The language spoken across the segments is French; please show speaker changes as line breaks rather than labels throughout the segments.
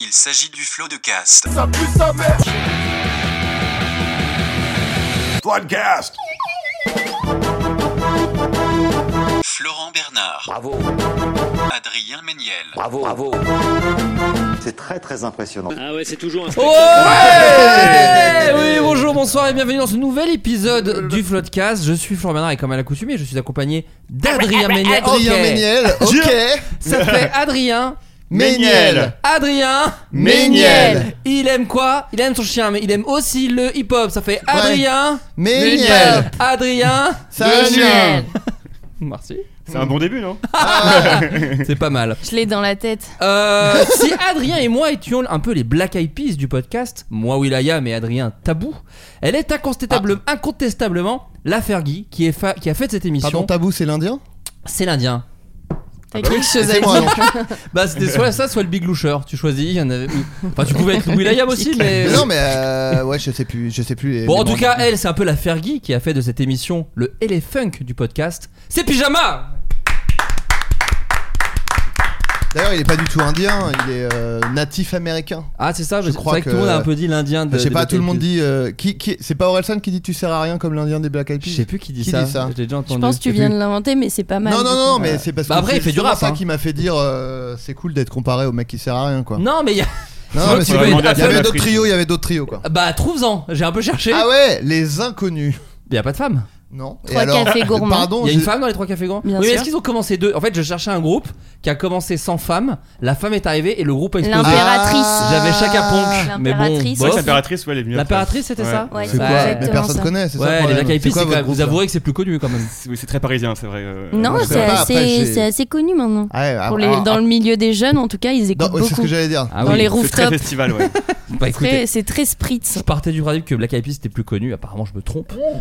Il s'agit du flot de cast.
Floodcast.
Florent Bernard,
Bravo,
Adrien Méniel,
bravo, bravo.
C'est très très impressionnant.
Ah ouais, c'est toujours un
Ouais Oui, bonjour, bonsoir et bienvenue dans ce nouvel épisode du Floodcast. Je suis Florent Bernard et comme à l'accoutumée, je suis accompagné d'Adrien
Ah
Méniel.
Adrien
Ok.
Méniel, ok.
Ça fait Adrien.
Méniel.
Adrien
Méniel.
Il aime quoi Il aime son chien, mais il aime aussi le hip-hop. Ça fait Adrien
Méniel.
Adrien
Ça vient.
Merci.
C'est un bon début, non
Ah.
C'est pas mal.
Je l'ai dans la tête.
Euh, si Adrien et moi étions un peu les Black Eyed Peas du podcast, moi Wilaya mais Adrien Tabou, elle est incontestable-
Ah.
incontestablement la Fergie qui, est fa- qui a fait de cette émission.
Pardon, tabou, c'est l'Indien
c'est l'Indien.
T'as quelque chose à
C'est moi
dire.
donc.
Bah c'était soit ça, soit le Big Loucher. Tu choisis. il y en avait- Enfin tu pouvais être Will.i.am aussi, mais.
Mais Non mais euh, ouais, je sais plus, je sais plus. les-
Bon,
les
en tout
bandes.
cas, elle, c'est un peu la Fergie qui a fait de cette émission le Elefunk du podcast. C'est Pyjama
D'ailleurs, il est pas du tout indien, il est euh, natif américain.
Ah, c'est ça,
Je
je c'est
crois
vrai que, tout
que-
le monde a un peu dit l'Indien de.
Je sais
des
pas,
Black
tout le
Eyed
monde
Peas.
dit. euh, qui, qui- c'est pas Orelsan qui dit tu sers à rien comme l'Indien des Black Eyed Peas
Je sais plus qui dit
Qui
ça.
dit ça
J'ai déjà
Je
entendu.
pense que tu
Et
viens
puis-
de l'inventer, mais c'est pas mal. Euh,
Non, non,
du
non,
coup.
mais c'est parce que
Bah après,
c'est
il fait du
justement
rap,
ça
hein.
qui m'a fait dire euh, c'est cool d'être comparé au mec qui sert à rien quoi.
Non, mais il y a.
Non,
Ouais,
mais
tu
c'est
vas
vrai,
demander à
il y avait
Fred
d'autres
Laprise.
trios, il y avait d'autres trios quoi.
Bah, trouve-en J'ai un peu cherché.
Ah ouais, les inconnus.
Il y a pas de femme.
Non. Et
Trois
alors-
cafés gourmands.
Pardon,
Il y a une
j'ai-
femme dans les trois cafés grands.
Bien
oui, mais
sûr.
est-ce qu'ils ont commencé deux En fait, je cherchais un groupe qui a commencé sans femme. La femme est arrivée et le groupe a explosé.
L'impératrice. Ah,
Ah.
J'avais Chaka Ponk. Mais bon, bof.
L'impératrice. C'est vrai que
L'impératrice, ouais, elle est venue. après.
L'impératrice, c'était
Ouais.
ça
Ouais,
C'est
Bah,
quoi Mais
exactement
personne
ça.
connaît, c'est ça le
Ouais, les
problème.
Black Eyed
C'est
Peas,
quoi
c'est
votre
quand- vous
groupe, ça
avouerez que c'est plus connu quand même.
C'est- oui, c'est très parisien, c'est vrai. euh,
Non,
Moi, je
c'est
sais pas,
assez,
après, j'ai-
c'est assez connu maintenant.
Ouais,
Pour
ah,
les,
ah,
dans
ah,
le milieu des jeunes, en tout cas, ils écoutent
dans- ouais, c'est ce
beaucoup.
que j'allais dire.
Ah
Dans
oui.
les
C'est très
rooftops,
festival, ouais.
Bah écoutez,
très- c'est très
je
spritz.
partais du principe que Black Eyed Peas c'était plus connu. Apparemment, je me trompe.
Oh.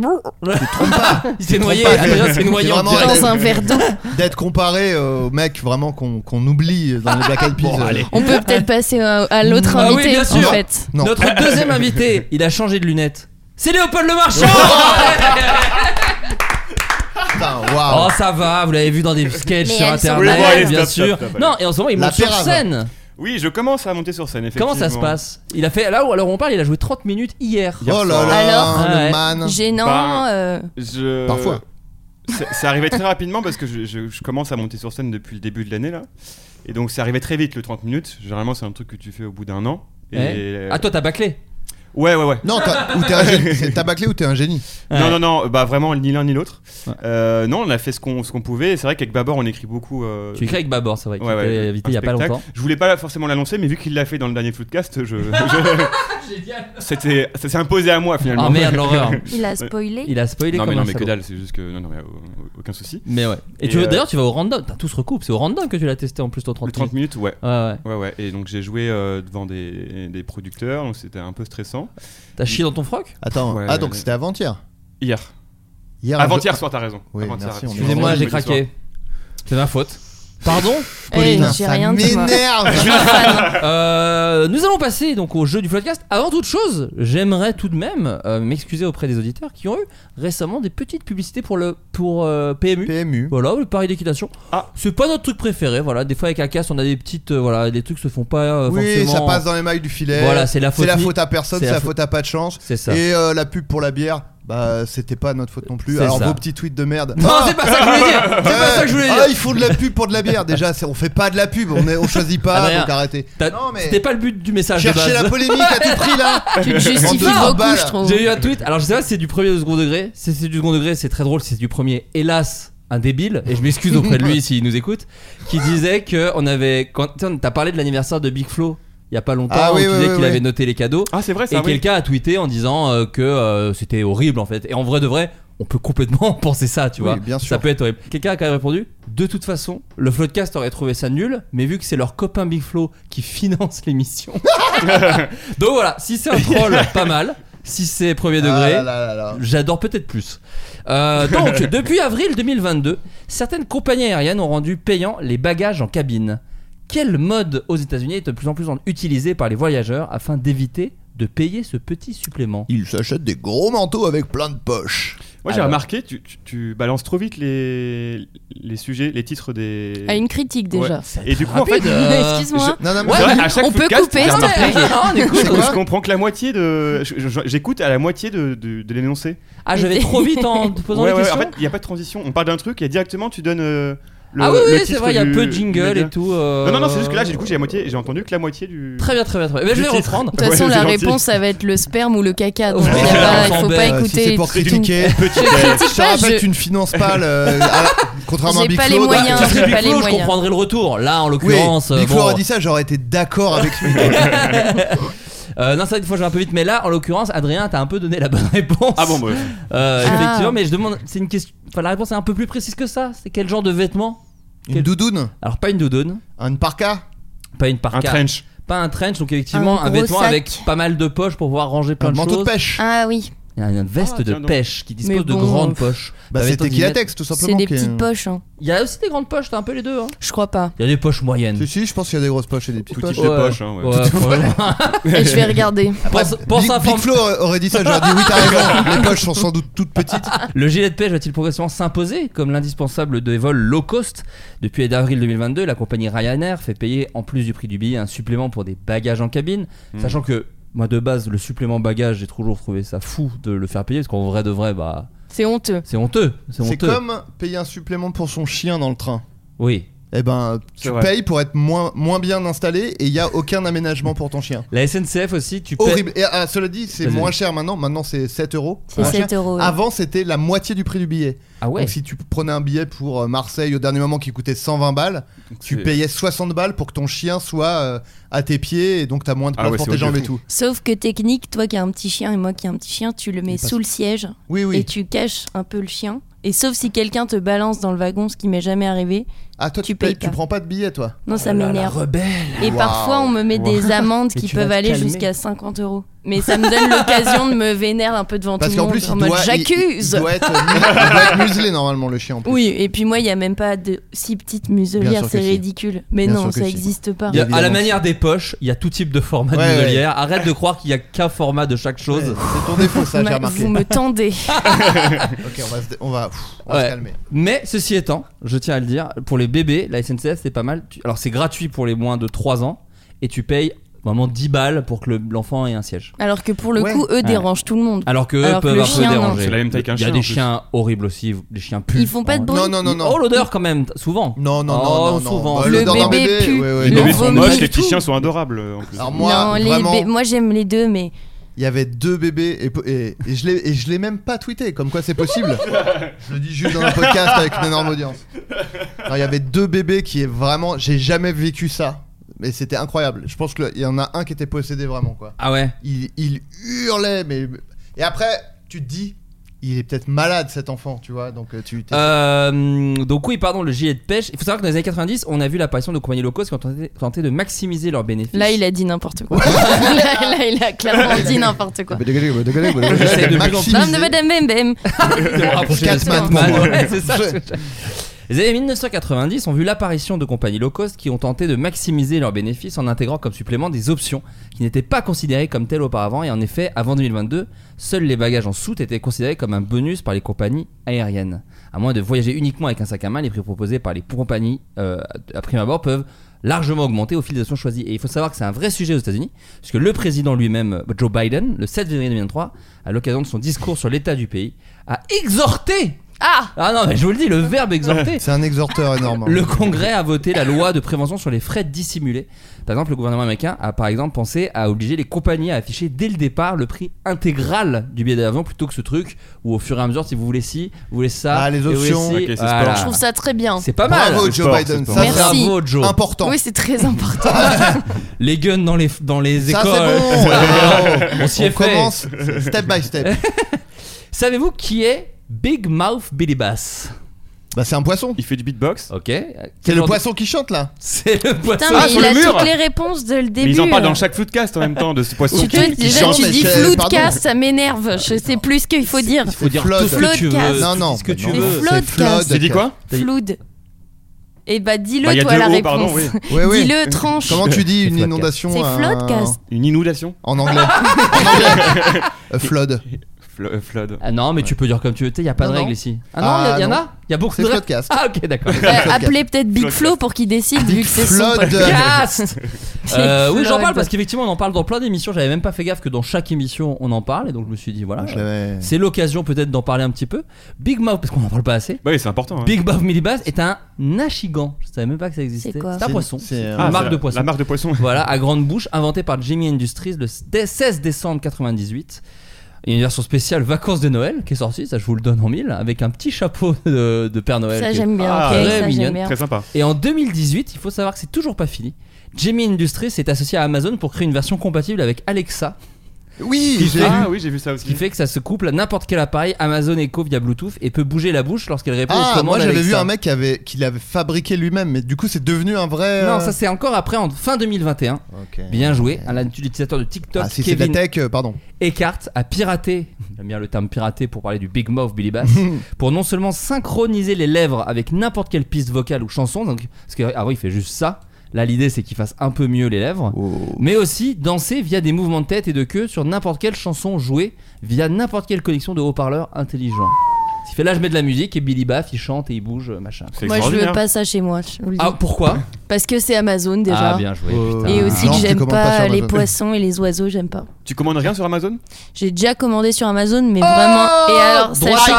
Il s'est
te
noyé.
trompes pas.
Adrien s'est noyé
C'est
en
vraiment
direct.
Dans un verre d'eau.
D'être comparé euh, au mec vraiment qu'on qu'on oublie dans les Black Eyed Peas. Euh,
Bon, allez.
On peut peut-être passer à, à l'autre
Ah oui,
invité,
bien sûr.
en fait.
Non.
Notre deuxième invité, il a changé de lunettes. C'est Léopold Le Marchand
Putain,
Oh
waouh.
ça va, vous l'avez vu dans des sketchs
Mais
sur
elles sont
internet,
Oui, bon, allez,
bien
stop, stop,
sûr.
stop, allez.
non, et en ce moment il
La
monte sur
pérave.
scène.
Oui, je commence à monter sur scène, effectivement.
Comment ça se passe Il a fait là où alors on parle, il a joué 30 minutes hier.
Oh là là,
Alors
le
Ah ouais.
man.
Gênant.
Bah,
euh,
Je...
Parfois.
C'est c'est arrivé très rapidement parce que je, je- je commence à monter sur scène depuis le début de l'année, là. Et donc, c'est arrivé très vite, le 30 minutes. Généralement, c'est un truc que tu fais au bout d'un an. Et...
Ouais. Ah toi t'as bâclé.
Ouais, ouais, ouais.
Non, t'as- ou t'es un génie. C'est- T'as bâclé ou t'es un génie
Ouais.
Non, non, non, bah vraiment ni l'un ni l'autre.
Ouais.
Euh, non, on a fait ce qu'on ce qu'on pouvait. C'est vrai qu'avec Babor, on écrit beaucoup. euh,
Tu écris avec Babor, c'est vrai.
Ouais, ouais,
qui était invité
un
il y a pas
spectacle.
longtemps.
Je voulais pas forcément l'annoncer, mais vu qu'il l'a fait dans le dernier Floodcast, je. je- C'était, ça s'est imposé à moi
Ah,
finalement.
Oh merde l'horreur.
Il a spoilé.
Il a spoilé
non,
comme
mais non,
un
mais que
salaud.
dalle, c'est juste que. Non, non, mais au- aucun souci.
Mais ouais. Et,
Et
tu veux
euh,
d'ailleurs tu vas au random, t'as tout se recoupe, c'est au random que tu l'as testé en plus ton 30
Le 30
minutes.
minutes, ouais.
Ouais ouais.
Ouais, ouais. Et donc j'ai joué euh, devant des, des producteurs, donc c'était un peu stressant.
T'as chié dans ton froc
Attends,
Ouais,
ah donc
ouais.
c'était avant-hier.
Hier.
Hier,
Avant-hier
Ah, je-
soir, t'as raison.
Oui,
Avant-hier,
merci, on est
Excusez-moi, j'ai
vendredi soir.
craqué. C'est ma faute. Pardon
Pauline,
Eh, j'ai
ça
rien dit. moi.
m'énerve.
Ah,
Euh, nous allons passer donc au jeu du podcast. Avant toute chose, j'aimerais tout de même euh, m'excuser auprès des auditeurs qui ont eu récemment des petites publicités pour le pour euh, PMU.
PMU.
Voilà, le pari d'équitation.
Ah.
C'est pas notre truc préféré. Voilà, des fois avec Acast, on a des petites euh, voilà, des trucs se font pas euh,
Oui,
forcément.
ça passe dans les mailles du filet.
Voilà, c'est la faute.
C'est la faute à personne,
C'est
c'est
la
la
faute-
faute à pas de chance.
C'est ça.
Et euh, la pub pour la bière, Bah, c'était pas notre faute non plus.
C'est
Alors,
ça.
vos petits tweets de merde.
Non,
Ah
c'est pas ça que je voulais dire. C'est pas ça que je voulais
Ah,
dire.
ils font de la pub pour de la bière. Déjà, c'est- on fait pas de la pub, on, est, on choisit pas,
Adrien,
donc arrêtez.
Ah, T'as-
Non, mais-
C'était pas le but du message de
Cherchez
base.
la polémique à tout prix là.
Tu te
Bande de
justifies
gros
beaucoup,
balles.
je trouve.
J'ai eu un tweet, alors je sais pas si c'est du premier ou du second degré. Si c'est du second degré, c'est très drôle, c'est du premier, hélas, un débile, et je m'excuse auprès de lui s'il nous écoute, qui disait que on avait. Quand tu sais, on- t'as parlé de l'anniversaire de Big Flo il y a pas longtemps,
Ah oui,
où tu
oui,
disais
oui,
qu'il
oui.
avait noté les cadeaux,
Ah, c'est vrai,
et
ça. oui.
quelqu'un a tweeté en disant euh, que euh, c'était horrible en fait. Et en vrai de vrai, on peut complètement penser ça, tu
Oui,
vois.
bien sûr.
Ça peut être horrible. Quelqu'un a quand même répondu De toute façon, le Floodcast aurait trouvé ça nul, mais vu que c'est leur copain Big Flo qui finance l'émission. Donc voilà, si c'est un troll, pas mal. Si c'est premier degré,
Ah là là là là.
j'adore peut-être plus. Euh, donc, depuis avril 2022, certaines compagnies aériennes ont rendu payants les bagages en cabine. Quel mode aux États-Unis est de plus en plus en- utilisé par les voyageurs afin d'éviter de payer ce petit supplément
Ils s'achètent des gros manteaux avec plein de poches.
Moi, j'ai
Alors.
remarqué, tu, tu- tu balances trop vite les, les sujets, les titres des.
À une critique déjà.
Et du coup, en fait.
rapide. Euh,
Excuse-moi.
Non, non, mais
Ouais,
c'est vrai,
mais
à chaque
on peut
podcast,
couper,
j'ai
Non, Ah, mais-
remarqué-
non, on écoute.
quoi
Je comprends que la moitié de. je- je- J'écoute à la moitié de, de, de l'énoncé.
Ah, je vais trop vite en te posant
Ouais,
des
ouais,
questions.
en fait, il n'y a pas de transition. On parle d'un truc et directement tu donnes. euh, le,
ah oui,
le
oui, c'est
titre
vrai, il y a
du-
peu de
du
jingle
média.
et tout. euh,
Non, non, non, c'est juste que là, j'ai- du coup, j'ai la moitié, j'ai entendu que la moitié du.
Très bien, très bien, très bien. Mais
Du
je vais
titre.
reprendre.
De toute façon,
Ouais,
la
c'est gentil.
réponse, ça va être le sperme ou le caca. Donc,
Ouais,
il y a pas- il
on s'en
faut
bat,
pas
euh,
si
écouter.
c'est pour critiquer,
Je critique
je te
pas,
rappelle,
je-
tu ne finances pas le. euh, à la- Contrairement à
J'ai
Big
pas
Flo,
les
bah,
moyens.
Si ce serait
J'ai
Big
pas les
Flo, je
moyens.
comprendrai le retour. Là, en
Oui,
l'occurrence, euh,
Big Flo
bon,
aurait dit ça, j'aurais été d'accord avec lui.
Euh, non, ça, une fois, je vais un peu vite, mais là, en l'occurrence, Adrien, t'as un peu donné la bonne réponse.
Ah bon, bah,
Euh,
Ah.
Effectivement, mais je demande, c'est une question. Enfin, la réponse est un peu plus précise que ça. C'est quel genre de vêtement
Une doudoune,
Alors, pas une doudoune,
un parka,
pas une
un
parka,
trench.
pas un trench, donc effectivement,
Un
un,
gros
vêtement
sac.
avec pas mal de poches pour pouvoir ranger plein
un
de
manteau
choses.
de pêche.
Ah oui,
Il y a une veste
Ah,
de
tiens donc.
pêche qui dispose
Mais
de
bon,
grandes
pff.
poches.
Bah,
T'as
c'était
raison d'y mettre.
Kilatex tout
c'est
simplement.
des
qui est-
petites poches. hein.
Il y a aussi des grandes poches, t'as un peu les deux. hein.
Je crois pas.
Il y a des poches moyennes.
Si, si, je pense qu'il y a des grosses poches et des petites
Tout
poches.
type de poche. hein, ouais.
Ouais, franchement.
Et je vais regarder.
Après,
Pense- pense
Big,
à
Big
forme-
Flo aurait- aurait dit ça, j'aurais dit oui, t'as raison. Les poches sont sans doute toutes petites.
Le gilet de pêche va-t-il progressivement s'imposer comme l'indispensable des vols low cost Depuis avril 2022, la compagnie Ryanair fait payer, en plus du prix du billet, un supplément pour des bagages en cabine.
Mmh.
Sachant que, moi de base, le supplément bagage, j'ai toujours trouvé ça fou de le faire payer, parce qu'en vrai de vrai, bah,
C'est honteux.
c'est honteux. C'est
C'est
honteux.
comme payer un supplément pour son chien dans le train.
Oui.
Eh ben,
C'est
tu
vrai.
payes pour être moins, moins bien installé et il n'y a aucun aménagement pour ton chien.
La SNCF aussi, tu payes.
Horrible. Et ah, cela dit, c'est
Vas-y.
moins cher maintenant. Maintenant, c'est 7 euros.
C'est
pour un chien.
7 euros. ouais.
Avant, c'était la moitié du prix du billet.
Ah ouais
Donc, si tu prenais un billet pour euh, Marseille au dernier moment qui coûtait 120 balles, tu
C'est-
payais 60 balles pour que ton chien soit euh, à tes pieds et donc t'as moins de
Ah
place
ouais,
pour
c'est
tes jambes
odieux.
et tout.
Sauf que technique, toi qui as un petit chien et moi qui ai un petit chien, tu le mets
passe.
sous le siège
Oui,
et
oui.
tu caches un peu le chien. Et sauf si quelqu'un te balance dans le wagon, ce qui m'est jamais arrivé.
Ah, toi,
tu
tu,
payes
payes- tu
pas.
prends pas de billet, toi.
Non, ça
Oh là là,
m'énerve.
rebelle
Et
Waouh.
parfois, on me met des amendes
Et
qui
tu vas
peuvent
te
aller
calmer.
jusqu'à 50 euros. Mais ça me donne l'occasion de me vénérer un peu devant
Parce
tout le
qu'en
monde.
plus,
en
il
mode
doit, il- il
j'accuse.
doit être, il doit être muselé normalement, le chien en plus.
Oui, et puis moi, il n'y a même pas de si petite
Bien
muselière,
sûr
c'est
que si.
ridicule. Mais
Bien
non,
sûr que
ça
si.
n'existe pas.
Il y a- à la
Évidemment.
manière des poches, il y a tout type de format
Ouais,
de
ouais.
muselière. Arrête de croire qu'il y a qu'un format de chaque
Ouais,
chose.
C'est ton défaut, ça, j'ai
Ma-
remarqué.
Vous me tendez.
Ok, on va se, dé- on va, pff, on va
Ouais.
se calmer.
Mais ceci étant, je tiens à le dire, pour les bébés, la SNCF c'est pas mal. Tu- Alors c'est gratuit pour les moins de 3 ans et tu payes vraiment 10 balles pour que le- l'enfant ait un siège.
Alors que pour le
Ouais.
coup, eux dérangent tout le monde.
Alors que eux
Alors que
peuvent
le
un peu
chien, non.
déranger.
C'est la même taille qu'un
Il y a
chien,
des
en plus.
chiens horribles aussi, des chiens puants.
Ils font pas de bruit.
Non, non, non, non.
Oh l'odeur quand même, t- souvent.
Non, non, non, non,
Oh,
non.
souvent.
Bah,
Le
l'odeur d'un
bébé
ouais,
pue.
ouais,
Le
Les
non.
bébés sont
vomi
moches,
et
les petits
tout.
chiens sont adorables euh, en plus.
Alors moi,
non, les
vraiment,
bé- moi j'aime les deux, mais
il y avait deux bébés et, po- et, et je l'ai et je l'ai même pas tweeté. Comme quoi c'est possible. je le dis juste dans un podcast avec une énorme audience. Alors, il y avait deux bébés qui est vraiment, j'ai jamais vécu ça. Mais c'était incroyable. Je pense qu'il y en a un qui était possédé vraiment quoi.
Ah ouais.
Il, il hurlait mais et après tu te dis il est peut-être malade cet enfant tu vois donc euh, tu t'es-
Euh, donc oui, pardon, le gilet de pêche. Il faut savoir que dans les années 90, on a vu l'apparition de compagnies locaux qui ont tenté, tenté de maximiser leurs bénéfices.
là il a dit n'importe quoi. là, là, il a clairement dit n'importe quoi.
J'essaie de plus en plus.
Dame de madame bem bem.
Rapprocher le
Catman
Scatman,
pour moi.
ouais, c'est ça.
Je-
Les années 1990 ont vu l'apparition de compagnies low cost qui ont tenté de maximiser leurs bénéfices en intégrant comme supplément des options qui n'étaient pas considérées comme telles auparavant. Et en effet, avant 2022, seuls les bagages en soute étaient considérés comme un bonus par les compagnies aériennes. À moins de voyager uniquement avec un sac à main, les prix proposés par les compagnies euh, à prime abord peuvent largement augmenté au fil des actions choisies. Et il faut savoir que c'est un vrai sujet aux États-Unis, puisque le président lui-même, Joe Biden, le 7 février 2023, à l'occasion de son discours sur l'état du pays, a exhorté
Ah
Ah non, mais je vous le dis, le verbe exhorter
C'est un exhorteur énorme. hein.
le Congrès a voté la loi de prévention sur les frais dissimulés. Par exemple, le gouvernement américain a par exemple pensé à obliger les compagnies à afficher dès le départ le prix intégral du billet d'avion plutôt que ce truc où au fur et à mesure, si vous voulez ci, vous voulez ça,
Ah, les
et vous voulez
options.
ci,
Ok, c'est
voilà.
sport.
Je trouve ça très bien.
C'est pas mal.
Bravo
C'est
Joe
sport,
Biden,
c'est
ça
sport.
c'est un-
Merci.
Bravo Joe.
important.
Oui, c'est très important.
Les guns dans les dans les
ça
écoles.
c'est bon.
On s'y est fait.
commence step by step.
Savez-vous qui est Big Mouth Billy Bass
Bah c'est un poisson.
Il fait du beatbox.
Ok. Quel
C'est le
genre de-
poisson qui chante là.
C'est le poisson.
Putain,
Ah,
mais
sur
il
le
a
mur.
toutes les réponses de le début.
Mais ils en parlent
euh,
là.
dans chaque footcast en même temps de ce poisson.
Tu
qui-
te
qui
déjà
chante.
tu
mais
dis
je-
floodcast,
pardon.
ça m'énerve. Je sais plus ce qu'il faut dire.
Il faut dire
Flood.
tout ce que tu
Floodcast.
veux.
Non, non,
tout Ce que
bah
tu
non.
Mais
veux.
Flood,
C'est
cast.
Tu dis quoi
Flood. Eh bah dis-le
Bah, il y a
toi
deux
la
O,
réponse.
pardon, oui.
Oui, oui.
Dis-le, tranche.
Comment tu dis
C'est
une
floodcast.
inondation
C'est
un-
floodcast.
Une inondation
En anglais. en anglais. Euh, flood.
Flo- euh, Flood.
Ah non, mais tu peux dire comme tu veux. Il y a pas de
Non,
règle
non.
ici. Ah non,
Ah,
il y, en
non.
a Il y a beaucoup
C'est
de règles.
floodcast.
Ah ok, d'accord.
Euh, appelez peut-être Big
Floodcast.
Flo pour qu'il décide vu que c'est son
Flood.
podcast.
Cast Euh, Oui, j'en parle
Flood.
parce qu'effectivement, on en parle dans plein d'émissions. J'avais même pas fait gaffe que dans chaque émission, on en parle. Et donc, je me suis dit, voilà.
Je l'avais-
C'est l'occasion peut-être d'en parler un petit peu. Big Mouth, parce qu'on en parle pas assez.
Bah oui, c'est important. hein.
Big Mouth Millibass est un achigan. Je savais même pas que ça existait.
C'est quoi
un
C'est-
poisson.
c'est un-
une
Ah, c'est
marque
la-
de poisson.
La marque de poisson.
Voilà, à grande bouche, inventé par Jimmy Industries le 16 décembre 98. Il y a une version spéciale Vacances de Noël qui est sortie, ça je vous le donne en mille, avec un petit chapeau de, de Père Noël.
Ça
qui est-
j'aime bien.
Ah,
ok,
très
ça, j'aime
mignonne,
bien.
Très sympa.
Et en 2018, il faut savoir que c'est toujours pas fini. Jimmy Industries s'est associé à Amazon pour créer une version compatible avec Alexa,
Oui,
Qui
j'ai
fait-
vu.
Ah oui, j'ai vu ça
ce qui
Mm.
aussi.
fait que ça se couple à n'importe quel appareil Amazon Echo via Bluetooth et peut bouger la bouche lorsqu'elle répond aux
Ah,
commandes
moi j'avais
Alexa.
vu un mec qui avait qui l'avait fabriqué lui-même, mais du coup c'est devenu un vrai. euh,
Non, ça c'est encore après, en fin 2021. Bien joué. Un utilisateur de TikTok,
Ah, si c'est de la
Kevin
tech, euh, pardon.
Eckhart a piraté, j'aime bien le terme piraté pour parler du Big Mouth Billy Bass, pour non seulement synchroniser les lèvres avec n'importe quelle piste vocale ou chanson, donc, parce qu'avant il fait juste ça, là l'idée c'est qu'il fasse un peu mieux les lèvres,
Oh.
mais aussi danser via des mouvements de tête et de queue sur n'importe quelle chanson jouée via n'importe quelle connexion de haut-parleurs intelligents. Il fait là je mets de la musique et Billy Bass il chante et il bouge, machin.
C'est
Moi je veux
extraordinaire.
pas ça chez moi. je vous le dis.
Ah pourquoi
Parce que c'est Amazon déjà.
Ah bien joué.
Euh,
putain.
Et aussi
Non,
que
tu
j'aime
commandes pas
pas
sur
les
Amazon.
poissons et les oiseaux, j'aime pas.
Tu commandes rien sur Amazon
J'ai déjà commandé sur Amazon,
Oh
mais vraiment. Et alors, sachant-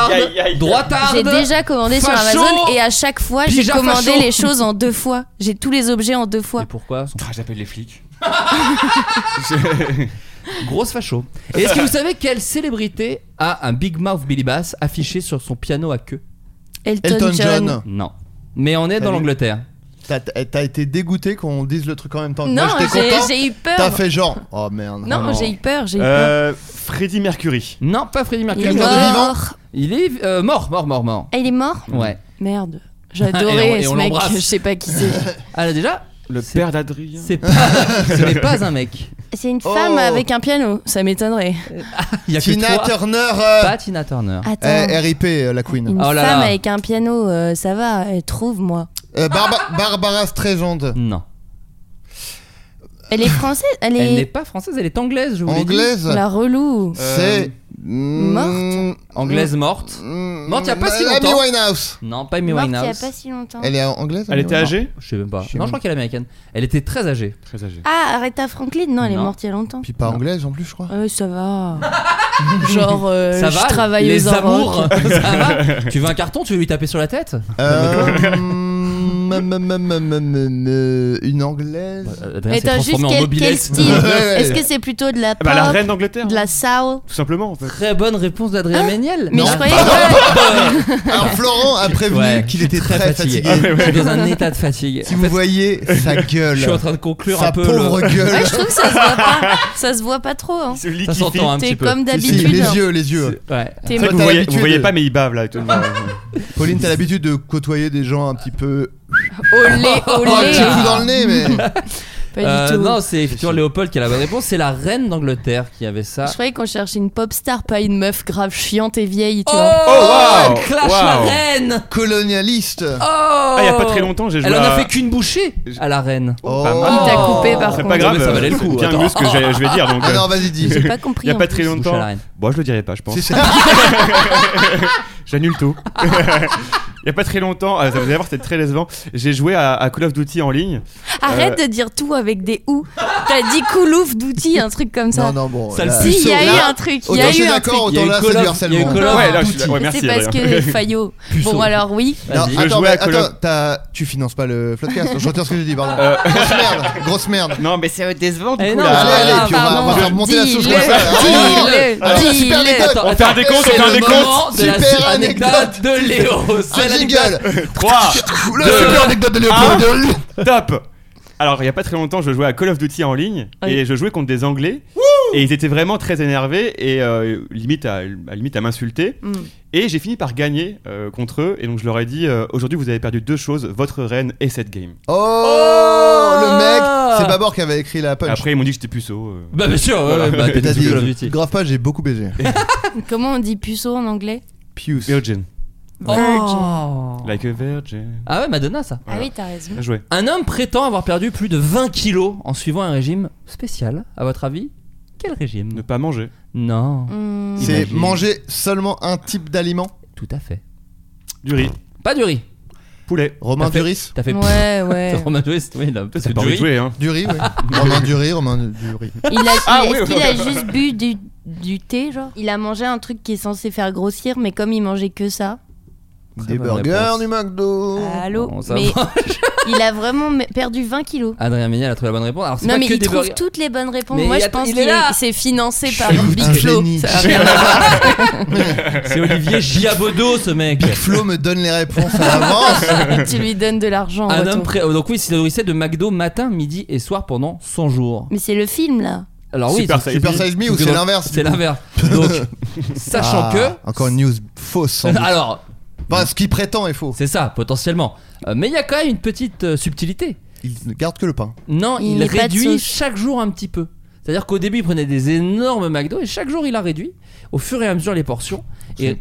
droitarde, droitarde.
j'ai déjà commandé sur
Facho
Amazon et à chaque fois, j'ai
Pija
commandé
facho
les choses en deux fois. J'ai tous les objets en deux fois.
Et pourquoi
J'appelle les flics.
Grosse facho. Et est-ce que vous savez quelle célébrité a un Big Mouth Billy Bass affiché sur son piano à queue
Elton,
Elton
John.
John.
Non. Mais on est dans
Salut.
l'Angleterre.
T'as- T'as été dégoûté qu'on dise le truc en même temps. que
Non,
moi
j'ai
j'étais content.
j'ai eu
T'as
peur.
fait genre. Oh merde.
Non,
Non.
j'ai eu peur, j'ai eu peur.
Euh, Freddie Mercury.
Non, pas Freddie
Il
Mercury.
est
quelqu'un de vivant
mort.
Il est euh, mort, mort, mort, mort.
Ah, il est mort
Ouais.
Merde.
Et on-
J'adorais
et
ce
on
mec,
l'embrasse.
je sais pas qui c'est.
Alors Ah, déjà,
Le
C'est-
père d'Adrien.
c'est pas, ce n'est pas un mec.
C'est une
Oh. Euh,
femme avec un piano, ça m'étonnerait.
Il y a que
Tina
toi.
Turner. euh,
Pas Tina Turner.
Attends.
eh, RIP euh, la Queen.
Une
Oh là
femme
là.
avec un piano, euh, ça va, elle trouve moi.
Euh, Barba- Barbara Streisand.
Non.
Elle est française, elle
Elle
est,
n'est pas française, elle est anglaise, je vous l'ai dit.
Anglaise.
la relou.
C'est. Morte.
Anglaise morte. Morte il y a pas si
mm, Amy
longtemps.
Winehouse.
Non, pas Amy
Morte il y a
Winehouse.
pas si longtemps.
Elle est anglaise
Elle
Amy
était
Winehouse
âgée
Je sais même pas.
Je sais
Non,
même
je crois qu'elle est américaine. Elle était très âgée.
Très âgée.
Ah, Aretha Franklin Non, elle
Non.
est morte il y a longtemps.
Puis pas
Non.
anglaise en plus, je crois.
Euh, ça va. Genre, euh,
ça
je
va
travaille
Les
aux
amours Ça va Tu veux un carton Tu veux lui taper sur la tête
Euh, mm, mm, mm, mm, mm, euh, Une anglaise.
Euh, Adrien s'est
Attends, juste
transformé en Eh ben,
quel, quel
mobilette.
style
Ouais.
Est-ce que c'est plutôt de la
Ah
pop,
Bah, la reine d'Angleterre.
de la soul
Tout simplement, en fait.
Très bonne réponse d'Adrien Méniel.
Ah, Mais
La
je croyais
bonne-
Alors Florent a prévenu
Ouais,
qu'il
je suis
était très, fatigué.
Je suis dans un état de fatigue.
Si vous voyez sa gueule,
Ah Je suis en train de conclure
sa
un peu.
pauvre
le...
gueule.
Ouais, je trouve que ça se voit pas. Ça se voit pas trop. Hein.
C'est lui
Ça
qui
s'entend un
T'es
petit peu.
comme
Si, si,
d'habitude.
les yeux, les yeux.
Ouais.
T'es-
C'est vrai que
Toi,
vous
t'as
voyez,
l'habitude
vous voyez
de-
pas, mais il bave là. Tout le monde.
Oh.
Pauline, t'as l'habitude de côtoyer des gens un petit peu.
Olé, euh.
Oh, un petit
olé.
coup dans le nez, mais.
Pas du
Euh,
tout.
non, c'est effectivement
Si, si.
Léopold qui a la bonne réponse. C'est la reine d'Angleterre qui avait ça.
Je croyais qu'on cherchait une pop star, pas une meuf grave chiante et vieille, tu
Oh,
vois.
Oh, wow.
elle clash la
Wow.
reine.
Colonialiste.
Oh
Ah, il y a pas très longtemps, j'ai joué
Elle en a
à-
fait qu'une bouchée à la reine.
Oh.
Pas mal.
Il t'a coupé par
C'est
contre.
pas grave,
mais ça valait le
c'est
coup,
bien
attends.
mieux ce que j'ai- je vais dire. Donc,
Ah
euh,
non, vas-y, dis.
J'ai pas
il
compris. hein.
y a
en
pas
plus.
très
Bouchée à la
longtemps.
reine.
Bon, je le dirai pas, je pense.
Si, c'est-
J'annule tout. Il y a pas très longtemps, ah, ça vous allez voir, c'était très décevant. J'ai joué à, à Call of Duty en ligne.
Arrête de dire tout avec des ou. T'as dit coulouf d'outils, un truc comme ça.
Non, non, bon.
Ça le
là,
sait.
Si, il y a
là,
eu un truc. Il y
autant
a
je suis
eu un
d'accord,
Il
truc.
y a
autant
eu
là,
Call
c'est
of-
du
il y a eu
harcèlement.
Call of
Ouais, là, je suis là-
Duty.
ouais, merci.
C'est parce
d'ailleurs.
que Fayot.
Puceau.
Bon, alors oui.
Non,
Vas-y.
Je
attends,
jouais
mais
à Call of-
attends, t'as- tu finances pas le podcast. Je retiens ce que j'ai dit, pardon.
Euh.
Grosse merde, grosse merde.
Non, mais c'est décevant
Eh non,
Allez,
Ah,
allez,
ah,
puis on va, on va
pardon.
faire monter la sauce
Dis-le,
comme ça.
dis-le,
Ah, la
dis-le.
super méthode.
Attends,
On fait un décompte, on
c'est
fait un
le
décompte.
moment de la
Super
super anecdote,
anecdote.
de Léo. C'est
Un
l'anecdote.
jingle.
3,
La
Deux.
super anecdote de Léopold.
Top Alors, il y a pas très longtemps, je jouais à Call of Duty en ligne
Oui.
et je jouais contre des Anglais et ils étaient vraiment très énervés et euh, limite à, à limite à m'insulter.
Mm.
Et j'ai fini par gagner euh, contre eux et donc je leur ai dit euh, aujourd'hui vous avez perdu deux choses, votre reine et cette game.
Oh,
Oh.
le mec. C'est Babor qui avait écrit la punch.
Après ils m'ont dit que j'étais puceau. euh.
Bah bien sûr, ouais, ouais, bah, t'es
T'as
dit Call of
dit, euh,
Duty.
grave pas, j'ai beaucoup baisé.
Comment on dit puceau en anglais
Pius.
Virgin.
Virgin.
Oh.
Like a virgin.
Ah ouais, Madonna ça.
Ah oui, t'as raison.
Bien joué.
Un homme prétend avoir perdu plus de 20 kilos en suivant un régime spécial. À votre avis, quel
Ne
régime
pas manger.
Non,
Hmm.
C'est
Imagine.
manger seulement un type d'aliment.
tout à fait.
Du riz.
Pas du riz.
Ah. Poulet.
Romain
T'as fait-
Duris.
T'as fait
Ouais, ouais.
Romain Duris, oui, là, parce
T'as
que
pas
du
envie de
riz.
jouer, hein.
Du riz, oui. Romain Duris, Romain Duris.
Il a,
Ah
il-
oui,
est-ce
oui,
qu'il a
oui.
juste bu du, du thé, genre Il a mangé un truc qui est censé faire grossir, mais comme il mangeait que ça,
Très
Des
bonne
burgers,
réponse. Ah.
du McDo.
allô
Bon, ça
Mais
va.
il a vraiment me- perdu 20 kilos.
Adrien Méniel a trouvé la bonne réponse. Alors, c'est
Non,
pas
mais
que
il
des
trouve
burgers.
toutes les bonnes réponses.
Mais
Moi,
il
je
a-
pense
il
qu'il
est là.
est- c'est financé par
suis un
Big Flo.
génie.
Ça a rien à voir.
C'est Olivier Giabodo, ce mec.
Flo me donne les réponses à l'avance.
tu lui donnes de l'argent. en
Un
retour.
homme pré- Donc oui, il se nourrissait de McDo matin, midi et soir pendant 100 jours.
Mais c'est le film là.
Alors oui,
Super
c'est-
Size
Super
Me.
Size Me ou c'est
donc,
l'inverse
C'est l'inverse. Donc,
Ah,
sachant que... Ah.
Encore une news fausse. sans doute.
Alors,
Enfin, ce qu'il prétend est faux.
c'est ça, potentiellement. Euh, mais il y a quand même une petite euh, subtilité.
Il ne garde que le pain.
Non,
Il
il,
met pas de
réduit
sauce.
chaque jour un petit peu. C'est-à-dire qu'au début, il prenait des énormes McDo et chaque jour, il a réduit au fur et à mesure les portions. Et...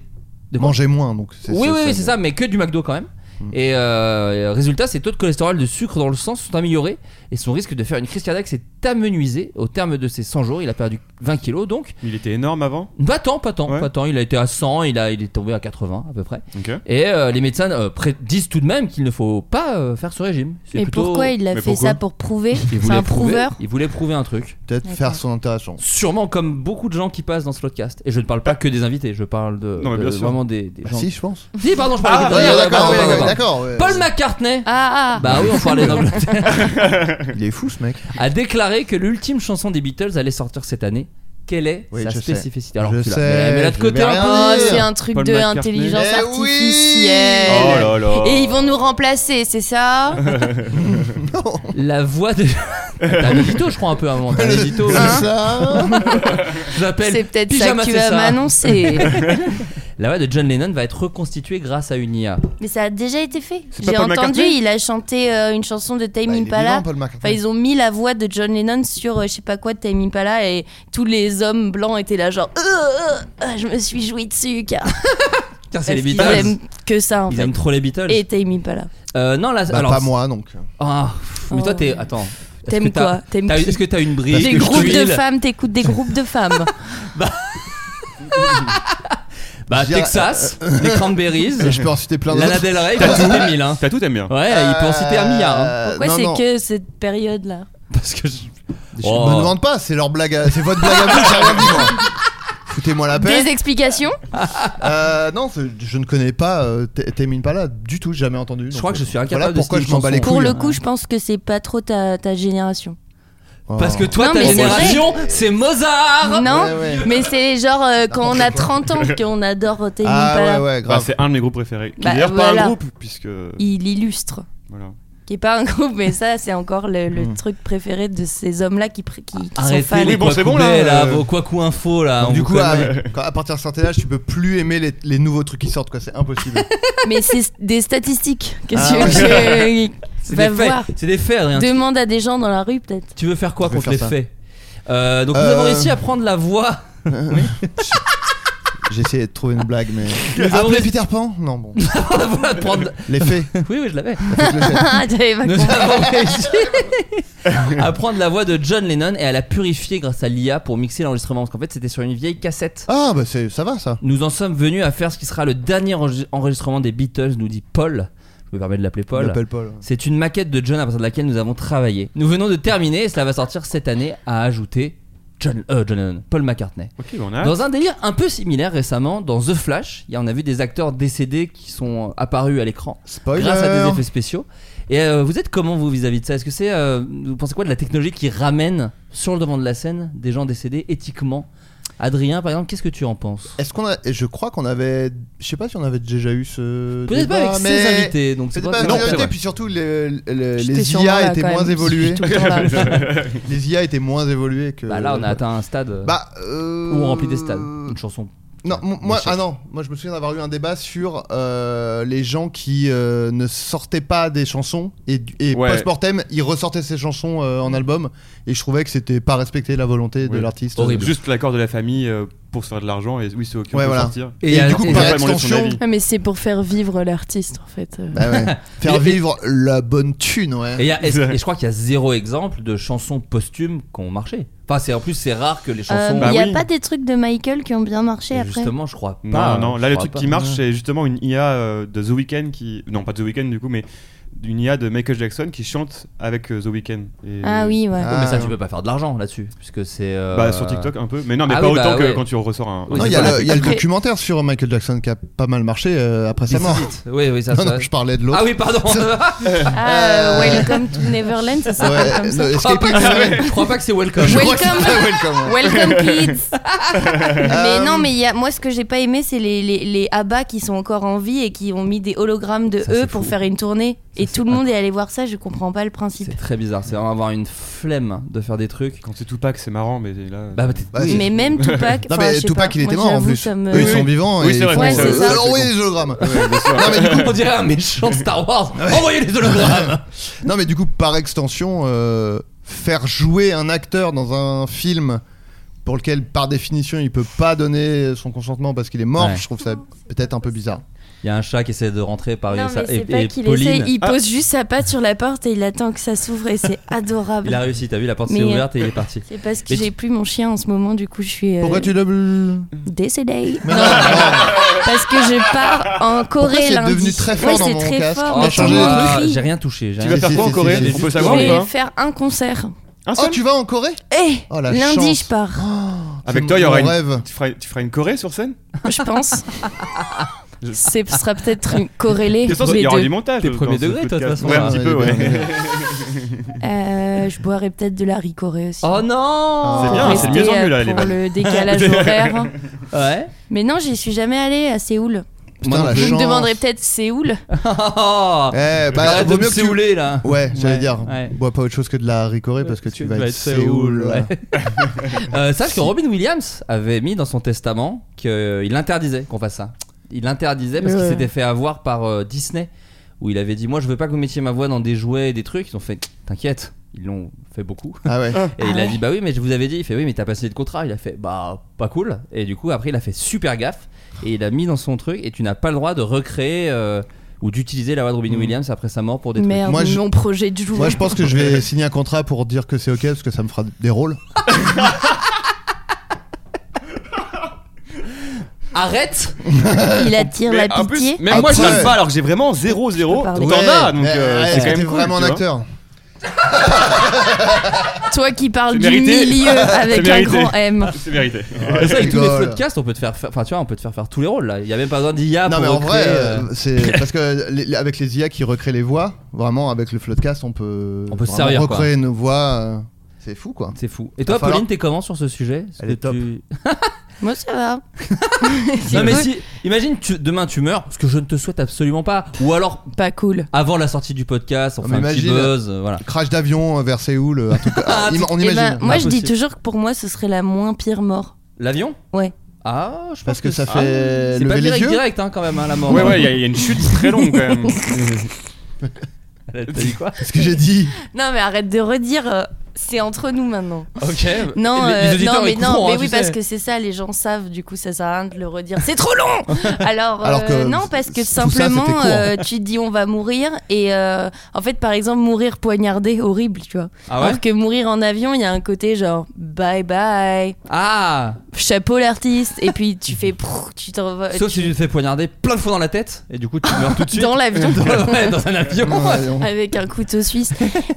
De quoi
Manger moins, donc. c'est-
Oui, oui, oui, c'est ça, mais que du McDo quand même. Et euh, résultat, ses taux de cholestérol, de sucre dans le sang sont améliorés et son risque de faire une crise cardiaque s'est amenuisé. Au terme de ses 100 jours, il a perdu 20 kilos donc.
Il était énorme avant.
Pas tant, pas tant,
Ouais.
pas tant. Il a été à 100, il, a, il est tombé à 80 à peu près.
Ok.
Et euh, les médecins euh, pré- disent tout de même qu'il ne faut pas euh, faire ce régime. C'est
Mais
plutôt-
pourquoi il a
Mais
fait
pourquoi
ça pour prouver
il
C'est
voulait
un
prouver-
prouveur.
Il voulait prouver un truc.
Peut-être
D'accord.
faire son intéressant.
Sûrement comme beaucoup de gens qui passent dans ce podcast. Et je ne parle pas que des invités, je parle de,
Non, mais
de-
bien sûr.
vraiment des, des
Bah,
gens.
si, je pense.
Si, pardon, je parle
Ah,
de-
Ouais,
ouais,
d'accord,
pardon,
ouais,
pardon,
d'accord,
pardon.
d'accord. ouais.
Paul McCartney
Ah ah.
Bah oui, on parlait d'Angleterre.
Il est fou, ce mec.
A déclaré que l'ultime chanson des Beatles allait sortir cette année. Quelle est
Oui,
sa
je sais.
spécificité Alors,
Je
tu la-
sais,
mais- mais là de
je
côté
vais
un
rien
peu.
Ah,
dire.
c'est un truc
Paul
de
McCartney.
intelligence
Eh oui.
Oh
artificielle.
là là.
Et ils vont nous remplacer, c'est ça
hein, La voix de. T'as un édito, je crois, un peu à un moment. T'as un édito.
C'est
Hein
ça.
Je l'appelle
C'est peut-être ça
Pyjama,
que tu
c'est
vas
ça.
m'annoncer.
La voix de John Lennon va être reconstituée grâce à une IA.
Mais ça a déjà été fait.
C'est pas
J'ai
Paul
entendu,
McCartney
il a chanté euh, une chanson de Time
Bah, il est
Impala.
vivant, Paul McCartney.
Enfin, ils ont mis la voix de John Lennon sur euh, je sais pas quoi de Time Impala et tous les hommes blancs étaient là genre Euh, euh, euh, je me suis joué dessus car
Tiens, c'est
parce
les
qu'ils
Beatles.
aiment que ça en
Ils
fait.
aiment trop les Beatles.
Et Time Impala.
Euh, non, là.
Bah,
alors,
pas moi, donc.
Ah, mais toi,
Oh.
t'es. Attends. Est-ce
T'aimes
que t'as-
quoi T'aimes
t'as-
qui
Est-ce que t'as une brise
Parce
Des
que je
groupes de
tuiles
femmes, t'écoutes des groupes de femmes.
Bah,
Je dirais-
Texas, les Cranberries,
Et je peux en citer plein
Lana
d'autres.
Del Rey, il peut en citer mille. hein.
T'as tout aimé bien.
Ouais, il peut en citer un milliard. hein.
Euh,
Pourquoi
non, non.
c'est que cette période là
Parce que je...
Oh.
Je
Oh.
me demande pas, c'est leur blague à- C'est votre blague à vous, j'ai rien dit, moi. Foutez-moi la paix.
Des explications
Euh, non, c'est- je ne connais pas euh, T- Tame Impala du tout, jamais entendu.
Je
donc,
crois que je
euh,
suis incapable
voilà
de
pourquoi
cette
je m'en bats les
chanson.
couilles.
Pour le
hein.
coup, je pense que c'est pas trop ta, ta génération.
Oh.
Parce que toi,
Non,
ta
mais c'est
génération, c'est Mozart
non,
Ouais, ouais.
mais c'est genre euh, quand on a
N'importe quoi.
30 ans qu'on adore Tame Impala.
Ah ouais, ouais,
Bah,
grave.
c'est un de mes groupes préférés. Qui
Bah,
D'ailleurs, pas
voilà.
un groupe, puisque.
Il illustre.
Voilà.
Qui est pas un groupe, mais ça, c'est encore le, le
Mm.
truc préféré de ces hommes-là qui, pr- qui, qui sont fans.
Arrêtez les
Oui, bon,
quoi
c'est bon,
couper,
là,
là,
euh.
vos quoi coup info là. Ah, on
du
vous
coup, ah,
connaît.
à, quand- à partir d'un certain âge, tu peux plus aimer les, les nouveaux trucs qui sortent, quoi. C'est impossible.
Mais c'est des statistiques. Qu'est-ce
Ah
que-
C'est
Va
des faits.
voir.
C'est des faits, Adrien.
Demande à des gens dans la rue, peut-être.
Tu veux faire quoi
Je vais
contre
faire
les
ça.
faits Euh, Donc nous
Euh,
avons réussi à prendre la voix.
J'ai essayé de trouver une blague, mais.
Les
Appeler
avons-
Peter Pan Non, bon.
La voix à prendre-
Les fées.
Oui, oui, je l'avais.
Faites le geste.
Ah, t'avais pas
Nous
compris.
avons réussi à prendre la voix de John Lennon et à la purifier grâce à l'IA pour mixer l'enregistrement. Parce qu'en fait, c'était sur une vieille cassette.
Ah, bah c'est- ça va ça.
Nous en sommes venus à faire ce qui sera le dernier enre- enregistrement des Beatles, nous dit Paul. Je me permets de l'appeler
On
Paul.
l'appelle Paul.
C'est une maquette de John à partir de laquelle nous avons travaillé. Nous venons de terminer et cela va sortir cette année à ajouter John, euh, John Lennon, Paul McCartney.
Ok, bah on a.
Dans un délire un peu similaire récemment, dans The Flash, il y a- on a vu des acteurs décédés qui sont apparus à l'écran
Spoiler.
grâce à des effets spéciaux. Et euh, vous êtes comment vous vis-à-vis de ça Est-ce que c'est euh, vous pensez quoi de la technologie qui ramène sur le devant de la scène des gens décédés éthiquement Adrien, par exemple, qu'est-ce que tu en penses
Est-ce qu'on a. et Je crois qu'on avait. Je sais pas si on avait déjà eu ce.
Peut-être pas
débat,
avec
mais-
ses invités, donc c'est
Peut-être pas
pas,
avec
Non,
les
c'est
invités,
vrai.
puis surtout les, les-
J'étais
les
sûrement
IA
là,
étaient
quand
moins
même.
évoluées.
Je suis tout le temps là.
Les IA étaient moins évoluées que.
Bah là, on a atteint un stade euh,
Bah, euh,
où on remplit des stades. Une chanson.
Non, m- moi,
Des
ah
chiffres.
non, moi je me souviens d'avoir eu un débat sur euh, les gens qui euh, ne sortaient pas des chansons et, du- et
Ouais. Mm.
post-mortem, ils ressortaient ces chansons euh, en album et je trouvais que c'était pas respecter la volonté de
Ouais.
l'artiste.
Horrible.
Juste l'accord de la famille euh, pour se faire de l'argent et oui, c'est ok, on
Ouais,
peut
voilà.
sortir.
Et,
euh,
du coup,
et-
par
pas demander son
extension,
avis.
Ah, mais c'est pour faire vivre l'artiste, en fait. euh.
bah ouais,
Et-
faire
et-
vivre la bonne thune, ouais.
Et, il y a- est-ce- et je crois qu'il y a zéro exemple de chansons posthumes qui ont marché. Enfin, c'est en plus c'est rare que les
Euh,
chansons.
Bah
il y a
oui.
pas des trucs de Michael qui ont bien marché
Et
après
justement, je crois
Non,
pas. euh,
non, là
je
le
crois
truc
pas.
qui
Ah.
marche c'est justement une IA euh, de The Weeknd qui. Non, pas de The Weeknd du coup, mais une IA de Michael Jackson qui chante avec euh, The Weeknd. Et-
Ah oui, ouais.
Ah,
Ouais, mais ça,
ouais.
tu peux pas faire de l'argent là-dessus, puisque c'est. euh,
Bah sur TikTok un peu, mais non, mais
Ah
pas
oui, bah
autant que
ouais.
quand tu ressors un.
Oui,
Non,
c'est
il y a,
ça.
le, il y a le
Après-
documentaire sur Michael Jackson qui a pas mal marché euh, après sa
This
mort.
is it. Oui, oui, ça.
Non,
ça-
non, je parlais de l'autre.
Ah oui, pardon.
Ah,
Euh,
Welcome to Neverland, ça s'appelle
Ouais,
comme
non,
ça.
je, crois
Escape
pas que c'est- je crois pas que c'est Ah, welcome.
Je crois que
Welcome.
c'est- welcome, hein. ouais.
Welcome kids. mais
Euh,
non, mais il y a, moi ce que j'ai pas aimé, c'est les les les abats qui sont encore en vie et qui ont mis des hologrammes de
Ça, c'est
eux pour
fou.
faire une tournée et
c'est
tout le monde est allé voir ça. Je comprends pas le principe.
C'est très bizarre. C'est vraiment avoir une flemme de faire des trucs.
Quand c'est Tupac, c'est marrant, mais là.
Bah, bah, t'es-
Bah, c'est-
Mais même Tupac.
Non,
enfin, je
mais
sais
Tupac
pas.
il était
Moi,
mort en
j'avoue,
plus.
ça me-
Eux ils sont vivants
Oui,
et
c'est
ils
vrai,
font-
Ouais, c'est ça.
Euh, envoyez des hologrammes.
on dirait un méchant Star Wars. Envoyez les hologrammes.
Non, mais du coup, par extension, euh, faire jouer un acteur dans un film pour lequel, par définition, il peut pas donner son consentement parce qu'il est mort,
Ouais.
je trouve ça peut-être un peu bizarre.
Il y a un chat qui essaie de rentrer par
Non,
et ça-
mais c'est
et-
pas
et
qu'il
Pauline.
essaye, il
Ah.
pose juste sa patte sur la porte et il attend que ça s'ouvre et c'est adorable.
Il a réussi, t'as vu, la porte s'est
Mais, euh,
ouverte et il est parti.
C'est parce que
Mais tu-
j'ai plus mon chien en ce moment, du coup je suis euh,
Pourquoi tu le.
décédée.
Mais non,
Non,
non.
parce que je pars en Corée
Pourquoi c'est
lundi.
devenu très fort
Ouais,
dans
c'est
mon
très
casque
fort.
On a
mais
changé
tout le
les
monde
Ah,
rit.
J'ai rien touché. j'ai
Tu vas
rien
si,
faire quoi en
si,
Corée
si, si,
On
si,
peut
si.
savoir
je
ou
vais
pas
faire un concert.
Un
Oh,
seul
tu vas en Corée
Eh
Oh la
Lundi,
chance.
je pars,
Avec
C'est
toi, il y
mon
aura une-
rêve.
tu feras, tu feras une Corée sur scène
je pense. Ce sera peut-être une- corrélé
T'es sûr,
les
Il y aura
deux.
du montage.
T'es
dans
premier
ce
degré, toi, de
podcast.
toute façon,
Ouais,
là.
un petit peu, ouais.
Euh, je boirai peut-être de la ricorée aussi.
Oh non
C'est bien,
Pour
Ah, c'est de mieux
rester,
en mieux, là,
euh,
les
Pour
vannes.
le décalage horaire.
Ouais.
Mais non, j'y suis jamais allée à Séoul.
Putain,
Moi non
la
plus.
Vous
chance.
me demanderez peut-être Séoul.
Oh
Eh, bah,
Arrête
vaut
de me
mieux que tu.
saouler là.
Ouais, j'allais
Ouais,
dire,
ouais.
bois pas autre chose que de la ricorée parce que tu vas être Séoul.
ouais. Euh, sache que Robin Williams avait mis dans son testament qu'il interdisait qu'on fasse ça. Il interdisait parce qu'il
Ouais.
s'était fait avoir par euh, Disney où il avait dit moi je veux pas que vous mettiez ma voix dans des jouets et des trucs. Ils ont fait t'inquiète. Ils l'ont fait beaucoup.
Ah ouais.
Et il a
ouais.
dit bah oui mais je vous avais dit. Il fait oui mais t'as pas signé de contrat. Il a fait bah pas cool. Et du coup après il a fait super gaffe et il a mis dans son truc et tu n'as pas le droit de recréer euh, ou d'utiliser la voix de Robin
Mm.
Williams après sa mort pour des trucs.
Merde,
Moi, je-
mon projet de jour.
Moi, je pense que je vais signer un contrat pour dire que c'est ok parce que ça me fera des rôles.
Arrête.
Il attire
Mais
la
en plus,
pitié.
même moi je
Après-
râle pas alors que j'ai vraiment 0-0.
Je peux
T'en
parler.
as donc
Ouais,
euh,
ouais,
c'est quand
t'es
même cool,
vraiment
tu
un
vois.
acteur.
Toi qui parles
C'est
du
mérité.
milieu avec
C'est
un
mérité.
grand M.
C'est mérité.
C'est ça, avec tous les
rigole.
podcasts, on peut te faire, faire- enfin tu vois, on peut te faire faire tous les rôles là. Il y a même pas besoin d'IA
Non
pour
mais en vrai,
recréer,
euh,
euh,
c'est parce que les- les- avec les IA qui recréent les voix, vraiment avec le floodcast, on peut
On peut se
vraiment
servir, quoi.
recréer nos voix. euh, C'est fou quoi.
c'est fou. Et toi,
Va falloir-
Pauline, t'es comment sur ce sujet Est-ce
Elle
que
est top.
tu-
Moi ça va. C'est
Non mais
cool.
si, imagine tu- demain tu meurs, ce que je ne te souhaite absolument pas. Ou alors
Pas cool.
avant la sortie du podcast, on
Non,
fait
mais
un petit
imagine.
buzz, euh, voilà.
Crash d'avion euh, vers Séoul, euh, un truc- ah, im- on
Eh
imagine.
ben, moi je dis
Impossible.
toujours que pour moi ce serait la moins pire mort.
L'avion
Ouais.
Ah, je pense
Parce que ça
c'est-
fait
ah, c'est
lever
pas
les
direct,
yeux
direct hein, quand même hein, la mort.
Ouais, ouais, il y, a- il y a une chute très longue quand même.
T'as dit quoi
Parce que j'ai dit.
Non, mais arrête de redire. euh, C'est entre nous maintenant.
Ok.
Non,
Les- les
euh,
auditeurs,
non, mais
ils
non,
comprendront,
mais
hein,
oui,
tu
parce
sais.
que c'est ça, les gens savent, du coup, ça sert à rien de le redire. C'est trop long Alors,
Alors
euh,
que
non, parce que
tout ça, c'était
simplement,
court.
euh, tu te dis on va mourir, et euh, en fait, par exemple, mourir poignardé, horrible, tu vois.
Ah ouais
Alors que mourir en avion, il y a un côté genre bye bye,
Ah
chapeau l'artiste, et puis tu fais prrr, tu t'envoies.
Sauf si tu te fais poignarder plein de fois dans la tête et du coup tu meurs tout de suite.
Dans l'avion.
Dans- ouais, dans un avion.
Voyons.
Avec un couteau suisse.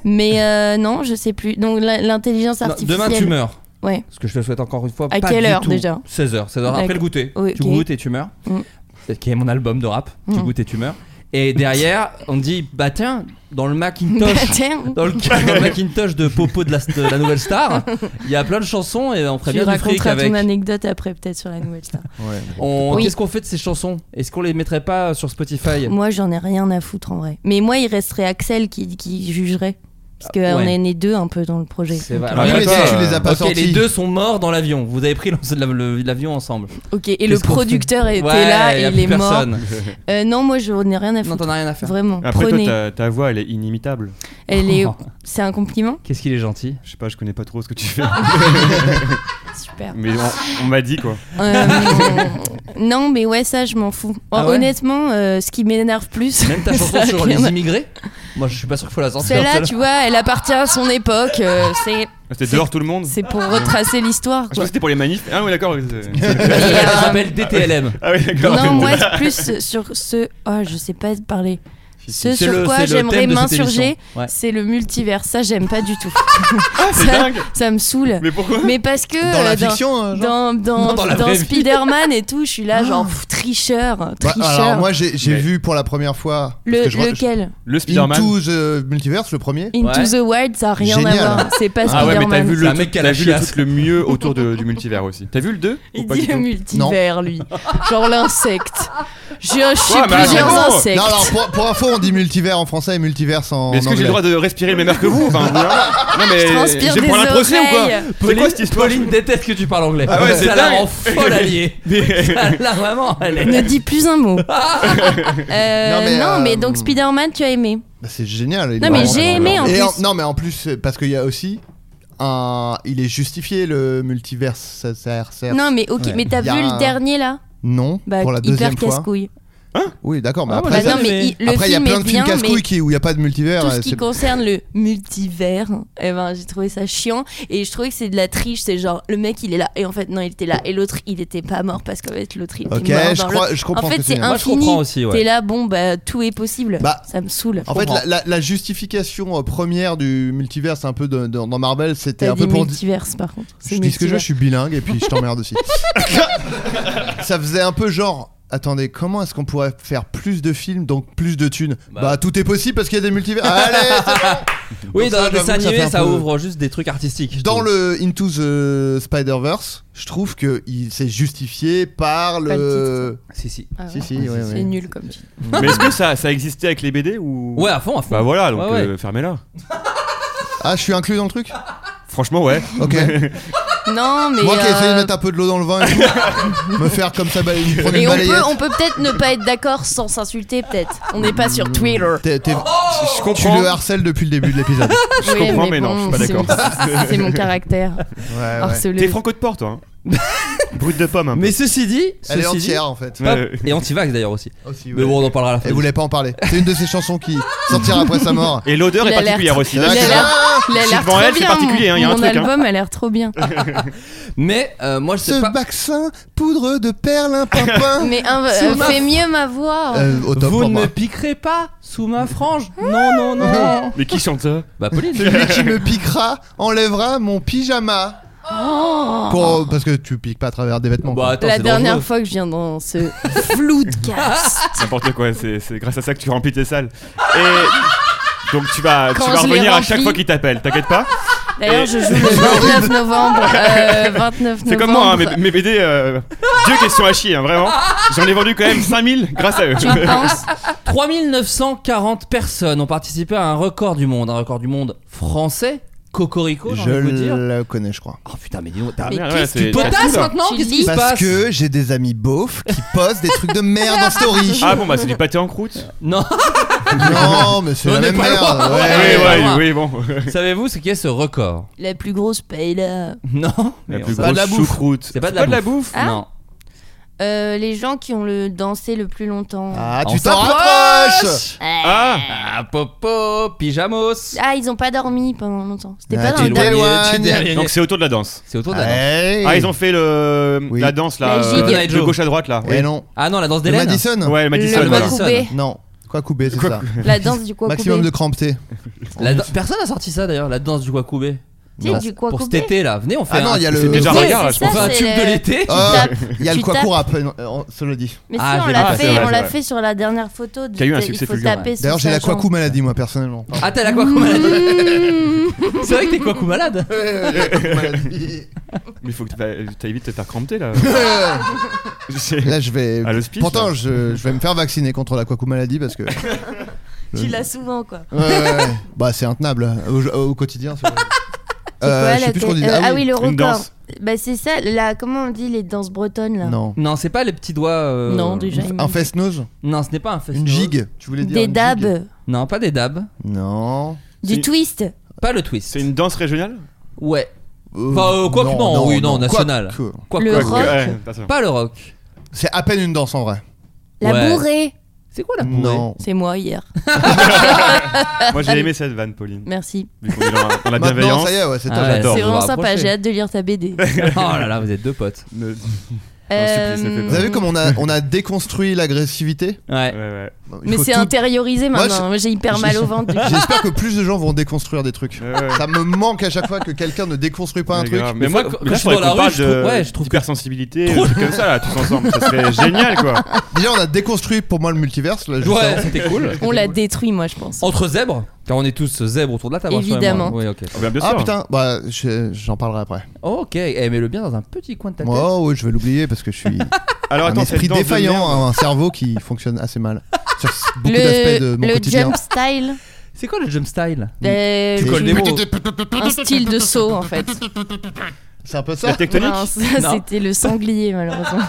Mais euh, non, je sais plus. Donc la- l'intelligence
Non,
artificielle.
demain tu meurs.
Ouais.
Ce que je te souhaite encore une fois.
À
pas
quelle
du
heure,
tout.
déjà
16h. 16h après
D'accord.
le goûter.
Oui,
Tu
ok.
goûtes et tu meurs.
Mm.
Qui est mon album de rap. Tu
Mm.
goûtes et tu meurs. Et derrière, on dit bah tiens, dans le
Bah,
Macintosh.
tiens,
Dans le, dans le Macintosh de Popo de la, de la Nouvelle Star, il y a plein de chansons et on ferait
tu
bien du fric
raconteras
avec.
ton anecdote après peut-être sur la nouvelle star.
On-
Oui.
Qu'est-ce qu'on fait de ces chansons Est-ce qu'on les mettrait pas sur Spotify
Moi, j'en ai rien à foutre en vrai. Mais moi, il resterait Axel qui, qui jugerait. Parce qu'on
Ah, ouais.
est né deux un peu dans le projet.
C'est vrai.
Ok.
Alors,
Oui, mais
toi,
si tu
euh,
les as pas
ok,
sortis.
les deux sont morts dans l'avion. Vous avez pris le- le- le- l'avion ensemble.
Ok, et le
Qu'est-ce qu'on
producteur
fait
était
Ouais,
là,
y a
il
plus
est mort.
personne.
Euh, non, moi, j'en ai rien
Non,
à foutre.
t'en as rien à faire.
Vraiment,
Après, toi,
prenez.
ta, ta voix, elle est inimitable.
Elle est...
Oh.
C'est un compliment
Qu'est-ce qu'il est gentil.
Je sais pas, je connais pas trop ce que tu fais.
Super.
mais on, on m'a dit quoi.
Euh, non, mais ouais, ça, je m'en fous.
Ah ouais
Honnêtement, euh, ce qui m'énerve plus.
Même ta chanson
ça a
sur
rien
les
à-
immigrés Moi, je suis pas sûr qu'il faut la sortir.
Celle-là,
celle-là.
tu vois, elle appartient à son époque. euh, c'est-
C'était
C'est-
dehors tout le monde
c'est
Ah.
pour retracer
Je
l'histoire.
crois
quoi.
que c'était pour les manifs. Ah oui, d'accord.
Elle
c'est-
euh,
s'appelle DTLM.
ah oui, d'accord.
Non, moi, c'est plus sur ce. Oh, je sais pas parler. Ce
C'est
sur
le-
quoi
c'est le
j'aimerais
thème de cette
m'insurger,
émission. Ouais. Ah,
c'est le multivers. Ça, j'aime pas du tout.
C'est
ça,
dingue.
ça me saoule.
Mais pourquoi
Mais parce que
Dans
euh,
la fiction, euh, genre
dans, dans,
Non, dans la
dans
vraie vie. Ah.
Spider-Man et tout, je suis là, genre pff, tricheur.
Bah,
tricheur.
alors moi j'ai j'ai
Mais-
vu pour la première fois
Le-
parce que je-
lequel
Le
je-
Spider-Man.
Into the Multiverse le premier.
Into
Ouais.
the Wild, ça a rien
Génial.
à voir. C'est pas
Ah ouais, mais t'as
Spider-Man.
vu
C'est
le
un mec
truc,
qui a
t'as
la
vu le
chiasse.
truc le mieux autour de- du multivers aussi. T'as vu le 2 ou
Il
pas
dit
du
le
tout
multivers, lui. Genre l'insecte. Je, je suis
Ouais, mais
plusieurs
attends.
insectes.
Non alors pour, pour info on dit multivers en français et multiverse en
Mais est-ce que j'ai
anglais.
le droit de respirer le même air que vous enfin, vous- Non mais euh,
Je transpire
j'ai
des
pour un procès ou quoi
oreilles.
C'est quoi cette histoire
Pauline déteste que tu parles anglais.
Ah ouais, c'est
ça la
dingue.
rend folle alliée. Ah, Là, vraiment, elle est.
Ne dis plus un mot. Euh,
Non,
non,
mais,
mais,
euh,
donc Spider-Man, tu as aimé.
Bah, c'est génial. il
Non,
est
mais
vraiment-
j'ai aimé en
Et
plus.
en- non, mais en plus, c'est parce qu'il y a aussi un. Il est justifié le multiverse. Ça, ça- ça-
Non, mais ok,
Ouais.
mais t'as
Y a
vu
un-
le dernier là
Non,
Bah,
pour la
hyper
deuxième fois.
casse-couille.
Oui, d'accord, mais
Ah,
après,
voilà.
Bah,
ça-
non, mais il- le
après, il y a
film
plein
est
de films
bien, mais
casse-couilles qui- où il n'y a pas de multivers.
tout ce
et
qui
c'est-
concerne le multivers, eh ben, j'ai trouvé ça chiant et je trouvais que c'est de la triche. C'est genre le mec il est là et en fait non il était là et l'autre il était pas mort parce qu'en fait l'autre il était
Ok,
mort.
je,
dans
crois, je comprends
En fait,
ce que tu
c'est
veux dire.
Moi, je
infini.
comprends aussi, ouais.
T'es là, bon, bah tout est possible.
Bah,
ça me saoule.
En fait,
comprends.
la, la- la justification euh, première du multivers, c'est un peu de- dans- dans Marvel, c'était
T'as
un peu
dit
pour. di-
multivers par contre.
Je dis ce que je veux, je suis bilingue et puis je t'emmerde aussi. ça faisait un peu genre. Attendez, comment est-ce qu'on pourrait faire plus de films, donc plus de thunes
Bah-
bah, tout est possible parce qu'il y a des multivers. Allez, c'est
Oui,
Donc
dans
ça,
le
j'avoue,
dessin
ça
animé,
fait un
ça
peu-
ouvre juste des trucs artistiques. je
Dans
trouve.
le Into the Spider-Verse, je trouve que il s'est justifié par
Pas
le.
le
Si, si.
Ah ouais.
Si, si, ouais, ouais.
C'est nul comme tu dis.
Mais est-ce que ça, ça existait avec les BD ou
Ouais, à fond, à fond.
Bah voilà, donc
Ouais, ouais.
euh, fermez-la.
Ah, je suis inclus dans le truc
Franchement, ouais.
Ok.
Non, mais.
Moi qui ai essayé de
euh,
mettre un peu de l'eau dans le vin et tout, me faire comme ça bal- une
mais
première
on peut,
balayette.
on peut peut-être ne pas être d'accord sans s'insulter, peut-être. On n'est pas sur Twitter.
T'es- t'es-
Je
tu
comprends.
le harcèles depuis le début de l'épisode.
Je
comprends, mais non, je suis pas d'accord.
C'est mon caractère.
Ouais, Ah ouais.
Harceleux.
T'es franco de porte, toi. Hein. Brut de pomme. Un peu.
Mais ceci dit.
Elle est
ceci dit-
entière en fait.
Pas-
Ouais.
Et anti-vax d'ailleurs aussi.
Aussi,
Mais
ouais.
bon, on en parlera à la fin.
Elle voulait pas en parler. C'est une de ses chansons qui sortira après sa mort.
Et l'odeur
Il
est
a l'air-
particulière aussi.
Il a
Il a
l'air-
l'air, il a
Si
l'air
devant
trop
elle, c'est
bien.
particulier, hein, il y a un
mon
truc, hein.
album a l'air trop bien.
Mais euh, moi, je sais
Ce
pas.
vaccin, poudre de perlimpinpin.
Mais un,
Sous
euh,
ma-
fais mieux ma voix.
Euh, au top
Vous
pour
ne me
moi.
piquerez pas sous ma frange. Non, non, non.
Mais qui chante ça
bah, Pauline.
Celui qui me piquera enlèvera mon pyjama.
Oh.
Pour- parce que tu piques pas à travers des vêtements.
Bah,
quoi.
attends,
La
c'est
dernière
dangereux.
fois que je viens dans ce flou de casse.
N'importe quoi, c'est c'est grâce à ça que tu remplis tes salles. Et donc tu vas, tu
Quand
vas
je les
revenir à
remplis-
chaque fois qu'il t'appelle, t'inquiète pas.
D'ailleurs, je joue le 29 novembre. euh, 29
C'est comme moi, hein,
novembre.
mes, mes BD, euh, Dieu question à chier, hein, vraiment. J'en ai vendu quand même 5000 grâce à eux.
Tu y penses
3940 personnes ont participé à un record du monde, un record du monde français, Cocorico, j'ai
je
envie de vous dire.
le connais, je crois.
Oh putain, mais dis donc, t'as-
Mais
merde,
qu'est-ce
ouais, c'est-
que tu
t'as
Potasse
tout, là.
maintenant
Tu
Qu'est-ce
lis
qui se
Parce
passe
que j'ai des amis beaufs qui postent des trucs de merde en story.
Ah bon, bah c'est du pâté en croûte.
Non
Non, mais c'est
On
la
n'est
même
pas
merde.
loin.
Oui,
ouais.
Ouais.
oui, oui, bon.
Savez-vous ce qui est ce record
La plus grosse paella.
Non.
La
mais
plus
on-
pas de la
grosse
bouffe.
choucroute.
C'est pas de la bouffe.
Ah.
Non.
Euh, les gens qui ont le dansé le plus longtemps.
Ah,
On
tu t'en
s'approche
rapproches
Ah
Ah, popo, pyjamos.
Ah, ils ont pas dormi pendant longtemps. C'était
Ah,
pas dans
tu
le dernier.
t'éloignes.
Donc c'est autour de la danse.
C'est autour de la danse.
Hey.
Ah, ils ont fait le
Oui.
la danse là,
La
euh,
gigue.
de gauche à droite là.
Eh
Oui.
non.
Ah non, la danse
De
d'Hélène.
Madison
Ouais, le Madison.
Madison.
Le
voilà.
quoi coupé.
Eh.
Non. Quoi couper, c'est ça.
La danse du quoi
Maximum de crampté.
La dan- Personne n'a sorti ça d'ailleurs, la danse du Kwakubé.
Tu sais,
Non.
du
Pour
Kwakubé.
cet été là, venez, on fait
Ah non,
un-
il y a le.
C'est déjà
Ouais,
regard, là, je
c'est ça,
pense.
on fait un
c'est
tube
le-
de l'été.
Ah,
tapes.
Il y a
Tu
le quoi
tapes.
court après, non, euh, on se le dit.
Mais
Ah,
si, on
j'ai
l'a
pas
fait,
fait,
ouais,
on
c'est
l'a
vrai.
fait sur la dernière photo. de-
Qui a eu un
il
succès
faut
fulgurant,
taper sur
D'ailleurs, j'ai
sa
la
jambe.
Kwaku maladie, moi, personnellement.
Ah, t'es la Kwaku malade. C'est vrai que t'es Kwaku malade.
Mais faut que tu vas- t'ailles vite te faire crampter là.
Là, je vais.
Ah, le speech,
Pourtant,
là.
je, je vais me faire vacciner contre la Kwaku maladie parce que.
Tu l'as souvent, quoi.
Ouais, ouais, ouais. Bah, c'est intenable au, au quotidien. c'est- Euh,
Quoi,
je
la
sais plus ce qu'on
tête-
disait.
euh, Ah oui, le
Une
record.
danse.
Bah, c'est ça, là, comment on dit les danses bretonnes, là
Non.
Non, c'est pas les petits doigts. euh,
Non, déjà.
Un fesse-nose
Non, ce n'est pas un festival.
Une gigue Tu voulais dire
Des
une gigue
dabs,
Non, pas des dabs.
Non.
C'est
du
une-
twist.
Pas le twist.
C'est une danse régionale
Ouais.
Euh,
Enfin, euh, quoique non, oui, non, national.
Quoique.
Quoi
Le
quoi,
rock.
quoi.
Ouais, pas ça.
Pas le rock.
C'est à peine une danse en vrai.
La
Ouais.
bourrée.
C'est
Ah,
quoi la bourrée
Non.
C'est moi hier.
Moi j'ai aimé cette vanne, Pauline.
Merci.
Vu qu'on est dans la- dans la
Maintenant,
bienveillance.
ça y est, ouais, c'est
Ah
toi.
ouais,
j'adore.
C'est
vous
vraiment
vous
sympa,
rapprochez.
j'ai hâte de lire ta BD.
Oh là là, vous êtes deux potes.
Ne-
Euh,
supplice, ne fais pas.
Vous avez vu comme on a, on a déconstruit l'agressivité
Ouais,
Ouais.
ouais.
Il
Mais
faut
c'est
tout-
intériorisé
Moi,
maintenant. Moi, j'ai hyper mal au ventre.
J'espère que plus de gens vont déconstruire des trucs.
Ouais, ouais.
Ça me manque à chaque fois que quelqu'un ne déconstruit pas un
Ouais,
truc.
grave.
Mais
Mais moi,
faut-
quand
quand je
là,
suis
faudrait
dans la
qu'on
rue,
parle
je trouve-
de
ouais, je trouve que-
hypersensibilité, des trucs comme ça, là, tous ensemble. Ça serait génial, quoi. Ah
Déjà, on a déconstruit pour moi le multiverse. Là, juste
Ouais,
avant.
c'était cool.
On l'a détruit, moi, je pense.
Entre zèbres, car on est tous zèbres autour de la table. hein,
Évidemment.
rassurez-moi. Oui, ok.
Ah, bien, bien
Ah
sûr.
putain, bah, je- j'en parlerai après.
Ok, eh, mets-le bien dans un petit coin de ta tête.
Moi, oh, oui, je vais l'oublier parce que je suis
Alors
un
attends,
esprit
cette danse de
défaillant,
merde.
un cerveau qui fonctionne assez mal sur s- beaucoup d'aspects de
Le,
mon
le
quotidien.
jump style,
C'est quoi le jump style
euh,
Tu
colles
je-
des mots.
un style de saut en fait.
C'est un peu ça.
La tectonique
Non, ça,
Non.
c'était le sanglier malheureusement.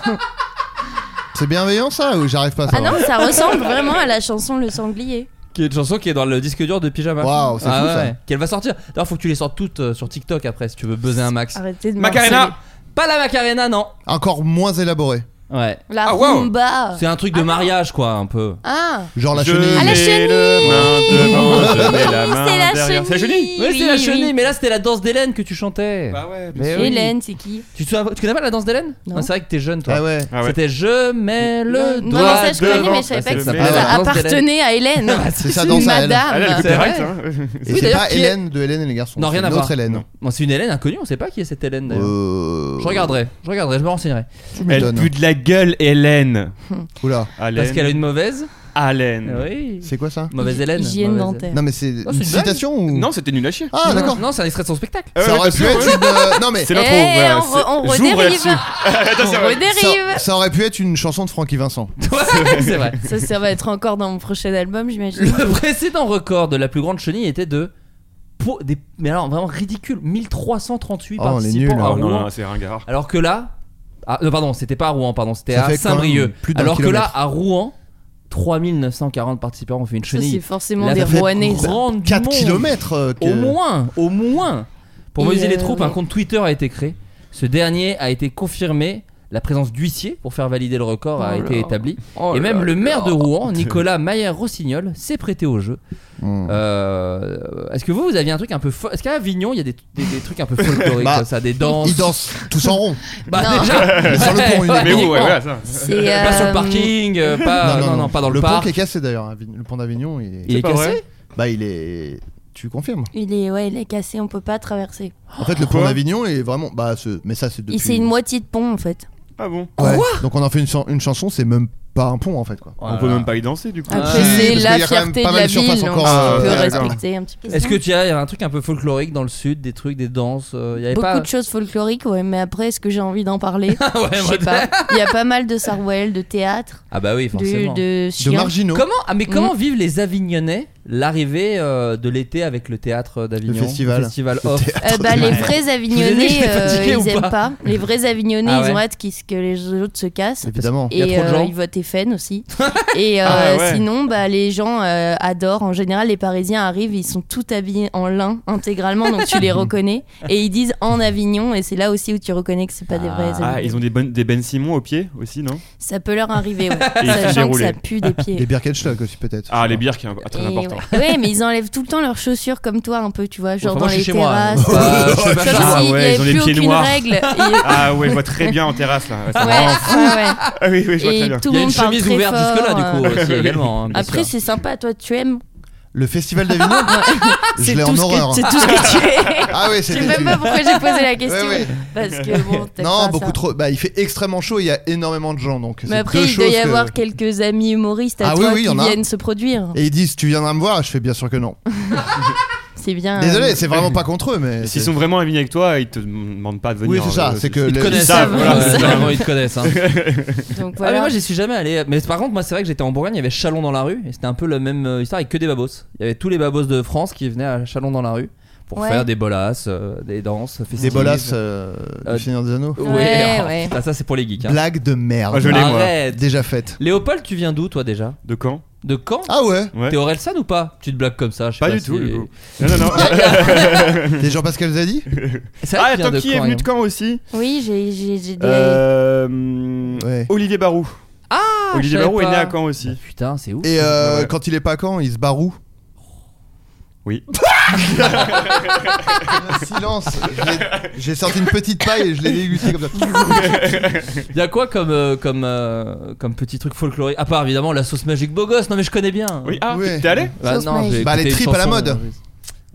C'est bienveillant ça ou j'arrive pas à
Ah
savoir
non, ça ressemble vraiment à la chanson Le Sanglier.
Qui est une chanson qui est dans le disque dur de Pyjama.
Waouh, c'est
Ah
fou,
ouais,
ça.
ouais. Qu'elle va sortir. D'ailleurs, faut que tu les sortes toutes euh, sur TikTok après si tu veux buzzer un max.
Arrêtez de me harceler.
Macarena Pas la Macarena, non
Encore moins élaboré.
Ouais.
La
Ah, wow.
rumba.
C'est un truc de mariage, quoi, un peu.
Ah,
Genre la
Je
chenille.
Allez.
mets le main devant, je mets la
Oui,
main
c'est la
derrière. C'est la chenille
chenille.
Ouais,
Oui,
c'est la
oui,
chenille,
oui.
mais là c'était la danse d'Hélène que tu chantais.
Bah ouais, bien
Mais
sûr.
Eh oui.
Hélène, c'est qui
Tu, te souviens- tu connais pas la danse d'Hélène
Non.
Ah, C'est vrai que t'es jeune, toi.
Ah ouais.
Ah ouais.
C'était je mets le
Non,
doigt.
mais ça, je connais,
devant.
mais je savais
Ah,
pas que
c'est le
Ah,
mec.
la
ça
danse
appartenait à Hélène.
Ah,
C'est ça
si,
danse à Hélène.
Ah, là, elle a
Madame.
coupé
C'est
direct,
vrai.
hein.
Et
Oui,
c'est
d'ailleurs,
pas
qui est-
Hélène de Hélène et les garçons.
Non, rien
c'est
à
une
voir.
autre Hélène.
Bon, c'est une Hélène inconnue, on sait pas qui est cette Hélène d'ailleurs.
Euh,
Je regarderai, je regarderai, je me renseignerai.
Tu
Elle
m'étonnes.
pue de la gueule, Hélène.
Oula,
Parce qu'elle a une mauvaise. Eh
Ah
Hélène.
Oui.
c'est quoi ça
Mauvaise Hélène.
Hygiène
mauvaise
dentaire.
Non mais c'est
Oh, c'est
une
une blague.
citation ou
Non, c'était nul à chier.
Ah
Hélène.
d'accord.
Non, c'est un extrait de son spectacle.
Ah ouais,
Ça
bien
aurait pu
sûr,
être
ouais.
une. euh, Non mais
C'est
Eh,
l'intro. voilà,
on,
c'est-
re- on
J'ouvre
redérive.
là-dessus.
on redérive.
ça, ça aurait pu être une chanson de Francky Vincent.
Ouais, c'est vrai.
Ça, ça va être encore dans mon prochain album, j'imagine.
Le précédent record de la plus grande chenille était de. po- Des, mais alors vraiment ridicule, 1338
Oh, on est nuls,
participants à
là.
Oh, non,
Rouen.
non, c'est ringard.
Alors que là. Ah, non, pardon, c'était pas à Rouen, pardon, c'était
Ça
à
fait quand
Saint-Brieuc.
même plus d'un
Alors que là,
kilomètre.
à Rouen, 3940 participants ont fait une
Ça, c'est
chenille.
forcément
Là,
des
ça fait
Rouennais. ça.
grande du
4
monde.
km
Au moins, au moins. Pour
Et
mobiliser les
euh,
troupes, un
ouais.
compte Twitter a été créé. Ce dernier a été confirmé. La présence d'huissiers pour faire valider le record a
Oh
été
là.
établie.
Oh
Et même
là
le
là.
maire de Rouen, Nicolas Maillère-Rossignol, s'est prêté au jeu.
Hmm.
Euh, Est-ce que vous, vous aviez un truc un peu. fo- Est-ce qu'à Avignon, il y a des, des- des trucs un peu folkloriques
Bah,
comme ça Des danses
Ils dansent tous en rond.
Bah,
Non.
déjà
Mais sur le pont, uniquement.
Mais où, ouais,
uniquement.
voilà ça.
C'est,
Pas sur le
euh,
parking, euh, pas, non, non, pas dans le,
le pont
parc.
qui est cassé d'ailleurs. hein. Le pont d'Avignon, il est.
Il est
pas
cassé
vrai.
Bah il est. Tu confirmes
Il est, ouais, il est cassé, on peut pas traverser.
En fait, le pont
Quoi
d'Avignon est vraiment. Bah, ce... mais ça, c'est depuis.
Il C'est une moitié de pont en fait.
Ah bon
Ouais. Donc, on en fait une, chan- une chanson, c'est même pas un pont en fait, quoi.
On peut même pas y danser du coup.
Ah.
Après,
Si,
c'est
parce
la
qu'il y a quand même
fierté
pas
de
mal
la
de surface
ville.
encore,
donc
euh,
on peut
ouais,
respecter un petit peu.
Est-ce
ça.
que tu as il y a un truc un peu folklorique dans le sud, des trucs, des danses euh, il y avait
Beaucoup
pas...
de choses folkloriques, ouais, mais après, est-ce que j'ai envie d'en parler
Ah ouais,
Je
moi,
sais pas. Il y a pas mal de Sarwell, de théâtre,
Ah bah oui,
de,
forcément.
de
De
chiens.
marginaux.
Mm.
Comment ah mais comment vivent les Avignonnais l'arrivée euh, de l'été avec le théâtre d'Avignon.
Le festival. Le
off.
théâtre
Euh, bah,
de
les
Marais.
vrais
Je suis
Avignonnais,
désolé, je suis
euh,
fatigué ou
ils aiment
pas
pas. Les vrais Avignonnais,
Ah
ils ont
ouais.
hâte qu'ils se- que les autres se cassent.
Évidemment.
Il y a
Et euh,
trop de gens.
ils votent FN aussi. Et euh,
Ah ouais.
sinon, bah, les gens euh, adorent. En général, les Parisiens arrivent, ils sont tout habillés en lin intégralement, donc tu les reconnais. Et ils disent en Avignon, et c'est là aussi où tu reconnais que c'est pas des
Ah,
Ah,
vrais Avignonnais.
ils ont des, bonnes, des Ben Simon au pied aussi, non
Ça peut leur arriver, ouais.
Et ils font
sachant que
dérouler.
ça pue des pieds.
Les Birkenstock aussi, peut-être.
Ah, les bières qui est un- très
Et
important.
ouais. Ouais, mais ils enlèvent tout le temps leurs chaussures comme toi, un peu, tu vois, genre
Enfin,
dans
moi, je
les
suis chez moi, hein,
terrasses.
donc, euh, je fais pas
Comme
ça.
Ah
s'il
ouais,
n'y avait
ils ont les
plus
pieds
aucune
noirs.
règle. Et-
Ah ouais, je vois très bien en terrasse là.
Ouais, ouais, ouais.
Ah oui, oui, je vois
Et
très bien.
tout
Il y
le
a une
monde parle
chemise
très
ouverte
fort,
jusque-là, du coup,
euh.
aussi, également. hein, bien
Après,
sûr.
c'est sympa, toi, tu aimes.
Le festival d'Avignon Je
C'est
l'ai
tout
en
ce
horreur.
que- C'est tout ce que tu es.
Ah ouais,
Je
c'est
sais même pas pourquoi j'ai posé la question.
Ouais, ouais.
Parce que bon, t'as
Non,
pas
beaucoup
ça.
trop. Bah, il fait extrêmement chaud et il y a énormément de gens. Donc,
Mais
c'est
après,
deux
il doit
choses
y
que-
avoir quelques amis humoristes à
Ah
toi
oui, oui,
qui
y en a.
viennent se produire.
Et ils disent, tu viendras me voir Je fais bien sûr que non.
C'est bien.
Désolé,
euh,
c'est vraiment pas contre eux, mais.
S'ils
c'est-
sont vraiment alignés avec toi, ils te demandent pas de venir.
Oui, c'est ça,
euh,
c'est que.
Ils te
le-
connaissent,
ils savent,
hein,
voilà,
euh,
c'est ça.
vraiment, ils te connaissent. hein.
Donc
Ah, mais
voilà.
moi j'y suis jamais allé. Mais par contre, moi c'est vrai que j'étais en Bourgogne, il y avait Chalon dans la rue et c'était un peu la même euh, histoire avec que des babos. Il y avait tous les babos de France qui venaient à Chalon dans la rue pour
Ouais.
faire des bolas, euh, des danses, festives.
Des bolas, euh,
Euh,
du Seigneur des Anneaux.
Ouais,
Ouais,
oh,
ouais.
putain, ça c'est pour les geeks. hein.
Blague de merde.
Ah, je l'ai, moi.
Arrête.
Déjà faite.
Léopold, tu viens d'où toi déjà
De quand
De Caen
Ah ouais
Ouais.
T'es Orelsan ou pas Tu te blagues comme ça je sais
Bah,
Pas du
si-
tout, du coup. Non, non, non.
T'es Jean-Pascal Zadi
C'est vrai
Ah,
qu'il vient
attends,
de
qui est
Caen, hein.
venu de
Guillaume.
quand aussi
Oui, j'ai- j'ai j'ai des.
Euh,
Ouais.
Olivier Barou.
Ah, je
Olivier
savais
Barou est né
pas.
à Caen
Ah,
aussi.
Putain, c'est ouf.
Et euh,
Ah Ouais, ouais.
quand il est pas quand Il se baroue
Oui.
Silence J'ai- J'ai sorti une petite paille et je l'ai dégustée comme ça.
Il y a quoi comme, euh, comme, euh, comme petit truc folklorique À part évidemment la sauce magique beau gosse, non mais je connais bien.
Oui, ah,
Ouais.
t'es allé
Bah,
Sauce
non,
magique.
j'ai
Bah, les
écouté une
tripes à la
chanson,
mode.
euh,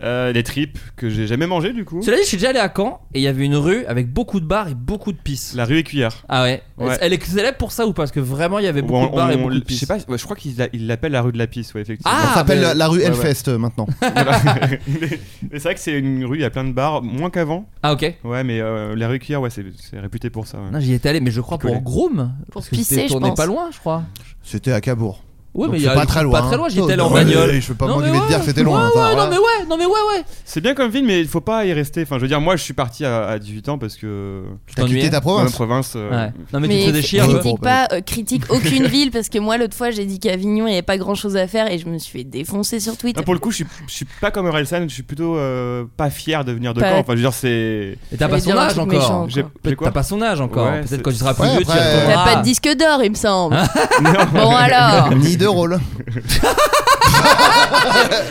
Euh, Les tripes que j'ai jamais mangé du coup.
Cela dit, je suis déjà allé à Caen et il y avait une rue avec beaucoup de bars et beaucoup de pisses.
La rue Écuyère.
Ah ouais.
Ouais.
Elle est célèbre pour ça ou pas Parce que vraiment, il y avait
Où
beaucoup
on-
de bars et
on-
beaucoup de
je sais
pisses.
pas, ouais, je crois qu'ils l'a- ils l'appellent la rue de la pisse, ouais, effectivement.
Ah,
Ça s'appelle
mais-
la, la rue
ouais,
Hellfest euh, maintenant.
Voilà. Mais c'est vrai que c'est une rue, il y a plein de bars, moins qu'avant.
Ah ok.
Ouais, mais euh, la rue Cuillère, ouais, c'est c'est réputé pour ça. ouais.
Non, j'y étais allé, mais je crois pour
Picoler.
Groom.
Pour
parce que
pisser,
c'était
je
tourné
pense.
pas loin, je crois.
C'était à Cabourg.
Oui,
Donc
mais il
c'est
y a
pas très loin.
Pas très loin,
Oh,
j'étais allé
non,
en bagnole.
mais Je peux pas
Non, mais
m'enlever de
ouais,
dire c'était
ouais,
loin.
Ouais,
enfin,
non
voilà.
mais ouais, non mais ouais, ouais.
C'est bien comme ville, mais il faut pas y rester. Enfin, je veux dire, moi, je suis parti à, à 18 ans parce que.
Tu
T'as quitté ta
t'ennuyais
Dans la
province
province. euh,
Ouais. Non mais, tu te
Mais
faisais chier un peu.
Bon,
critique
bah,
pas, euh, critique aucune ville parce que moi l'autre fois j'ai dit qu'Avignon il n'y avait pas grand chose à faire et je me suis fait défoncer sur Twitter.
Là, Ah, pour le coup, je suis, je suis pas comme Orelsan, je suis plutôt euh, pas fier de venir de
Pas-
Caen. Enfin, je veux dire, c'est.
Et t'as
Je
pas
vais
son
dire un
âge
truc
encore.
méchant.
J'ai
Encore.
j'ai
T'as
quoi
pas son âge encore.
Ouais,
Peut-être
c'est-
quand tu seras plus
Ouais,
vieux, tu
après,
vas
euh,
T'as pas de disque d'or, il me semble.
Hein
Non.
Bon alors.
Ni de rôle.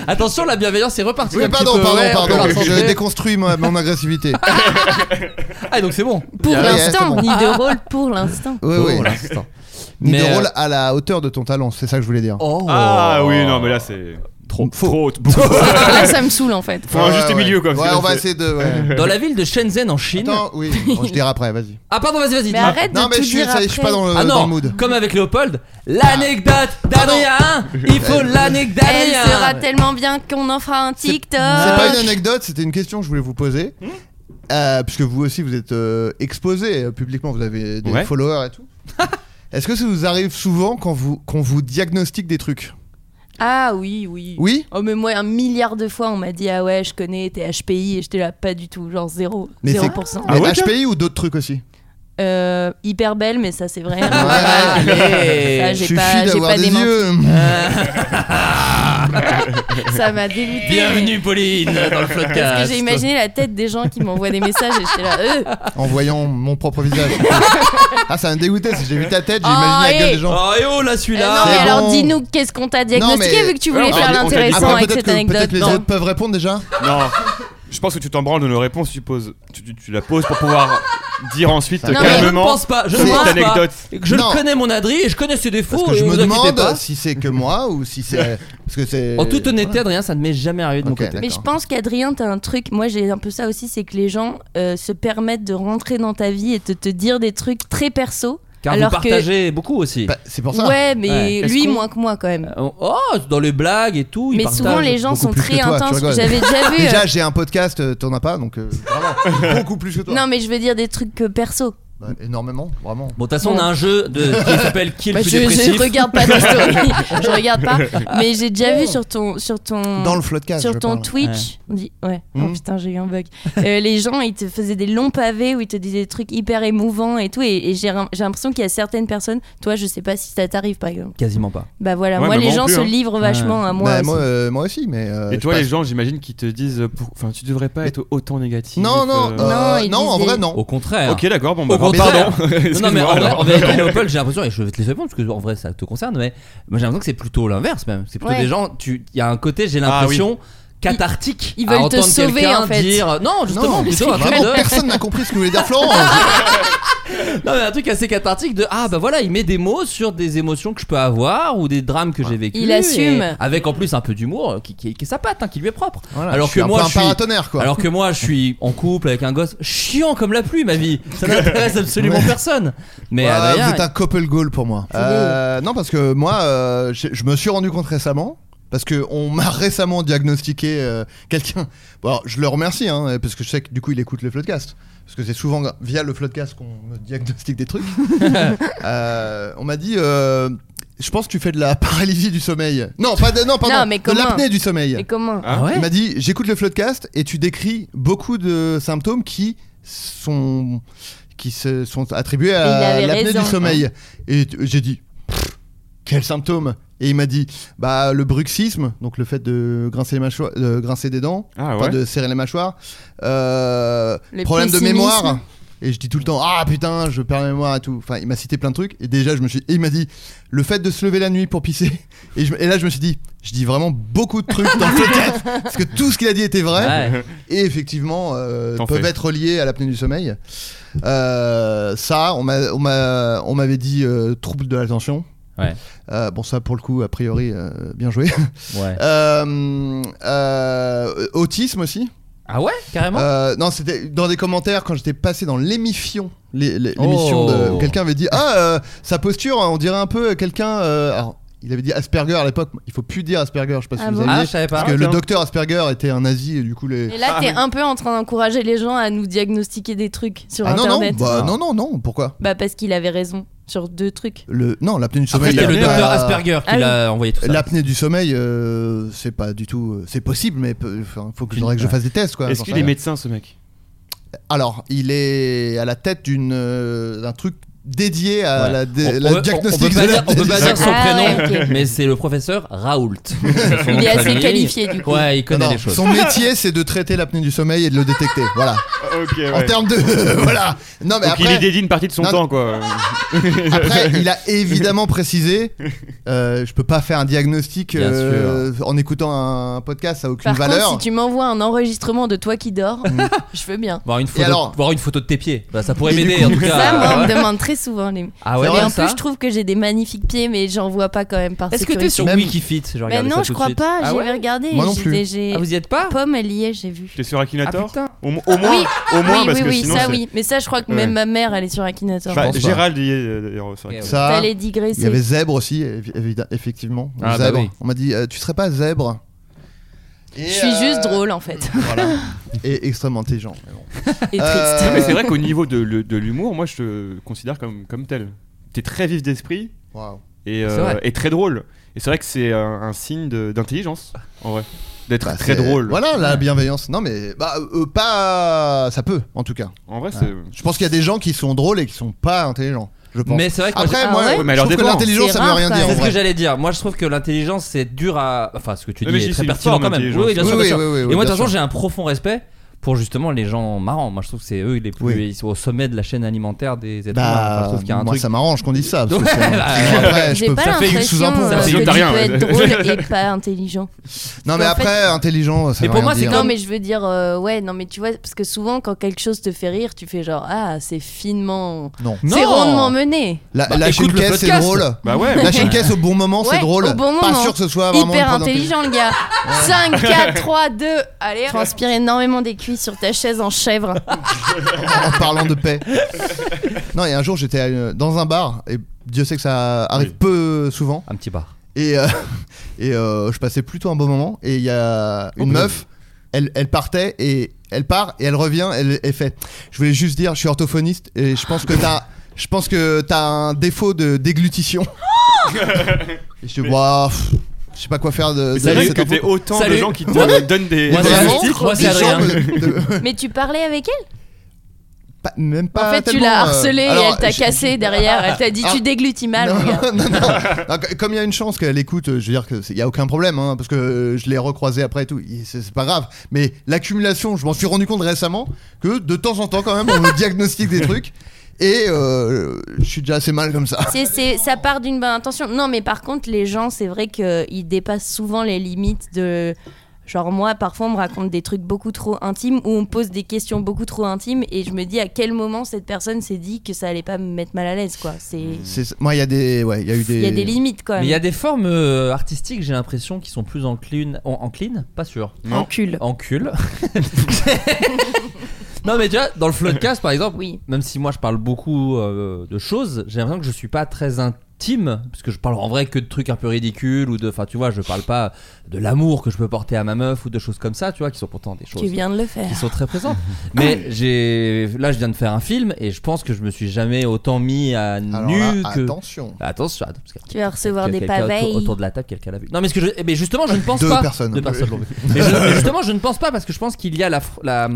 Attention, la bienveillance est repartie.
Oui,
un petit
pardon,
peu,
pardon,
ouais, on peut la
pardon. Je
recentrer.
déconstruis ma- mon agressivité.
Ah, donc c'est bon.
Pour
Ah,
l'instant,
ouais,
ni de rôle pour l'instant.
Oui,
Bon,
oui.
pour l'instant.
Ni
Mais,
de
euh,
rôle à la hauteur de ton talent, c'est ça que je voulais dire.
Oh.
Ah oui, non, mais là, c'est. Trop. Trop. beaucoup.
Là, ça me saoule en fait.
Faut un
Ouais,
juste
ouais.
milieu, quoi. parce
Ouais,
que
on va
c'est-
essayer de. ouais.
Dans la ville de Shenzhen en Chine.
Attends, oui. Bon, je dirai après, vas-y.
Ah pardon, vas-y, vas-y.
Mais arrête
Non,
de
mais
tout
je suis,
dire
ça y est, je suis pas dans le,
Ah
dans
non,
le mood.
comme avec Léopold, l'anecdote d'Adrien, il faut l'anecdote
Elle sera
d'Adrien.
tellement bien qu'on en fera un TikTok.
C'est pas une anecdote, c'était une question que je voulais vous poser. Euh, puisque vous aussi, vous êtes euh, exposé euh, publiquement, vous avez des
Ouais.
followers et tout. Est-ce que ça vous arrive souvent quand vous, qu'on vous diagnostique des trucs
Ah oui, oui.
Oui
Oh mais moi un milliard de fois on m'a dit ah ouais je connais t'es HPI et j'étais là pas du tout genre zéro
Mais c'est-
0%.
Ah
Mais
ouais,
HPI ou d'autres trucs aussi
Euh, hyper belle mais ça c'est vrai. Ça,
Ah, bah, Allez.
Je
Ah, j'ai
suis
pas,
fille
j'ai
d'avoir
pas
des
démenti.
yeux.
Ça m'a dégoûté.
Bienvenue Pauline dans le
Parce
podcast.
que j'ai imaginé la tête des gens qui m'envoient des messages et j'étais là, euh,
En voyant mon propre visage. ah, ça m'a dégoûté, si j'ai vu ta tête, j'ai
Oh,
imaginé la gueule
allez.
des gens.
Oh et oh là
euh, non,
celui-là.
mais
C'est
alors
bon.
dis-nous qu'est-ce qu'on t'a diagnostiqué
mais-
vu que tu voulais
Alors,
faire
on t'a dit-
l'intéressant
Après,
avec
peut-être
cette
que,
anecdote.
peut-être les
Non.
autres peuvent répondre déjà.
Non. Je pense que tu t'en branles de nos réponses, tu, poses, tu, tu- tu la poses pour pouvoir dire ensuite
Eh Non, mais
je ne
calmement.
pense pas, je ne
cette
pense pas.
anecdote.
Je
Non.
le connais mon Adri et je connais ses défauts.
Parce que je
et
me
vous inquiétez pas.
demande si c'est que moi ou si c'est. Parce que c'est.
En toute honnêteté, Adrien, ça ne m'est jamais arrivé de mon
Ok,
côté.
Mais je
D'accord.
pense qu'Adrien, t'as un truc. Moi, j'ai un peu ça aussi, c'est que les gens euh, se permettent de rentrer dans ta vie et de te dire des trucs très perso.
Car
Alors
vous
que-
partagez beaucoup aussi.
Bah, c'est pour ça.
Ouais, mais
Ouais.
lui
Est-ce qu'on-
moins que moi quand même.
Euh, Oh, dans les blagues et tout. ils
mais
partagent.
souvent, les gens
beaucoup
sont
plus que
très
toi, tu
intenses.
rigoles.
J'avais déjà vu. euh,
Déjà, j'ai un podcast, euh, t'en as pas, donc euh, vraiment beaucoup plus que toi.
Non, mais je veux dire des trucs euh, perso.
Bah, énormément, vraiment.
Bon, de toute façon, on a un jeu de, qui s'appelle Qui est le
Bah,
plus
je, je
dépressif
regarde pas ta story, je regarde pas. Mais j'ai déjà vu sur ton sur ton
Dans le floodcast.
Mm. sur
je
ton
parle.
Twitch, on dit ouais. Oh
Mhm.
putain, j'ai eu un bug. Euh, les gens, ils te faisaient des longs pavés où ils te disaient des trucs hyper émouvants et tout. Et, et j'ai j'ai l'impression qu'il y a certaines personnes. Toi, je sais pas si ça t'arrive par exemple.
Quasiment pas.
Bah voilà,
Ouais,
moi
mais
les
moi non
gens
plus,
se
hein.
livrent vachement à moi.
Bah,
aussi.
moi, euh, moi aussi, mais. euh,
Et
je
toi, les
passe-
gens, j'imagine qu'ils te disent, euh, pour- enfin, tu devrais pas être autant négatif.
Non, non,
euh.
euh,
Non, ils
non, en
disent
vrai,
des-
non.
Au contraire.
Ok, d'accord, bon, bah,
Ah. Au contraire.
pardon.
Non, non, mais en
Excuse-moi,
vrai,
alors. Hein
en vérité, Léopold, j'ai l'impression, et je vais te laisser répondre parce que en vrai ça te concerne, mais moi j'ai l'impression que c'est plutôt l'inverse même. C'est plutôt
Ouais.
des gens, tu- il y a un côté, j'ai
Ah
l'impression, cathartique.
ils veulent
à
te
entendre
sauver,
quelqu'un
en fait.
Dire, euh, non, justement,
Non,
plutôt un truc
Vraiment,
de-
personne n'a compris ce que voulait dire Florent.
Non, mais un truc assez cathartique de ah bah voilà, il met des mots sur des émotions que je peux avoir ou des drames que j'ai vécu.
Il assume.
et Avec en plus un peu d'humour euh, qui, qui, qui est sa patte, hein, qui lui est propre.
Voilà,
alors
je suis
que
un
moi
peu un
je suis.
paratonnerre, quoi.
Alors que moi, je suis en couple avec un gosse chiant comme la pluie, ma vie. Ça n'intéresse absolument
Ouais.
personne. Mais
Ah,
Adrien,
vous êtes un couple goal pour moi. Euh, non, parce que moi, euh, je je me suis rendu compte récemment. Parce que on m'a récemment diagnostiqué euh, quelqu'un. Bon, alors, je le remercie, hein, parce que je sais que du coup il écoute le floodcast. Parce que c'est souvent gra- via le floodcast qu'on me diagnostique des trucs. Euh, on m'a dit, euh, je pense que tu fais de la paralysie du sommeil. Non, pas de, non, pardon,
Non, mais
de
comment
l'apnée du sommeil.
Mais comment
ah ouais
Il m'a dit j'écoute le floodcast et tu décris beaucoup de symptômes qui sont qui se sont attribués
Et il
à
avait
l'apnée
raison.
du sommeil. Et t- j'ai dit Pff, quel symptôme Et il m'a dit bah le bruxisme, donc le fait de grincer les mâchoires, de grincer des dents,
Ah
enfin,
ouais.
de serrer les mâchoires, euh,
Le
problème de
pessimisme.
mémoire. Et je dis tout le temps ah putain je perds la mémoire et tout. Enfin il m'a cité plein de trucs et déjà je me suis et il m'a dit le fait de se lever la nuit pour pisser et, je- et là je me suis dit je dis vraiment beaucoup de trucs dans le podcast parce que tout ce qu'il a dit était vrai
Ouais.
et effectivement euh,
T'en
peuvent
fais.
être reliés à l'apnée du sommeil. Euh, ça, on m'a- on m'a- on m'avait dit euh, trouble de l'attention.
Ouais.
Euh, bon, ça pour le coup, a priori, euh, bien joué.
Ouais.
Euh, euh, autisme aussi.
Ah ouais, carrément.
Euh, non, c'était dans des commentaires quand j'étais passé dans l'émission. l'é- l'é- L'émission
Oh.
de. Quelqu'un avait dit Ah, euh, sa posture, on dirait un peu quelqu'un. euh, alors, il avait dit Asperger à l'époque. Il faut plus dire Asperger, je sais pas si
Ah
vous
bon
ah,
aviez.
je savais pas.
parce que le
tiens.
docteur Asperger était un nazi et du coup les.
Et là, t'es un peu en train d'encourager les gens à nous diagnostiquer des trucs sur
Ah non non,
internet.
bah, non non non, pourquoi
Bah, parce qu'il avait raison sur deux trucs.
Le non, l'apnée du
Après,
sommeil.
il y a
euh,
le
bah,
docteur Asperger
Ah
qui l'a envoyé tout ça.
L'apnée du sommeil, euh, c'est pas du tout, euh, c'est possible, mais peu- enfin, faut que, faudrait que je fasse des tests quoi.
Est-ce
j'en
qu'il
sais
est
rien.
médecin, ce mec
Alors, il est à la tête d'une euh, d'un truc dédié à
Ouais.
la, dé-
On-
la
on- on-
diagnostic.
on peut pas
de
dire- on peut pas
l'apnée
dire
du
son
Ah ouais,
prénom,
ok.
mais c'est le professeur Raoult. il
est assez qualifié, du coup.
Ouais, il connaît
Non,
les choses.
Son métier, c'est de traiter l'apnée du sommeil et de le détecter. Voilà.
Ah, Ok,
En termes de voilà. Non mais
Donc il
après,
y dédie une partie de son
Non,
temps, quoi.
Après, il a évidemment précisé, euh, je peux pas faire un diagnostic
Bien
euh, en écoutant un podcast, ça a aucune
Par
valeur. Hmm.
contre, si tu m'envoies un enregistrement de toi qui dors, je veux bien.
Voir une
Et
photo,
alors
voir une photo de tes pieds, Bah, ça pourrait
Et du
m'aider
coup-
en tout cas.
Ça, moi, on me demande très souvent les.
ah ouais,
C'est
Mais
vrai,
en
ça.
plus, je trouve que j'ai des magnifiques pieds, mais j'en vois pas quand même par
Est-ce que
sécurité.
t'es sur
Même-
Wikifit Je
Mais
regarde ça
non,
tout
je
de
crois
suite.
pas.
Ah
J'avais
ouais
regardé.
Moi non
j'ai-
plus.
j'ai-
Ah, vous y êtes pas
Pomme, elle y est, j'ai vu.
T'es sur
Ah
Akinator
putain.
au, mo- au moins, au moins
oui,
parce
oui,
que
oui,
sinon.
ça
c'est-
oui. Mais ça, je crois que
Ouais.
même ma mère, elle est sur Akinator.
Enfin,
pense pas.
Gérald y est euh, d'ailleurs
Eh
sur Akinator.
Ça,
T'allais digresser.
Il y avait zèbre aussi, évi- évi- effectivement.
Ah, bah
zèbre.
oui.
On m'a dit, euh, tu serais pas zèbre Et,
Je suis
euh,
juste drôle en fait.
Voilà. Et extrêmement intelligent. mais bon.
Et triste.
Euh,
Non, mais c'est vrai qu'au niveau de, le- de l'humour, moi je te considère comme, comme tel. T'es très vif d'esprit
Waouh.
et,
C'est
euh,
vrai.
et très drôle. Et c'est vrai que c'est un, un signe de- d'intelligence, en vrai. D'être
Bah,
très
c'est-
drôle.
Voilà, la bienveillance. Non, mais bah, euh, pas. Ça peut, en tout cas.
En vrai, c'est.
Je pense qu'il y a des gens qui sont drôles et qui sont pas intelligents. Je pense.
Mais c'est vrai que moi,
Après,
Ah
moi,
ouais
Ouais, mais
je
alors
trouve que
dépend.
l'intelligence,
C'est
ça veut
rare,
rien
ça.
dire.
C'est
en
ce
vrai.
que j'allais dire. Moi, je trouve que l'intelligence, c'est dur à. Enfin, ce que tu
Oui, mais
dis est
si,
très
c'est une
pertinent
forme
quand même. Oui,
d'intelligence.
oui, bien sûr,
Oui,
bien sûr.
oui, oui, oui,
Et moi, de
bien
toute façon,
sûr.
j'ai un profond respect pour justement les gens marrants. Moi, je trouve que c'est eux les plus.
Oui.
Ils sont au sommet de la chaîne alimentaire des êtres humains. Enfin, je
Bah,
trouve qu'il y a un
moi,
truc.
ça m'arrange qu'on dise ça. parce que
Ouais,
c'est-
bah,
sinon, après, je
J'ai
peux-
pas
ça fait une
l'impression
sous-impôt,
euh,
hein,
ça.
que
C'est
tu
donc
peux
t'as rien, ouais.
être drôle et pas intelligent.
Non, mais
en fait-
après, intelligent, ça veut
Mais pour
rien
moi, c'est
dire.
Non mais je veux dire euh, ouais non mais tu vois parce que souvent quand quelque chose te fait rire tu fais genre ah c'est finement
Non.
c'est
Non.
rondement mené
La,
Bah,
lâcher
écoute
une
le
caisse, c'est
podcast.
drôle.
Bah ouais,
Lâcher une caisse au bon moment, c'est
Ouais,
drôle.
au bon
Pas
moment.
sûr que ce soit vraiment
hyper
une bonne
intelligent le gars 5 4 3 2 allez transpire énormément des cuisses sur ta chaise en chèvre
en parlant de paix. Non, et un jour j'étais euh, dans un bar, et Dieu sait que ça arrive
Oui.
peu souvent,
Un petit bar.
et, euh, et euh, je passais plutôt un bon moment, et il y a une
Oh,
meuf, elle, elle partait, et elle part et elle revient, elle, elle fait. Je voulais juste dire, je suis orthophoniste et je pense que t'as, je pense que t'as un défaut de déglutition. et je vois, je sais pas quoi faire
Mais
de. de
C'est vrai
cette
que
info.
t'es autant
Salut.
de gens qui te donnent des.
Moi,
des
c'est-
astuces.
moi,
Des
c'est Adrien.
gens de- de-
Mais tu parlais avec elle
pas- même pas.
En fait, tu
tellement,
l'as
euh,
harcelée et
alors,
elle t'a
je-
cassé derrière. Elle t'a dit
Ah.
tu déglutis mal, mon gars.
Non, non, non. Non, co- Comme il y a une chance qu'elle écoute, euh, je veux dire qu'il n'y a aucun problème, hein, parce que euh, je l'ai recroisé après et tout, Il- c'est c'est pas grave. Mais l'accumulation, je m'en suis rendu compte récemment que de temps en temps, quand même, on me diagnostique des trucs. Et euh, je suis déjà assez mal comme ça.
C'est- c'est- ça part d'une bonne intention. Non, mais par contre, les gens, c'est vrai qu'ils dépassent souvent les limites de. Genre, moi, parfois, on me raconte des trucs beaucoup trop intimes ou on me pose des questions beaucoup trop intimes et je me dis à quel moment cette personne s'est dit que ça allait pas me mettre mal à l'aise, quoi. C'est.
C'est- Moi, il y a des, ouais, il y a eu des.
Il y a des limites, quand
Mais il y
même.
a des formes euh, artistiques, j'ai l'impression, qui sont plus enclines. En, enclines Pas sûr.
En cul.
En cul. non, mais tu vois, dans le floodcast, par exemple,
Oui.
même si moi je parle beaucoup euh, de choses, j'ai l'impression que je suis pas très intime, parce que je parle en vrai que de trucs un peu ridicules, ou de. Enfin, tu vois, je parle pas de l'amour que je peux porter à ma meuf, ou de choses comme ça, tu vois, qui sont pourtant des choses
Tu viens de le faire.
qui sont très présentes.
Ah
Mais j'ai. Là, je viens de faire un film, et je pense que je me suis jamais autant mis à nu
Alors là,
que. Bah,
attention.
Attention, attends, parce que
Tu vas recevoir
que
des
quelqu'un
pavés.
Autour, autour de la table, quelqu'un l'a vu. Non, mais, ce que je, eh, mais justement, je ne pense
Deux
pas.
personnes.
Deux personnes. bon, mais- mais je- mais justement, je ne pense pas parce que je pense qu'il y a la, fr- la-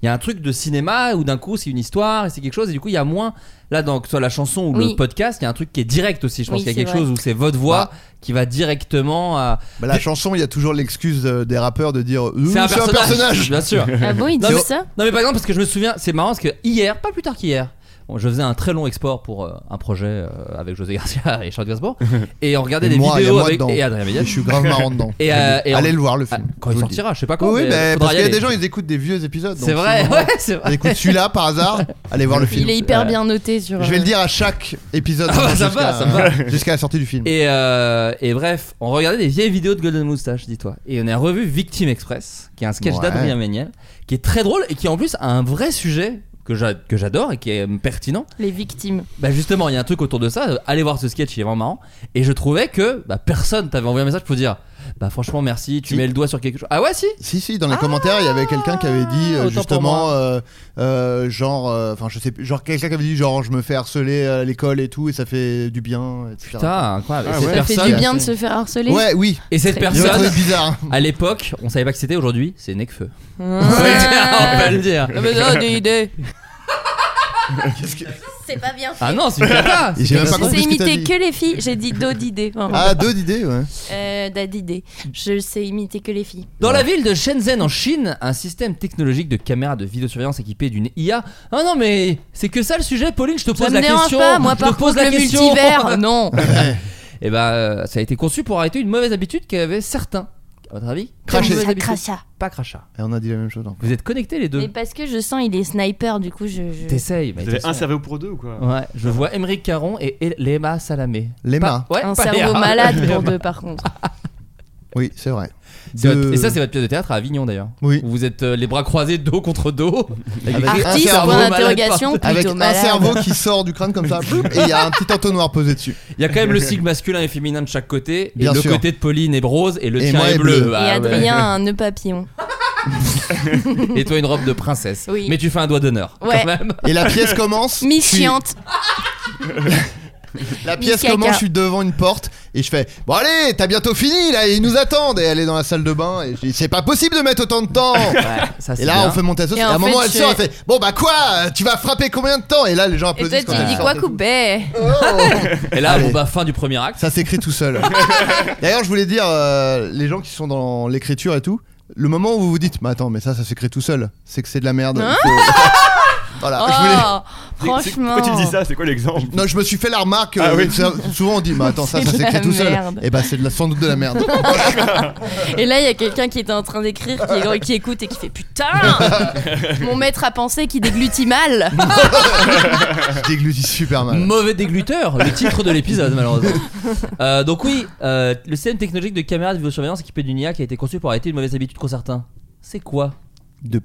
il y a un truc de cinéma où d'un coup c'est une histoire et c'est quelque chose et du coup il y a moins là dans que ce soit la chanson ou
Oui.
le podcast, il y a un truc qui est direct aussi. Je pense
Oui,
qu'il y a
c'est
quelque
vrai.
chose où c'est votre voix qui va directement à.
Bah, la chanson, il y a toujours l'excuse euh, des rappeurs de dire euh, c'est un personnage.
bien sûr.
Ah bon, ils
Non, mais-
disent ça
Non mais par exemple parce que je me souviens, c'est marrant parce que hier, pas plus tard qu'hier, bon, je faisais un très long export pour euh, un projet euh, avec José Garcia et Charles Gainsbourg et on regardait
Et
des
moi, il y a
vidéos
moi
avec
dedans.
et Adrien Méniel.
Je suis grave marrant dedans.
Et, euh, et
Allez
on-
le voir le
Ah,
film.
quand il
je vous le dis.
sortira, je sais pas quand.
Oui,
mais
mais
faudra
parce
y
qu'il y a
aller.
des gens, ils écoutent des vieux épisodes. donc
C'est vrai,
si vous-
ouais, c'est vrai.
Ils écoutent Bah, celui-là par hasard. Allez voir le film. Euh,
Il est hyper bien noté sur. euh,
Je vais le dire à chaque épisode.
Ah bah, ça
jusqu'à-
va, ça va.
Jusqu'à la sortie du film.
Et, euh, et bref, on regardait des vieilles vidéos de Golden Moustache, dis-toi. Et on a revu Victime Express, qui est un sketch
Ouais.
d'Adrien Méniel, qui est très drôle et qui en plus a un vrai sujet que j'a- que j'adore et qui est euh, pertinent.
Les victimes.
Bah justement, il y a un truc autour de ça. euh, Allez voir ce sketch, il est vraiment marrant. Et je trouvais que bah, personne t'avait envoyé un message pour dire Bah franchement, merci, tu
Si.
mets le doigt sur quelque chose. Ah ouais, si
Si, si, dans les commentaires, il y avait quelqu'un qui avait dit euh,
autant pour
justement,
moi.
euh, euh, genre, euh, enfin, je sais plus, genre, quelqu'un qui avait dit, genre, je me fais harceler à l'école et tout, et ça fait du bien, etc.
Putain, Ah, incroyable.
Ah
Et cette
ouais.
Ça fait
personne-
du bien de se faire harceler.
Ouais, oui.
Et cette
Il y a un
personne,
truc bizarre.
à l'époque, on savait pas que c'était, aujourd'hui, c'est Necfeu. on
Ah.
va le dire.
Ah, mais non, des idées. C'est pas bien fait.
Ah non, c'est une cata
Et j'ai même pas
Je sais
compris ce que t'as
imiter
dit.
que les filles. J'ai dit dos d'idées.
Ah, deux d'idées, ouais.
Euh, d'idées. Je sais imiter que les filles.
Dans la ville de Shenzhen en Chine, un système technologique de caméras de vidéosurveillance équipé d'une IA. Ah non mais c'est que ça le sujet, Pauline, je te pose
Ça me
la
dérange
question.
pas, moi
je te
par
pose
contre
la
le
question.
multivers, non.
Et bah euh, ça a été conçu pour arrêter une mauvaise habitude qu'avaient certains. À votre avis
Cracher.
Quelle mauvaise
Ça
habitude
crachat.
Pas crachat.
Et on a dit la même chose. encore.
Vous êtes connectés les deux.
Mais parce que je sens il est sniper, du coup je. je-
T'essayes. bah,
Vous avez
t'essayes.
un cerveau pour deux ou quoi
Ouais, je vois Émeric Caron et El- Lema Salamé.
Lema.
Pas- ouais,
Un
pas
cerveau
Léa.
malade pour deux par contre.
Oui, c'est vrai.
C'est votre-
De-
Et ça, c'est votre pièce de théâtre à Avignon d'ailleurs.
Oui.
Où vous êtes euh, les bras croisés dos contre dos.
Avec
écrit
un
Artiste,
cerveau
point
malade par
d'interrogation, plutôt
Avec un
malade.
cerveau qui sort du crâne comme ça, boum, et il y a un petit entonnoir posé dessus.
Il y a quand même le sigle masculin et féminin de chaque côté.
Bien
et le
sûr.
côté de Pauline est rose et le
Et
tien
moi
est
est
bleu.
bleu.
Et
Ah ouais.
Adrien a un nœud papillon.
Et toi une robe de princesse.
Oui.
Mais tu fais un doigt d'honneur
Ouais.
quand même.
Et la pièce commence.
Mi
je suis-
chiante.
La pièce
Miss Kaka.
commence, je suis devant une porte et je fais Bon, allez, t'as bientôt fini là, ils nous attendent. Et elle est dans la salle de bain et je dis C'est pas possible de mettre autant de temps.
ça,
Et
c'est
là,
bien.
on fait monter la sauce. Et,
Et
à
en
un moment,
fait,
elle
je-
sort, elle fait Bon, bah quoi Tu vas frapper combien de temps Et là, les gens
Et
applaudissent.
toi tu
quand elle
dis
sort.
quoi coupé
Et là,
Allez.
bon bah fin du premier acte.
Ça s'écrit tout seul. D'ailleurs, je voulais dire euh, Les gens qui sont dans l'écriture et tout, le moment où vous vous dites Mais attends, mais ça, ça s'écrit tout seul, c'est que c'est de la merde.
Hein
Il faut- voilà, je voulais.
Oh
C'est- c'est- Pourquoi tu
Franchement.
dis ça C'est quoi l'exemple
Non, je me suis fait la remarque.
Ah
euh,
oui.
ça- souvent, on dit Mais attends, ça,
Oh.
ça
C'est de
s'écrit
la
tout seul.
merde.
Et bah, c'est de la- sans doute de la merde.
Et là, il y a quelqu'un qui était en train d'écrire, qui, qui écoute et qui fait Putain Mon maître a pensé qu'il déglutit mal
Je déglutis super mal.
Mauvais dégluteur, le titre de l'épisode malheureusement. Euh, donc oui, euh, le système technologique de caméra de vidéosurveillance équipé d'une IA qui a été conçu pour arrêter une mauvaise habitude qu'ont certains. C'est quoi
de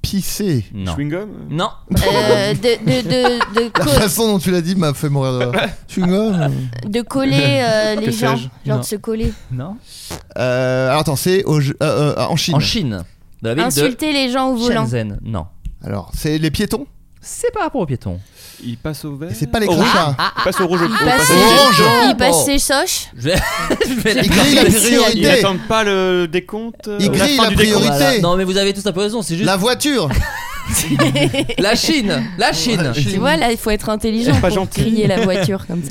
pisser.
Non.
Chewing-gum
Non.
Euh, de, de, de, de,
La
co-
façon dont tu l'as dit m'a fait mourir de rire. Chewing-gum.
de coller euh, les
Que
gens,
sais-je
genre
Non.
de se coller.
Non.
Euh, alors attends, c'est au- euh, euh, en Chine.
En Chine. Dans la ville
Insulter les gens au
de
volant.
Shenzhen. Non.
Alors, c'est les piétons
C'est par rapport aux piétons.
Il passe au vert.
Et c'est pas les
Orange.
crachats.
Ah,
Il passe au rouge.
Il
au- au
passe
passage.
Orange.
Il passe ses soches.
Je vais, je
ah.
vais la
Il grille la
Ils
priorité.
attendent pas le décompte. euh,
Il
la
grille
fin
la
du décompte.
priorité.
Voilà. Non mais vous avez tout à fait raison, c'est juste
La voiture.
la Chine, la Chine.
Chine.
Tu vois, là, il faut être intelligent
Pas
pour
gentil.
crier la voiture comme ça.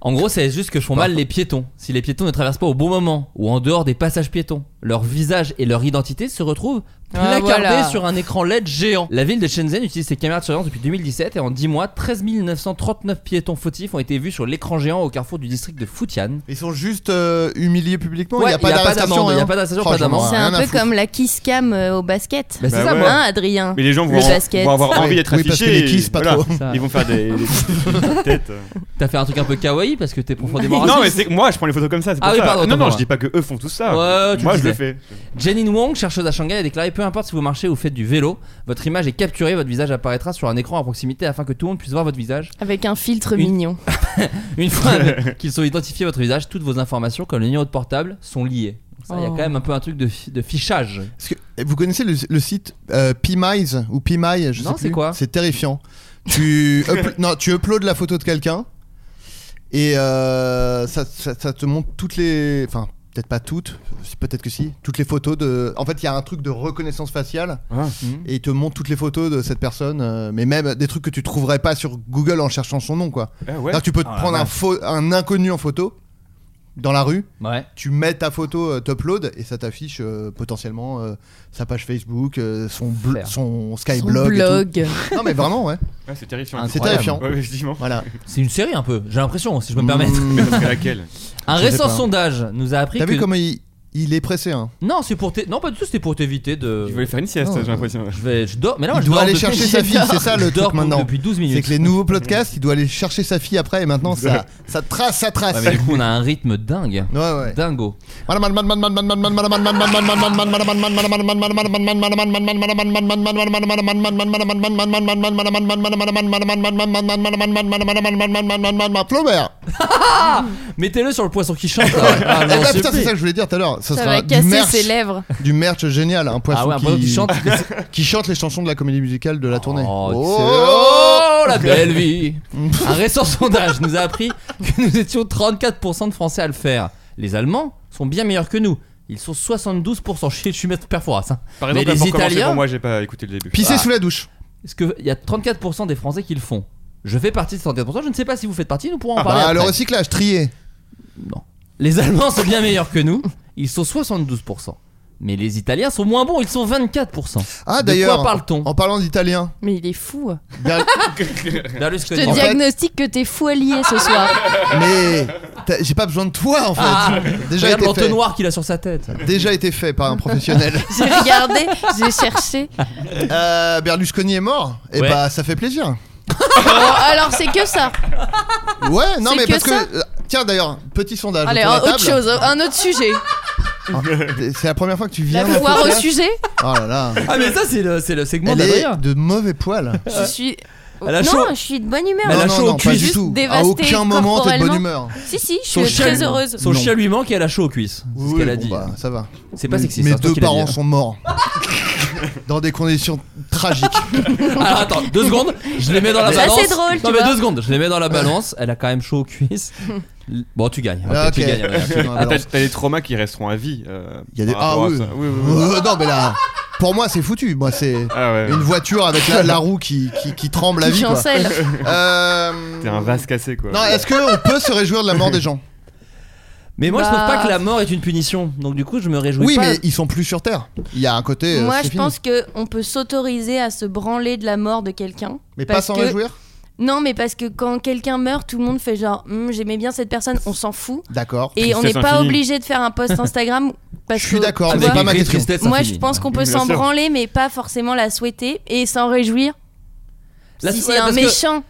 En gros, c'est juste que font mal les piétons. Si les piétons ne traversent pas au bon moment ou en dehors des passages piétons, leur visage et leur identité se retrouvent
Ah,
placardés
voilà.
sur un écran LED géant. La ville de Shenzhen utilise ses caméras de surveillance depuis 2017 et en 10 mois, 13 939 piétons fautifs ont été vus sur l'écran géant au carrefour du district de Futian.
Ils sont juste euh, humiliés publiquement. il
Ouais,
n'y a pas
y a pas
d'arrestation.
d'amende,
rien.
y a pas d'arrestation, pas
Franchement,
d'amende.
C'est
rien
un
à
peu
foutre.
comme la kiss cam euh, au basket.
Bah, c'est
Bah
ça,
ouais.
moi.
Hein, Adrien
Mais les gens vont,
Le
en-
basket.
vont avoir envie
Oui,
d'être
oui, parce
affichés.
que les
et
kisses, pas
voilà.
trop.
Ça.
Ils vont faire des, des petites têtes.
T'as fait un truc un peu kawaii parce que t'es profondément
Non, mais
raciste.
c'est moi, je prends les photos comme ça. c'est
Ah
pour
oui,
ça.
pardon,
Non,
autant
non,
pour
je dis pas que eux font tout ça.
Ouais, tu
moi,
le
je le
disais.
fais.
Jenin Wong, chercheuse à Shanghai, a déclaré peu importe si vous marchez ou faites du vélo, votre image est capturée, votre visage apparaîtra sur un écran à proximité afin que tout le monde puisse voir votre visage.
Avec un filtre
Une-
mignon.
Une fois qu'ils ont identifié votre visage, toutes vos informations comme le numéro de portable sont liées. Donc ça, Il y a
Oh.
quand même un peu un truc de, fi- de fichage.
Parce que, eh, vous connaissez le, le site euh, PMIs ou PMI je
Non,
sais
c'est
plus.
quoi
C'est terrifiant. Tu upl- non, tu uploads la photo de quelqu'un et euh, ça, ça- ça te montre toutes les, enfin peut-être pas toutes, peut-être que si, toutes les photos de. En fait, il y a un truc de reconnaissance faciale
Ah.
et il te montre toutes les photos de cette personne, euh, mais même des trucs que tu trouverais pas sur Google en cherchant son nom quoi.
Ah ouais.
Là, tu peux te
Ah,
prendre un,
ouais.
faux- un inconnu en photo dans la rue
Ouais.
tu mets ta photo, tu upload et ça t'affiche euh, potentiellement euh, sa page Facebook, euh, son, bl-
Faire.
son
Son
Skyblog. et
blog.
tout. Non mais vraiment ouais.
Ouais, c'est terrifiant.
C'est
Incroyable.
terrifiant.
Ouais, ouais, effectivement.
Voilà.
C'est une série un peu, j'ai l'impression, si je peux me permettre.
Mais ça serait laquelle
Un
Hmm. je sais
récent
pas.
sondage nous a appris
T'as
que.
vu comment il, il est pressé hein.
Non, c'est pour t'é- non, pas du tout, c'était pour t'éviter de.
Tu voulais faire une sieste,
Non.
j'ai l'impression.
Je vais, je dors, mais
Il
là, moi, je
doit
dors
aller
depuis-
chercher sa fille, c'est ça, le
je dors
truc, maintenant.
depuis 12 minutes.
C'est que les nouveaux podcasts, il doit aller chercher sa fille après et maintenant ça, ça trace, ça
Ouais,
trace.
mais du coup, on a un rythme dingue.
Ouais ouais.
Dingo.
Flaubert.
Mettez-le sur le poisson qui chante. là. Ah,
Eh
non,
ben,
c'est
putain,
plus.
c'est ça que je voulais dire tout à l'heure. Ça
Ça
sera
va
du
casser
merch,
ses lèvres.
du merch génial, un poisson,
Ah ouais, un poisson qui chante.
qui chante les chansons de la comédie musicale de la tournée.
Oh,
Oh
excellent, la belle vie Un récent sondage nous a appris que nous étions 34% de Français à le faire. Les Allemands sont bien meilleurs que nous. Ils sont 72%. Je suis- je suis maître perforas. hein.
Par
Mais
exemple,
les
avant de commencer,
Italiens-
pour moi, j'ai pas écouté le début.
Ah.
Pisser sous la douche.
Est-ce qu'il y a 34% des Français qui le font Je fais partie de ces 34%. Je ne sais pas si vous faites partie. Nous pourrons en parler.
Bah,
Ah, après.
le recyclage, trier.
Les Allemands sont bien meilleurs que nous. Ils sont 72%. Mais les Italiens sont moins bons. Ils sont 24%.
Ah
de
d'ailleurs.
quoi parle-t-on
En parlant d'italien.
Mais il est fou.
der-
Je
Berlusconi.
te
En fait-
diagnostique que t'es fou allié ce soir.
Mais t'as- j'ai pas besoin de toi en fait.
Ah,
déjà
Regarde
été fait.
l'entonnoir qu'il a sur sa tête.
Déjà été fait par un professionnel.
J'ai regardé, j'ai cherché.
Euh, Berlusconi est mort. Et
Ouais.
bah ça fait plaisir.
Oh, alors c'est que ça.
Ouais, non
C'est
mais
que
parce
ça
que euh, tiens d'ailleurs petit sondage.
Allez,
Ah, autour de la
un autre
table. Ah,
chose, un autre sujet.
C'est la première fois que tu viens.
La
dans le
foire au
podcast.
sujet.
Oh là là.
Ah mais ça c'est le, c'est le segment
Elle
d'Adrien.
est de mauvais poil.
Je suis.
Elle a
non,
chaud.
je suis de bonne humeur.
Mais elle a
non,
chaud au
non,
cul.
pas du
Juste
tout. À
dévastée
aucun moment t'es de bonne humeur.
Si, si, je
Son
suis
chien-
très heureuse.
Son
Non.
chien lui manque et elle a chaud aux cuisses. C'est ce
Oui,
qu'elle a
bon,
dit.
bah, ça va.
c'est pas hein, sexy.
hein,
Mes deux parents sont morts. Dans des conditions tragiques.
Alors attends, deux secondes. Je les mets dans la
Ça,
balance.
c'est drôle, tu
Non mais
vois.
deux secondes. Je les mets dans la balance. Elle a quand même chaud aux cuisses. Bon, tu gagnes. Ok,
Ah,
Tu
ok.
hein,
gagnes. Adrien.
Dans la
Ah, t'as
balance.
t'as des traumas qui resteront à vie. euh,
Il y a des.
par
Ah
rapport à
oui.
ça. oui, oui, oui.
Euh, Non, mais là. Pour moi, c'est foutu. Moi, c'est.
Ah ouais.
Une voiture avec la, la roue qui, qui, qui tremble la
Qui
vie. quoi.
chancelle.
Euh,
T'es un vase cassé quoi.
Non, est-ce qu'on peut se réjouir de la mort des gens
Mais moi, je
Bah.
trouve pas que la mort est une punition. Donc du coup, je me réjouis
Oui,
pas.
mais ils sont plus sur Terre. Il y a un côté. euh,
Moi,
c'est
je
fini.
pense qu'on peut s'autoriser à se branler de la mort de quelqu'un.
Mais pas
parce
s'en
que-
réjouir
Non, mais parce que quand quelqu'un meurt, tout le monde fait genre Hum, j'aimais bien cette personne, on s'en fout.
D'accord.
Et on n'est
Tristesse
pas
infinie.
obligé de faire un post Instagram. Parce
Je suis
que-
d'accord,
tu
mais
vois,
pas ma question.
tristesse
Moi,
infinie.
je pense qu'on peut
Bien
s'en
sûr.
branler, mais pas forcément la souhaiter et s'en réjouir.
La
si
sou-
c'est
ouais,
un
parce que-
méchant,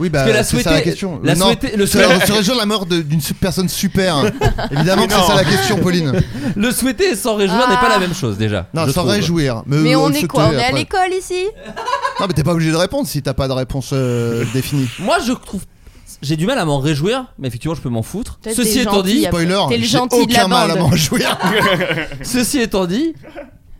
Oui, bah,
Parce que la
c'est ça
souhaiter-
la question.
la
Non,
souhaiter- le
se,
souhaiter-
se réjouir de la mort de- d'une su- personne super. Évidemment que c'est
non.
ça la question, Pauline.
Le souhaiter et s'en réjouir
Ah.
n'est pas la même chose déjà.
Non,
je
s'en
trouve.
réjouir.
mais
euh,
on
le
est
sauter
quoi On est à
après.
l'école ici
Non, mais t'es pas obligé de répondre si t'as pas de réponse euh, définie.
Moi, je trouve. J'ai du mal à m'en réjouir, mais effectivement, je peux m'en foutre.
Toi,
Ceci
t'es
étant
gentil,
dit,
y a-
Spoiler,
T'es le
j'ai
gentil de la
aucun mal à
bande.
m'en réjouir.
Ceci étant dit,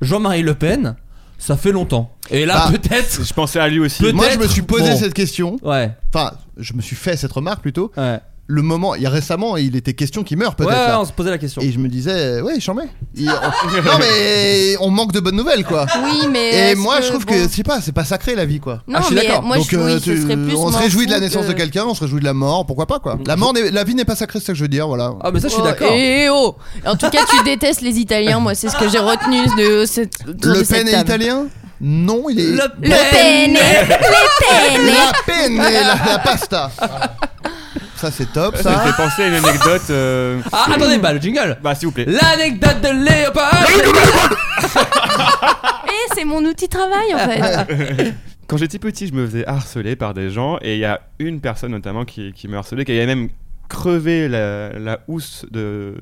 Jean-Marie Le Pen, ça fait longtemps. Et là,
Ah.
peut-être.
Je pensais à lui aussi.
Peut-
Moi, je me
peut-être,
suis posé
bon.
cette question.
Ouais,
Enfin, je me suis fait cette remarque plutôt.
ouais.
Le moment, il y a récemment, il était question qu'il meurt
Ouais,
peut-être.
ouais,
là.
on se posait la question.
Et je me disais, ouais, chambé. Il- on- non, mais on manque de bonnes nouvelles, quoi.
Oui, mais.
Et
est-ce
moi, je trouve que,
bon-
je sais pas, c'est pas sacré la vie, quoi.
Non,
Ah, je suis
mais
d'accord.
moi,
Donc,
je, oui,
euh,
ce
tu-
serait plus.
on se
m'en
réjouit de la
fous
naissance de quelqu'un, on se réjouit de la mort, pourquoi pas, quoi. La mort, n'est- la vie n'est pas sacrée, c'est ça que je veux dire, voilà.
Ah, mais ça, je suis
Oh,
d'accord.
eh, eh, oh En tout cas, tu détestes les Italiens, moi, c'est ce que j'ai retenu de cette. autour de
Le
cette
Pen est
table.
italien Non, il est.
Le
Le Pen est- Le Pen est-
La peine et la, la pasta. Ça, c'est top,
Ça me
ça.
fait penser à une anecdote. euh,
Ah, attendez, bah, le jingle.
Bah, s'il vous plaît.
L'anecdote de Léopard.
Eh, c'est mon outil de travail en
Ah,
fait
Quand j'étais petit, je me faisais harceler par des gens et il y a une personne notamment qui, qui me harcelait, qui avait même crevé la, la housse de,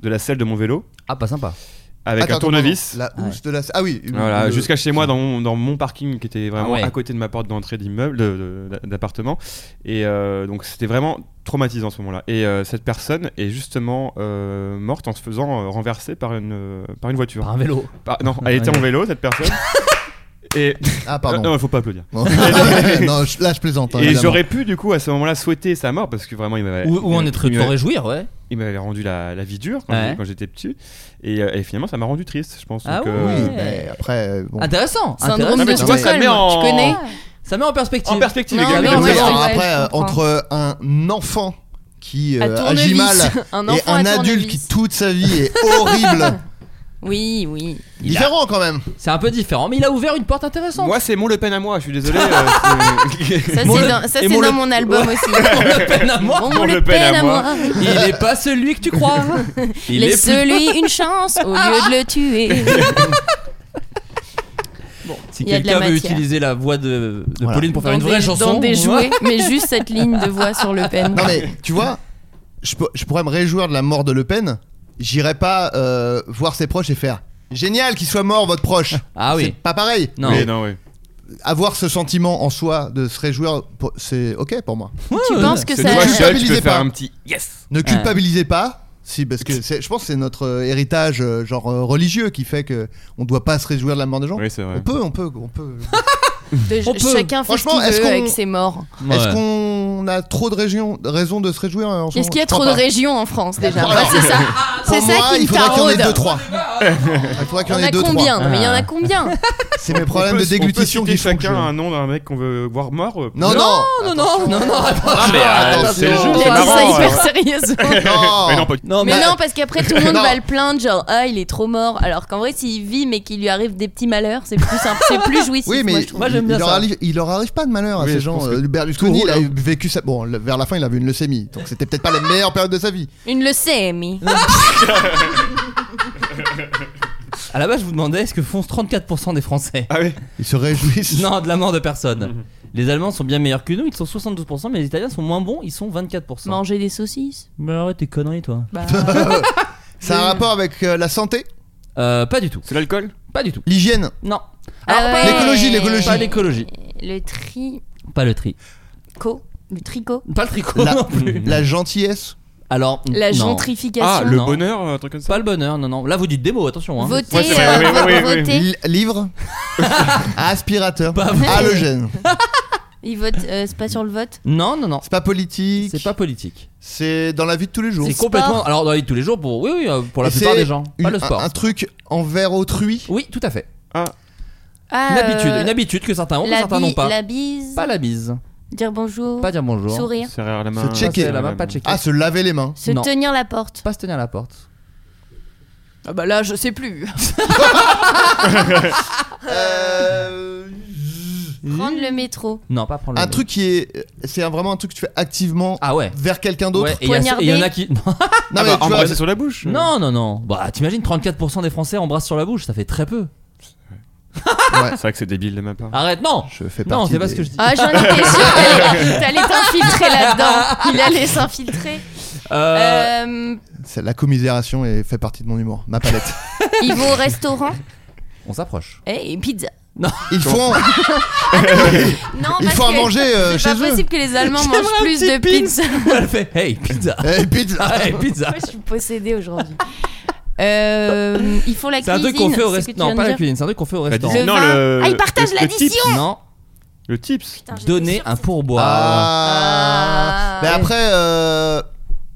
de la selle de mon vélo
Ah, pas sympa.
avec
Attends,
un tournevis.
attends, attends. La housse de la. Ah oui.
Voilà,
le-
jusqu'à chez moi dans mon, dans mon parking qui était vraiment
Ah ouais.
à côté de ma porte d'entrée d'immeuble, de- de- d'appartement. Et euh, donc c'était vraiment traumatisant ce moment-là. Et euh, cette personne est justement euh, morte en se faisant euh, renverser par une, euh, par une voiture.
Par un vélo.
Par- non, elle était en vélo cette personne. Et
Ah,
non,
pardon.
il faut pas applaudir.
non, je- là, je plaisante. hein,
Et
évidemment.
j'aurais pu du coup à ce moment-là souhaiter sa mort parce que vraiment il m'avait
Ou ou en
il-
être
il
t'en
m'avait-
réjouir, ouais.
il m'avait rendu la, la vie dure quand
Ouais.
j'ai- quand j'étais petit et, euh, et finalement ça m'a rendu triste je pense.
Ah
Donc,
ouais.
euh,
Oui, mais après. euh, Bon.
Intéressant.
Syndrome
Non,
de
mais tu vois, ça
Stockholm,
met en-
tu connais
Ça met en perspective.
En perspective,
Non,
les gars,
mais
les
Oui,
on
gars.
est-
alors
ouais,
après,
je
euh,
comprends.
entre un enfant qui euh,
À
agit
tournevis.
mal
un
et
enfant
un
à
adulte qui
tournevis.
toute sa vie est horrible,
oui oui
Il a-
différent quand même.
C'est un peu différent, mais il a ouvert une porte intéressante.
Moi, c'est mon Le Pen à moi, je suis désolé. euh, c'est-
ça c'est
Mon Le-
dans, ça,
et
c'est
mon
dans
Le-
mon album aussi
Mon Le Pen à moi.
Bon,
Mon
Le Pen à moi
Il est pas celui que tu crois. Il est plus-
Laisse-lui une chance au lieu de le tuer
Si
il y a de la
quelqu'un veut
matière.
utiliser la voix de, de
Voilà.
Pauline pour faire
Dans
une vraie
des-
chanson,
dans des
on
jouets mais juste cette ligne de voix sur Le Pen
Non mais tu vois, je, pour- je pourrais me réjouir de la mort de Le Pen. J'irais pas euh, voir ses proches et faire génial qu'il soit mort votre proche.
Ah
C'est
oui.
pas pareil.
Non.
Oui, non, oui.
Avoir ce sentiment en soi de se réjouir, pour- c'est ok pour moi.
tu
Ouais,
penses
ouais.
que
C'est
ça
toi seul, tu
culpabilisez
peux faire
pas.
un petit yes.
Ah.
Ne culpabilisez pas. Si, parce que c'est- je pense que c'est notre euh, héritage euh, genre euh, religieux qui fait que on doit pas se réjouir de la mort des gens.
Oui, c'est vrai.
On peut, on peut, on peut.
de-
On peut.
chacun fait ce
Franchement,
qu'il
est-ce
veut
qu'on-
avec ses morts
Est-ce
Ouais.
qu'on a trop de régions, de raisons de se réjouir euh, en ce
est-ce
moment
qu'il y a
Je crois
trop de
pas.
régions en France déjà
Voilà.
Moi, c'est ça c'est
Pour moi,
ça
il
qui me
faudrait qu'il y en ait
taraude
deux trois. Il faudrait
il y
qu'il y en
en
ait
a
deux trois.
combien
Ah.
Non, mais il y en a combien
C'est mes
On
problèmes
peut-
de
on peut
déglutition
citer
qui font que
chacun
je-
un nom d'un mec qu'on veut voir mort. euh,
Non, non,
Non, non, non, non, attends.
Ah, mais euh,
attention.
c'est le jeu,
Il
c'est
a dit ça
marrant.
hyper
euh.
sérieusement
non.
Mais non, pas-
Non,
Mais
Bah,
non, parce qu'après tout le monde
non.
va le plaindre, genre ah il est trop mort. Alors qu'en vrai, s'il vit mais qu'il lui arrive des petits malheurs, c'est plus simple, c'est plus jouissif.
Oui, mais
moi, je trouve.
Moi, j'aime bien
il, leur
ça.
arrive, il leur arrive pas de malheur à
Oui,
ces
je pense
gens.
que
Euh, Berlusconi,
tout
il a
hein.
roule,
vécu ça. Bon, le- vers la fin, il avait une leucémie. Donc c'était peut-être pas la meilleure période de sa vie.
Une leucémie.
À la base, je vous demandais est-ce que font 34% des Français
Ah oui.
Ils se réjouissent.
Non, de la mort de personne. Les Allemands sont bien meilleurs que nous, ils sont 72%, mais les Italiens sont moins bons, ils sont 24%.
Manger des saucisses.
Mais arrête tes conneries, toi.
Bah,
C'est un rapport avec euh, la santé,
Euh, pas du tout.
C'est l'alcool
Pas du tout.
l'hygiène.
Non.
Ah ouais.
L'écologie, l'écologie.
Pas l'écologie.
le tricot,
Pas le tri.
le tricot,
Pas le tricot
La,
Oh, non plus.
la gentillesse.
Alors,
la
non.
Ah,
gentrification.
le
Non.
bonheur, un truc comme ça.
Pas le bonheur, non, non. Là, vous dites des mots, attention. Hein.
Voter,
Ouais, c'est vrai,
euh,
oui, oui, oui, oui.
voter.
Li- livre. Aspirateur.
Pas vrai.
Halogène.
Ils votent, euh, c'est pas sur le vote.
Non, non, non.
C'est pas politique.
C'est pas politique.
C'est dans la vie de tous les jours.
C'est complètement. Alors, dans la vie de tous les jours, pour, oui, oui, euh, pour la
Et
plupart
c'est
des gens. Pas
une-
le sport.
Un, un truc envers autrui.
Oui, tout à fait.
Ah,
Une habitude,
euh,
une habitude que certains ont, que
la,
certains
bi-
n'ont pas.
la bise,
Pas la bise,
dire bonjour,
pas dire bonjour,
sourire,
C'est rare la main.
Se checker.
Passer la main, pas checker.
Ah, se laver les mains.
se
Non.
tenir la porte.
pas se tenir à la porte.
Ah bah là, je sais plus. Euh, Prendre le métro.
Non, pas prendre le
Un
mot.
truc qui est. C'est un- vraiment un truc que tu fais activement
Ah ouais.
vers quelqu'un d'autre.
Ouais, et il y a- et il y en a qui.
Non,
Ah
mais
bah,
tu vois,
embrasser sur la bouche.
Non, non, non. Bah, t'imagines, 34% des Français embrassent sur la bouche, ça fait très peu.
ouais,
C'est vrai que c'est débile de ma part.
Arrête, non
je fais
Non,
partie
c'est pas
des-
ce que je dis.
Ah, j'en étais sûre t'allais- t'allais t'infiltrer là-dedans. Il allait s'infiltrer.
Euh,
Euh,
C'est- La commisération et fait partie de mon humour, ma palette.
ils vont au restaurant
On s'approche.
Eh, et pizza.
Ils font,
Non,
ils
parce
font à
que
manger euh,
C'est
chez
pas
eux.
possible que les Allemands
J'aimerais
mangent
un
plus
petit
de
pin.
pizza.
Elle fait Hey, pizza
Et puis,
Ah, Hey, pizza
Moi, je suis possédée aujourd'hui. Euh, ils font la
C'est un
cuisine.
truc qu'on fait au
c'est ce que tu
restaurant. Non,
viens
pas
de
la
dire.
cuisine, c'est un truc qu'on fait au
La
restaurant.
cuisine.
Le
non,
vin.
le...
Ah, ils partagent
le
l'addition.
tips.
Non,
Le tips.
Putain, j'étais
donner
sûre que
un
c'était-
pourboire.
Ah.
Ah.
Mais après, euh,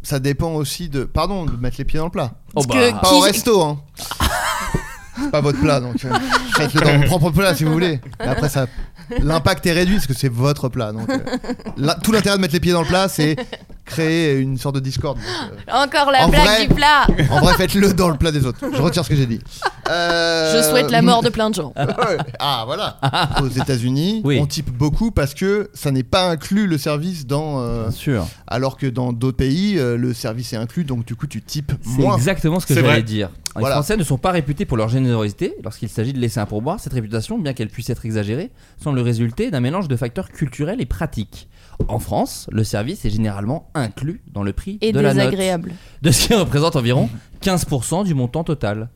ça dépend aussi de. Pardon, de mettre les pieds dans le plat.
Oh
Parce que-
bah.
Pas au
Euh, Qui-
resto, hein. C'est pas votre plat, donc euh, faites-le dans votre propre plat si vous voulez. Mais après, ça, l'impact est réduit parce que c'est votre plat. Donc, euh, là, tout l'intérêt de mettre les pieds dans le plat, c'est créer une sorte de discorde. donc,
Encore la
En
blague
vrai-
du plat.
euh, en vrai, faites-le dans le plat des autres. Je retire ce que j'ai dit. Euh,
Je souhaite la mort de plein de gens.
Euh,
Ouais. Ah voilà. Aux États-Unis,
Oui.
on type beaucoup parce que ça n'est pas inclus le service dans. euh,
Bien sûr.
alors que dans d'autres pays, euh, le service est inclus, donc du coup tu types
C'est
moins.
exactement ce que
C'est
j'allais
vrai.
dire. Les
Voilà.
Français ne sont pas réputés pour leur générosité. Lorsqu'il s'agit de laisser un pourboire, cette réputation, bien qu'elle puisse être exagérée, semble résulter d'un mélange de facteurs culturels et pratiques. En France, le service est généralement inclus dans le prix
Et
de la note,
désagréable.
de ce qui représente environ 15% du montant total.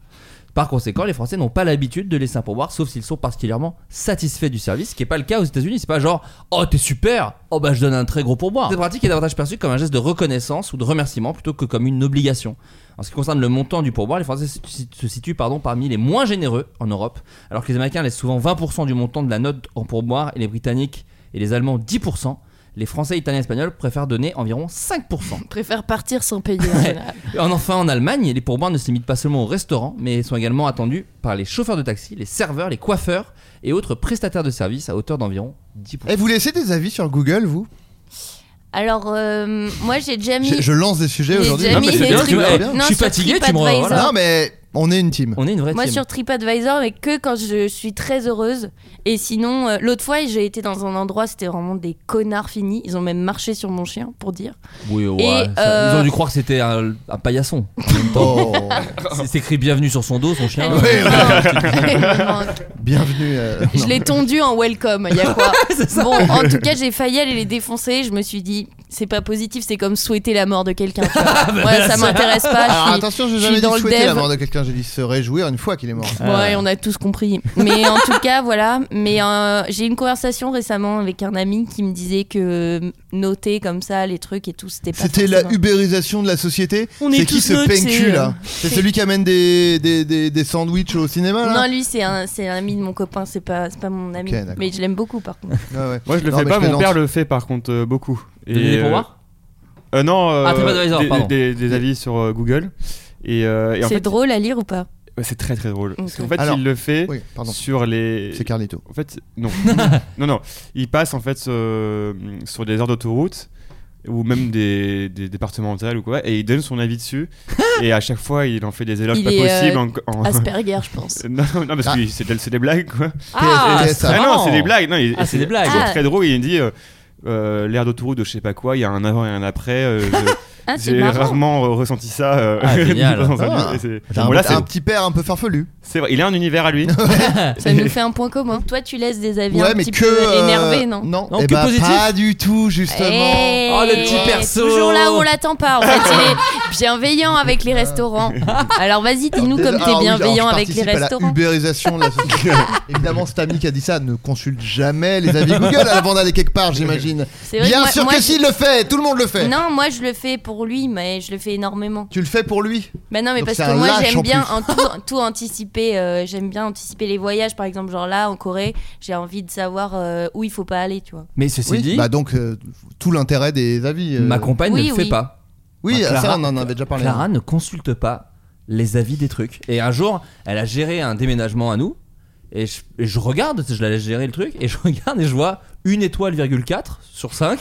Par conséquent, les Français n'ont pas l'habitude de laisser un pourboire, sauf s'ils sont particulièrement satisfaits du service, ce qui n'est pas le cas aux États-Unis. C'est pas genre Oh, t'es super Oh, bah, je donne un très gros pourboire. Cette pratique est davantage perçue comme un geste de reconnaissance ou de remerciement plutôt que comme une obligation. En ce qui concerne le montant du pourboire, les Français se- se situent pardon, parmi les moins généreux en Europe, alors que les Américains laissent souvent 20% du montant de la note en pourboire et les Britanniques et les Allemands 10%. Les Français, Italiens et Espagnols préfèrent donner environ 5%.
Je préfère partir sans payer en général.
Et en- Enfin, en Allemagne, les pourboires ne se limitent pas seulement aux restaurants, mais sont également attendus par les chauffeurs de taxi, les serveurs, les coiffeurs et autres prestataires de services à hauteur d'environ 10%.
Et vous laissez des avis sur Google, vous
Alors, euh, moi, j'ai déjà mis.
J'ai- Je lance des sujets
j'ai
aujourd'hui.
déjà
Non, mais
mis
c'est
des
bien,
trucs-
tu vois.
Eh, bien.
non,
Eh, Je suis
sur
fatigué, tu me
TripAdvisor.
voilà.
Non, mais on est une team.
On est une vraie
Moi
team.
sur TripAdvisor, mais que quand je suis très heureuse. Et sinon, euh, l'autre fois, j'ai été dans un endroit, c'était vraiment des connards finis. Ils ont même marché sur mon chien, pour dire.
Oui, ouais,
Et,
ça- Ils ont
euh,
dû croire que c'était un, un paillasson. En même temps,
Oh.
c'est c'est écrit bienvenue sur son dos, son chien.
Elle me manque. Elle me manque.
Bienvenue. euh,
Je
non.
l'ai tondu en welcome, il y a quoi Bon, en tout cas, j'ai failli aller les défoncer. Je me suis dit, c'est pas positif, c'est comme souhaiter la mort de quelqu'un. tu vois.
Ah, bah,
ouais, ça m'intéresse pas. je
Alors
suis-
attention, j'ai
je
jamais
suis
dit
dans le
souhaiter la
dev. Ah,
mort de quelqu'un, j'ai dit se réjouir une fois qu'il est mort.
Euh.
Ouais, on a tous compris. Mais en tout cas, voilà. Mais euh, j'ai eu une conversation récemment avec un ami qui me disait que euh, noter comme ça les trucs et tout, c'était pas.
C'était la
forcément-
ubérisation de la société.
On est
C'est qui
tous
ce
notés,
pencu
euh.
là C'est celui qui amène des, des, des, des sandwichs au cinéma là
Non, lui, c'est un, c'est un ami de mon copain, c'est pas, c'est pas mon ami.
Ok, d'accord.
mais je l'aime beaucoup par contre.
Ah, Ouais, ouais.
Moi je le
Non,
fais
mais
pas,
je
mon
plaisante.
père le fait par contre euh, beaucoup.
Donner des
euh,
pourboires
euh, Non, euh,
Ah, TripAdvisor,
des-
pardon.
des, des avis sur euh, Google. Et, euh, et en
c'est
fait,
drôle à lire ou pas
ouais, c'est très très drôle. Parce
Ok.
qu'en fait,
Alors,
il le fait
Oui, pardon.
sur les.
C'est Carlito.
En fait, non. non, non. Il passe en fait euh, sur des heures d'autoroute ou même des, des départementales ou quoi, et il donne son avis dessus. et à chaque fois, il en fait des éloges
Il
pas
est, euh,
possibles. en- en-
Asperger, je pense.
non, non, parce
Ah.
que c'est des- c'est des blagues quoi.
Ah,
TSS,
c'est
ah
Ah
marrant.
non, c'est des blagues. Non, il-
Ah, c'est des blagues.
toujours
Ah.
très drôle. Il dit euh, euh, l'air d'autoroute de je sais pas quoi, il y a un avant et un après. euh, je-
Ah, c'est
J'ai
marrant.
rarement euh, ressenti ça. euh,
Ah, génial.
dans un
Ah.
lieu, et c'est-
T'as un,
Bon, là, c'est-
un petit père un peu farfelu.
c'est vrai. Il a un univers à lui.
Ça nous fait un point commun. Toi, tu laisses des avis
Ouais,
un
mais
petit
que.
peu
euh,
énervés, non Eh.
Non,
Non,
Eh
que
ben,
positif.
pas du tout, justement.
Hey,
Oh, le petit perso.
Toujours là où on l'attend pas. En fait, il est bienveillant avec les restaurants. Alors vas-y, dis-nous comme
Ah
t'es
oui,
bienveillant
Euh. alors, je
avec les
participe à la
restaurants.
ubérisation de la société. Évidemment, cet ami qui a dit ça ne consulte jamais les avis Google avant d'aller quelque part, j'imagine.
C'est vrai que
Bien
moi-
sûr
moi,
que
je-
s'il le fait, tout le monde le fait.
Non, moi je le fais pour lui, mais je le fais énormément.
Tu le fais pour lui.
Bah non, mais
Donc,
parce
c'est
que
un
moi
lâche, en
j'aime bien en tout, tout anticiper. euh, j'aime bien anticiper les voyages, par exemple, genre là en Corée, j'ai envie de savoir euh, où il faut pas aller, tu vois.
Mais ceci
Oui.
dit,
Bah donc euh, tout l'intérêt des avis. euh,
ma compagne
oui,
ne le fait
oui.
pas.
Oui,
Bah, Clara-
ça on en avait déjà parlé.
Clara ne consulte pas les avis des trucs. Et un jour, elle a géré un déménagement à nous. Et je, et je regarde, je la laisse gérer le truc, et je regarde et je vois une étoile, virgule 4 sur 5.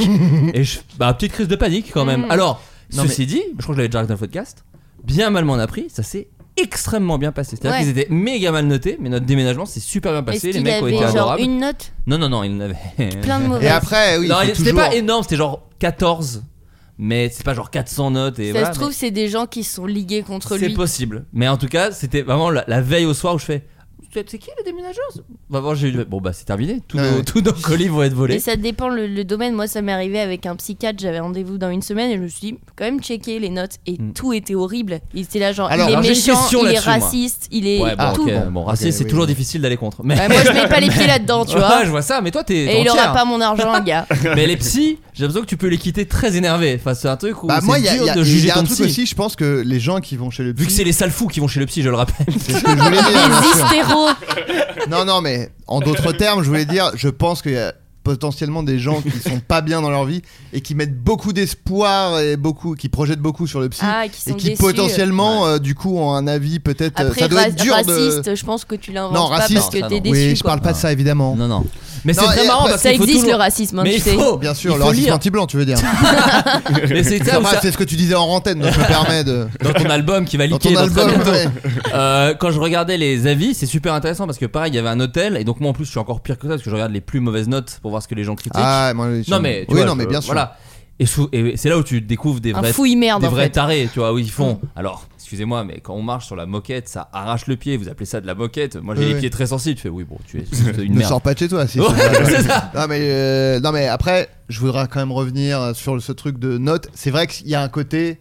et je, bah, petite crise de panique quand même.
Mm.
Alors,
Non,
ceci dit, je crois que je l'avais déjà raconté dans le podcast, bien mal m'en a pris, ça s'est extrêmement bien passé. C'est-à-dire
Ouais.
qu'ils étaient méga mal notés, mais notre déménagement s'est super bien passé,
Est-ce
Bah, les mecs
qu'il
ont
avait
été
genre
adorables.
une note
Non, non, non, ils n'avaient.
plein de
Et
mauvaises
après, Ah oui,
Non,
il faut
c'était
toujours-
pas énorme, c'était genre 14, mais c'est pas genre 400 notes. Et
Ça
voilà,
se
mais-
trouve, c'est des gens qui se sont ligués contre
c'est
lui.
possible. Mais en tout cas, c'était vraiment la, la veille au soir où je fais. C'est c'est qui le déménageur Bah, bon, j'ai eu le- Bon, bah, c'est terminé. Tous
Ouais,
nos,
ouais.
tous nos colis vont être
Mais
volés.
ça dépend le, le domaine. Moi, ça m'est arrivé avec un psychiatre. J'avais rendez-vous dans une semaine et je me suis dit, quand même checker les notes et
Mm.
tout était horrible. Il était là genre,
Alors,
il est
alors, j'ai une
méchant,
question
il est
là-dessus, moi.
raciste, il est
Ouais, bon,
tout. Bah,
ok,
bon.
bon,
Ok,
raciste, c'est
oui,
toujours
oui.
difficile d'aller contre. Mais
Ouais, moi, je mets pas les pieds là-dedans, tu vois.
Ouais, je vois ça, mais toi, t'es.
Et il
t'es
aura
entière.
pas mon argent, le gars.
Mais les psys, j'ai l'impression que tu peux les quitter très énervés face à un truc où
Bah,
c'est
moi, il y a,
dur
il y a-
de
il
juger
y a un
ton
truc
psy.
aussi, je pense que les gens qui vont chez le psy.
Vu que c'est les sales fous qui vont chez le psy, je le rappelle.
c'est ce que je voulais dire, bien
Les
sûr.
hystéros
Non, non, mais en d'autres termes, je voulais dire, je pense qu'il y a potentiellement des gens qui sont pas bien dans leur vie et qui mettent beaucoup d'espoir et beaucoup, qui projettent beaucoup sur le psy
ah, qui sont
et qui
déçus.
potentiellement, euh, du coup, ont un avis peut-être. euh,
Après,
ça doit
ra-
être dur de.
raciste, je pense que tu l'inventes
Non,
pas
raciste,
parce que
ça,
t'es
Ah, non.
déçu.
oui, je parle
quoi.
pas de ça évidemment.
Non, non. Mais c'est
Non,
très
et
marrant
après-
parce
Ça
qu'il faut
existe le
toujours-
racisme, hein,
Mais
tu
il
sais.
faut
Bien sûr,
il
le
faut
racisme
lire.
anti-blanc, tu veux dire.
Mais c'est ça, où
Enfin,
ça-
C'est ce que tu disais en antenne, donc je me permets de.
dans ton album qui va
Dans
liquer
ton
dans très
album,
bientôt.
ouais.
Euh, quand je regardais les avis, c'est super intéressant parce que pareil, il y avait un hôtel et donc moi en plus je suis encore pire que ça parce que je regarde les plus mauvaises notes pour voir ce que les gens critiquent.
Ah, moi, je-
non mais tu
oui,
vois,
non mais
je-
bien sûr.
Voilà. Et, sou- et c'est là où tu découvres des
Un
vrais
fouille merde
des
en
vrais
fait.
tarés, tu vois, où ils font. Alors, excusez-moi, mais quand on marche sur la moquette, ça arrache le pied. Vous appelez ça de la moquette Moi, j'ai
Oui,
les
oui.
pieds très sensibles. Tu fais oui, bon, tu es juste une
Ne
merde.
sors pas de chez toi, si.
Ouais,
c'est pas-
c'est ça.
Non mais, euh, non mais après, je voudrais quand même revenir sur ce truc de notes. C'est vrai qu'il y a un côté,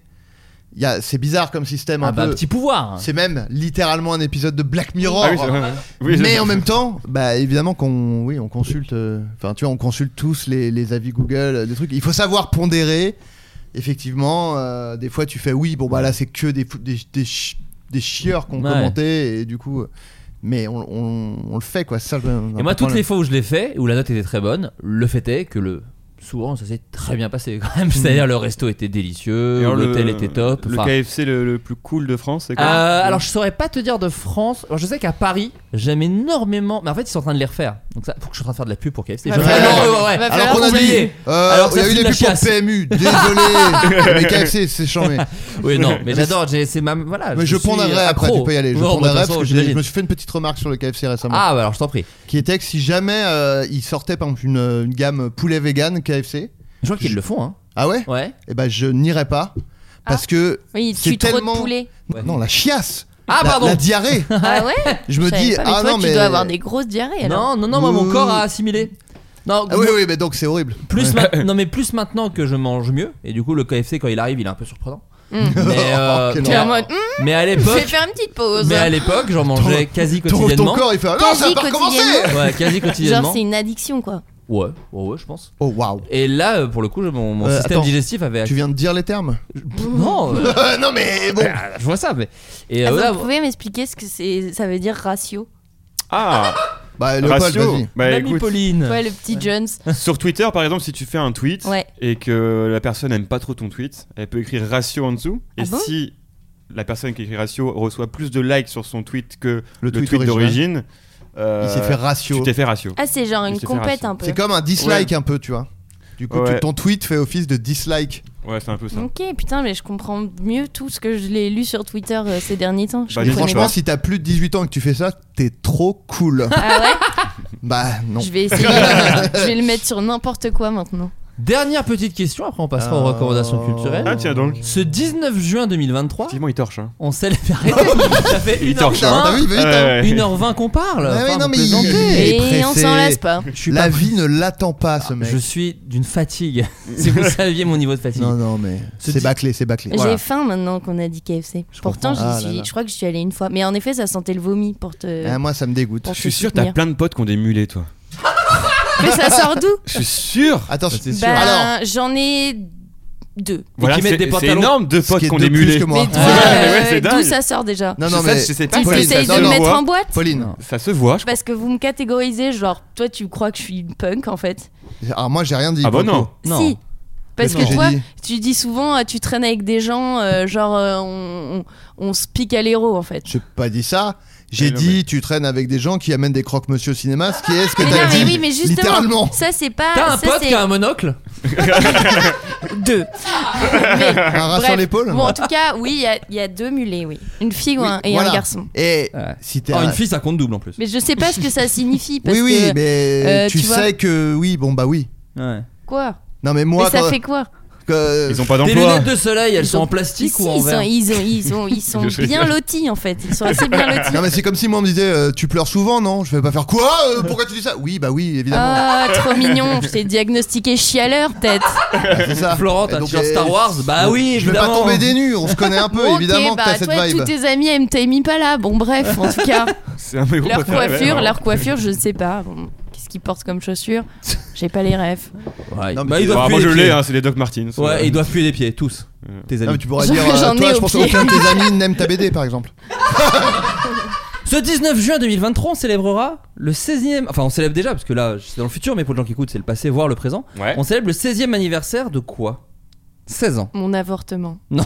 il y a, c'est bizarre comme système un
Ah, bah,
peu.
petit pouvoir.
C'est même littéralement un épisode de Black Mirror.
Ah oui, c'est vrai. Oui,
hein. mais
je-
en même temps, bah évidemment qu'on, oui, on consulte. euh, Enfin, tu vois, on consulte tous les, les avis Google, euh, des trucs. Il faut savoir pondérer. Effectivement, euh, des fois tu fais oui, bon bah là c'est que des fou- des des, chi- des chieurs qu'on
Ouais.
commenté et du coup, euh, mais on, on, on le fait quoi. Ça,
Et moi, toutes les fois où je l'ai fait, où la note était très bonne, le fait est que le souvent ça s'est très bien passé quand même. C'est-à-dire le resto était délicieux,
Et alors, le-
l'hôtel était top.
Le
enfin,
KFC le, le plus cool de France, c'est quoi
Euh, alors je saurais pas te dire de France. Alors, je sais qu'à Paris j'aime énormément, mais en fait ils sont en train de les refaire. Donc ça, faut que je sois en train de faire de la pub pour KFC. Je-
Ouais.
Non, ouais, ouais.
Va
Alors
falloir
qu'on a dit,
oublier.
euh,
Alors
il y
ça,
a eu
c'est
des
de la
pubs pour
chiasse.
PMU, désolé, mais KFC c'est chambé.
Oui non, mais j'adore. j'ai- C'est ma voilà.
Mais je,
suis
pondérerai après,
accro.
tu peux y aller. Je
Non, bah, de
pondérerai parce
toute façon,
que j'ai-
j'imagine.
je me suis fait une petite remarque sur le KFC récemment.
Ah bah, alors je t'en prie.
Qui était que si jamais euh, il sortait par exemple une, une gamme poulet vegan KFC,
Je crois qu'ils le font. Hein.
ah ouais
Ouais.
Eh ben je n'irai pas.
Ah.
Parce que.
Oui,
C'est
tu trop de
tellement-
poulet.
Ouais.
Non, la chiasse
Ah
la,
pardon.
la diarrhée
Ah ouais
Je me
savais
dis,
pas, mais
ah
toi,
non, mais.
Tu dois avoir des grosses diarrhées alors.
Non non non, moi mon
Ouh.
corps a assimilé. Non,
Ah oui, oui, mais donc c'est horrible.
Plus ma- non mais plus maintenant que je mange mieux et du coup le KFC quand il arrive il est un peu surprenant.
Mm.
Mais, euh,
Oh, Quel
Tu es en
horreur.
mode, hmm,
Mais à
je vais
l'époque,
faire une petite pause.
mais à l'époque j'en mangeais quasi
Ton, ton
quotidiennement.
corps il fait. Ah, non,
Quasi
ça va pas recommencer
quotidiennement.
Ouais quasi
Genre,
quotidiennement.
c'est une addiction quoi.
Ouais ouais ouais je pense.
Oh waouh
Et là, euh, pour le coup, je- mon, mon
Euh,
système
attends.
digestif avait.
Tu viens de dire les termes
Pff, Non, euh,
Euh, Non, mais bon
je vois ça, mais. Et euh,
Attends,
voilà,
Hum. Ah, vous pouvez m'expliquer ce que c'est, ça veut dire ratio
Ah
Bah, le
Ratio
vas-y.
Bah
Mamie
écoute,
Pauline.
Ouais, le petit Jones.
sur Twitter par exemple, si tu fais un tweet
Ouais.
et que la personne n'aime pas trop ton tweet, elle peut écrire ratio en dessous.
Ah
et
bon
si la personne qui écrit ratio reçoit plus de likes sur son tweet que
Le
le,
tweet
tweet,
original.
d'origine, euh,
Il s'est fait
tu
ratio.
t'es fait ratio.
Ah, c'est genre
Je
une
sais faire
compète
ratio.
un peu.
C'est comme un dislike un peu, tu vois. Du coup, tu-
Ouais.
ton tweet fait office de dislike.
Ouais, c'est un peu ça.
Ok, putain, mais je comprends mieux tout ce que je l'ai lu sur Twitter euh, ces derniers temps. Je
Bah,
Mais
comprenais
franchement,
pas.
si t'as plus de 18 ans et que tu fais ça, t'es trop cool.
Ah ouais
bah non.
Je vais essayer. euh, je vais le mettre sur n'importe quoi maintenant.
Dernière petite question, après on passera aux
Euh,
recommandations
Ah
culturelles.
tiens donc.
Ce 19 juin 2023,
Effectivement, il torche. Hein.
on célèbre. ça fait
Il torche,
Putain, T'as
1h20,
vu, vite, hein.
Ouais, ouais.
1h20 qu'on parle.
Ah oui,
Enfin,
non,
vous
mais
plaisantez.
il-
Et,
est
on
pressé.
s'en lasse pas.
Je suis
La
pas
vie ne l'attend pas, ce mec.
Je suis d'une fatigue. si vous saviez mon niveau de fatigue.
Non, non, mais
Ce
c'est
di-
baclé, c'est baclé.
Voilà.
J'ai faim maintenant qu'on a dit KFC.
Je
Pourtant,
comprends.
j'y
Ah là
suis-
là.
je crois que je suis allée une fois. Mais en effet, ça sentait le vomi pour te.
Ah, moi, ça me dégoûte.
pour
Je
te
suis sûr que t'as
soutenir.
plein de potes qui ont des mulets, toi.
Mais ça sort d'où
Je suis sûr.
Attends, je-
c'est sûr.
Ben,
Alors,
j'en ai deux.
Voilà,
qui mettent
c'est
des
c'est
pantalons.
énorme de
ce
potes
qui
qui
est
ont
deux
des mulets.
plus que moi. Ah.
Mais d'où- euh,
ouais, ouais, c'est
d'où
dingue.
ça sort déjà
Non, non,
Je sais-
mais
je sais pas.
Tu
Pauline,
essayes de
non,
le
non.
mettre
voit.
en boîte
Pauline,
Ça se voit, je
Parce que vous me catégorisez, genre, toi tu crois que je suis une punk en fait.
alors moi, j'ai rien dit.
Ah bah
pour le
non.
coup.
Non.
Si. Parce
Qu'est-ce
que
j'ai
toi,
dit
tu dis souvent, euh, tu traînes avec des gens, euh, genre, euh, on, on, on se pique à l'héros en fait.
J'ai pas dit ça. J'ai
Eh
Mais non,
dit, tu traînes avec des gens qui amènent des croque-monsieur au cinéma, ce qui est ce que
Mais
t'as
Eh non,
dit.
mais oui, mais justement,
Littéralement.
ça c'est pas.
T'as un
Ah, ça,
pote
c'est-
qui a un monocle
deux. Mais,
Un rat
bref.
sur l'épaule.
Bon, en tout cas, oui, il y a- il y, a deux mulets, oui. Une fille ou
Oh Oui,
un- et
voilà.
un garçon.
Et
Ouais.
si t'es
Oh,
un-
une fille, ça compte double en plus.
Mais je sais pas ce que ça signifie parce
Oui, oui,
que
mais
euh,
tu
tu vois-
sais que oui, bon bah oui.
Ouais.
quoi
Non, mais moi,
Mais ça
quand-
fait quoi
que-
Ils ont pas
Tes
d'emploi.
lunettes de soleil, elles sont en plastique
Si,
ou en
ils, sont,
verre
ils, ont, ils, ont, ils sont bien lotis en fait. Ils sont assez bien lotis.
Non mais c'est comme si moi on me disait euh, tu pleures souvent non je vais pas faire quoi Euh, pourquoi tu dis ça oui bah oui évidemment
Ah, trop mignon. Je t'ai diagnostiqué chialeur, peut-être.
c'est ça
Florent, t'as
Et donc,
tiré
euh,
Star Wars Bah oui,
je vais pas
évidemment.
tomber des nues on se connaît un peu
Ok,
évidemment que
bah,
t'as cette
toi,
vibe
tous tes amis, elles t'aiment pas là. Bon, bref, en tout cas,
C'est un peu
leur
préféré,
coiffure,
ouais.
leur coiffure, je ne sais pas. Bon, Qu'est-ce qu'ils portent comme chaussures. J'ai pas les refs.
Ouais,
Non, mais Ah,
bah,
ils
ils
Bon,
doivent
moi je
puer les
l'ai,
pieds.
hein, c'est les Doc Martins.
Ouais, ils doivent puer des pieds, tous. Tes
Non, mais
amis.
tu pourrais
J'en-
dire, euh,
j'en ai
toi, je
au
pense
pied.
aucun de tes amis n'aime ta BD, par exemple.
Ce 19 juin 2023, on célébrera le 16e. Enfin, on célèbre déjà, parce que là, c'est dans le futur, mais pour les gens qui écoutent, c'est le passé, voire le présent.
Ouais.
On célèbre le 16e anniversaire de quoi 16 ans.
Mon avortement.
Oh.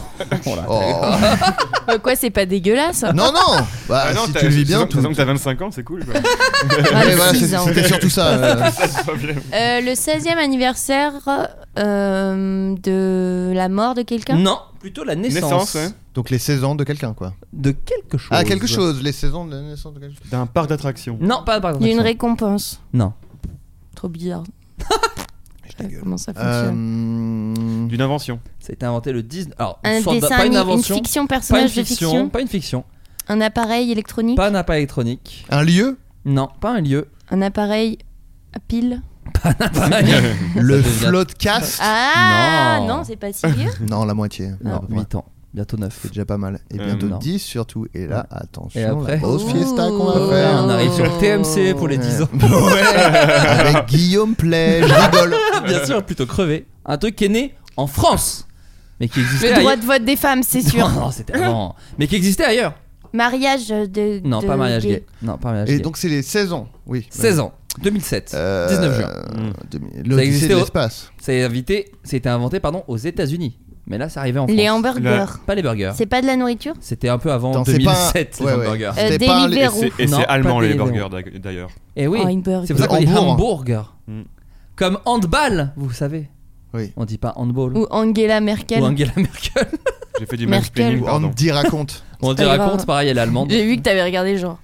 Euh, quoi, c'est pas dégueulasse
Non, non Bah,
Ah non,
Si
t'as-
tu le vis
c'est-
bien,
c'est-
tout.
c'est que t'as 25 ans, c'est cool. quoi.
Ouais, voilà,
26
c'est-
ans.
C'était surtout ça. euh.
Euh, le 16e anniversaire euh, de la mort de quelqu'un
Non, plutôt la naissance.
Naissance, ouais.
Donc les 16 ans de quelqu'un, quoi.
De quelque chose.
Ah, quelque chose, les 16 ans de la naissance de quelque chose.
D'un parc d'attractions.
Non, pas par
Il y a une récompense.
Non.
Trop bizarre. Euh, Comment ça fonctionne
Euh,
D'une invention.
Ça a été inventé le 19. Alors,
Un
sorte de-
dessin,
Euh, pas
animé,
une
une,
invention. pas
fiction,
une
personnage
fiction,
de fiction,
pas une fiction,
un appareil électronique,
pas un appareil électronique,
Un lieu
non, pas un lieu,
un appareil à pile.
Le
Mhm. devient-
floodcast
Ah
Non.
non, c'est pas si vieux.
Non, la moitié.
non,
à peu près.
8 ans, bientôt 9.
C'est déjà pas mal. Et
Euh,
bientôt
non.
10 surtout. Et là, attention,
Et après Oh.
la grosse
Ouh.
fiesta qu'on va
Ouais, oh,
Ouais,
faire.
on arrive sur TMC pour les 10 ans.
Ouais.
Ah.
Avec Guillaume Play, je rigole.
Bien sûr, plutôt crevé. Un truc qui est né en France, mais qui existait
Le droit
ailleurs.
de vote des femmes, c'est sûr.
Non, non, c'était avant. Mais qui existait ailleurs.
mariage de.
Non,
de-
pas mariage
gay.
gay. Non, pas mariage
Et
gay.
donc, c'est les 16 ans. Oui. Euh,
16 ans, 2007, 19 juin.
Mm.
Le lycée
existait
de
au-
l'espace.
Ça a invité, c'était inventé pardon aux États-Unis, mais là, ça arrivait en France.
Les hamburgers.
Pas les burgers.
C'est pas de la nourriture
C'était un peu avant
Attends, c'est pas un-
2007 les
Ouais, ouais.
hamburgers.
C'était
euh,
pas un-
Et
Deliveroo.
c'est- et
Non,
c'est
pas
allemand les
des-
burgers d'ac- d'ailleurs.
Et oui.
Oh, une burger.
C'est pour ça qu'on dit
Eh Hambourg. Hmm.
hamburger.
Mm.
Comme handball, vous savez.
Oui.
On dit pas handball.
Ou Angela Merkel.
Ou Angela Merkel.
J'ai fait du
Merkel.
mansplaining,
On
pardon.
me dit raconte.
On dit
pas grave.
raconte, pareil, elle est allemande.
J'ai vu que t'avais regardé genre.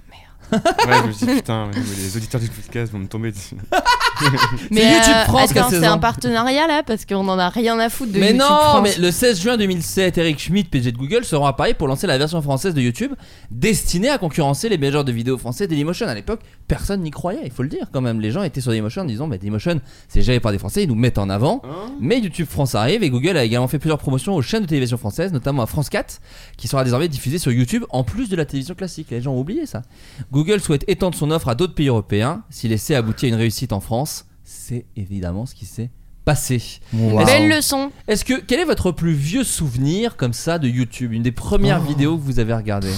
Ouais, je me suis dit, putain, mais les auditeurs du podcast vont me tomber dessus.
Mais euh,
YouTube France qui a
attends,
16
c'est un
ans.
partenariat là parce qu'on en a rien à foutre de
Mais
YouTube
non,
France.
mais le 16 juin 2007, Eric Schmidt, PG de Google, seront à Paris pour lancer la version française de YouTube destinée à concurrencer les majors de vidéos français Dailymotion. À l'époque, personne n'y croyait, il faut le dire quand même. Les gens étaient sur Dailymotion en disant, mais Dailymotion, c'est géré par des Français, ils nous mettent en avant. Mais YouTube France arrive et Google a également fait plusieurs promotions aux chaînes de télévision françaises, notamment à France 4, qui sera désormais diffusée sur YouTube en plus de la télévision classique. Les gens ont oublié ça. Google souhaite étendre son offre à d'autres pays européens. S'il essaie aboutir à une réussite en France, c'est évidemment ce qui s'est passé.
Belle leçon.
Ah,
Est-ce que quel est votre plus vieux souvenir comme ça de YouTube, une des premières
Oh.
vidéos que vous avez regardées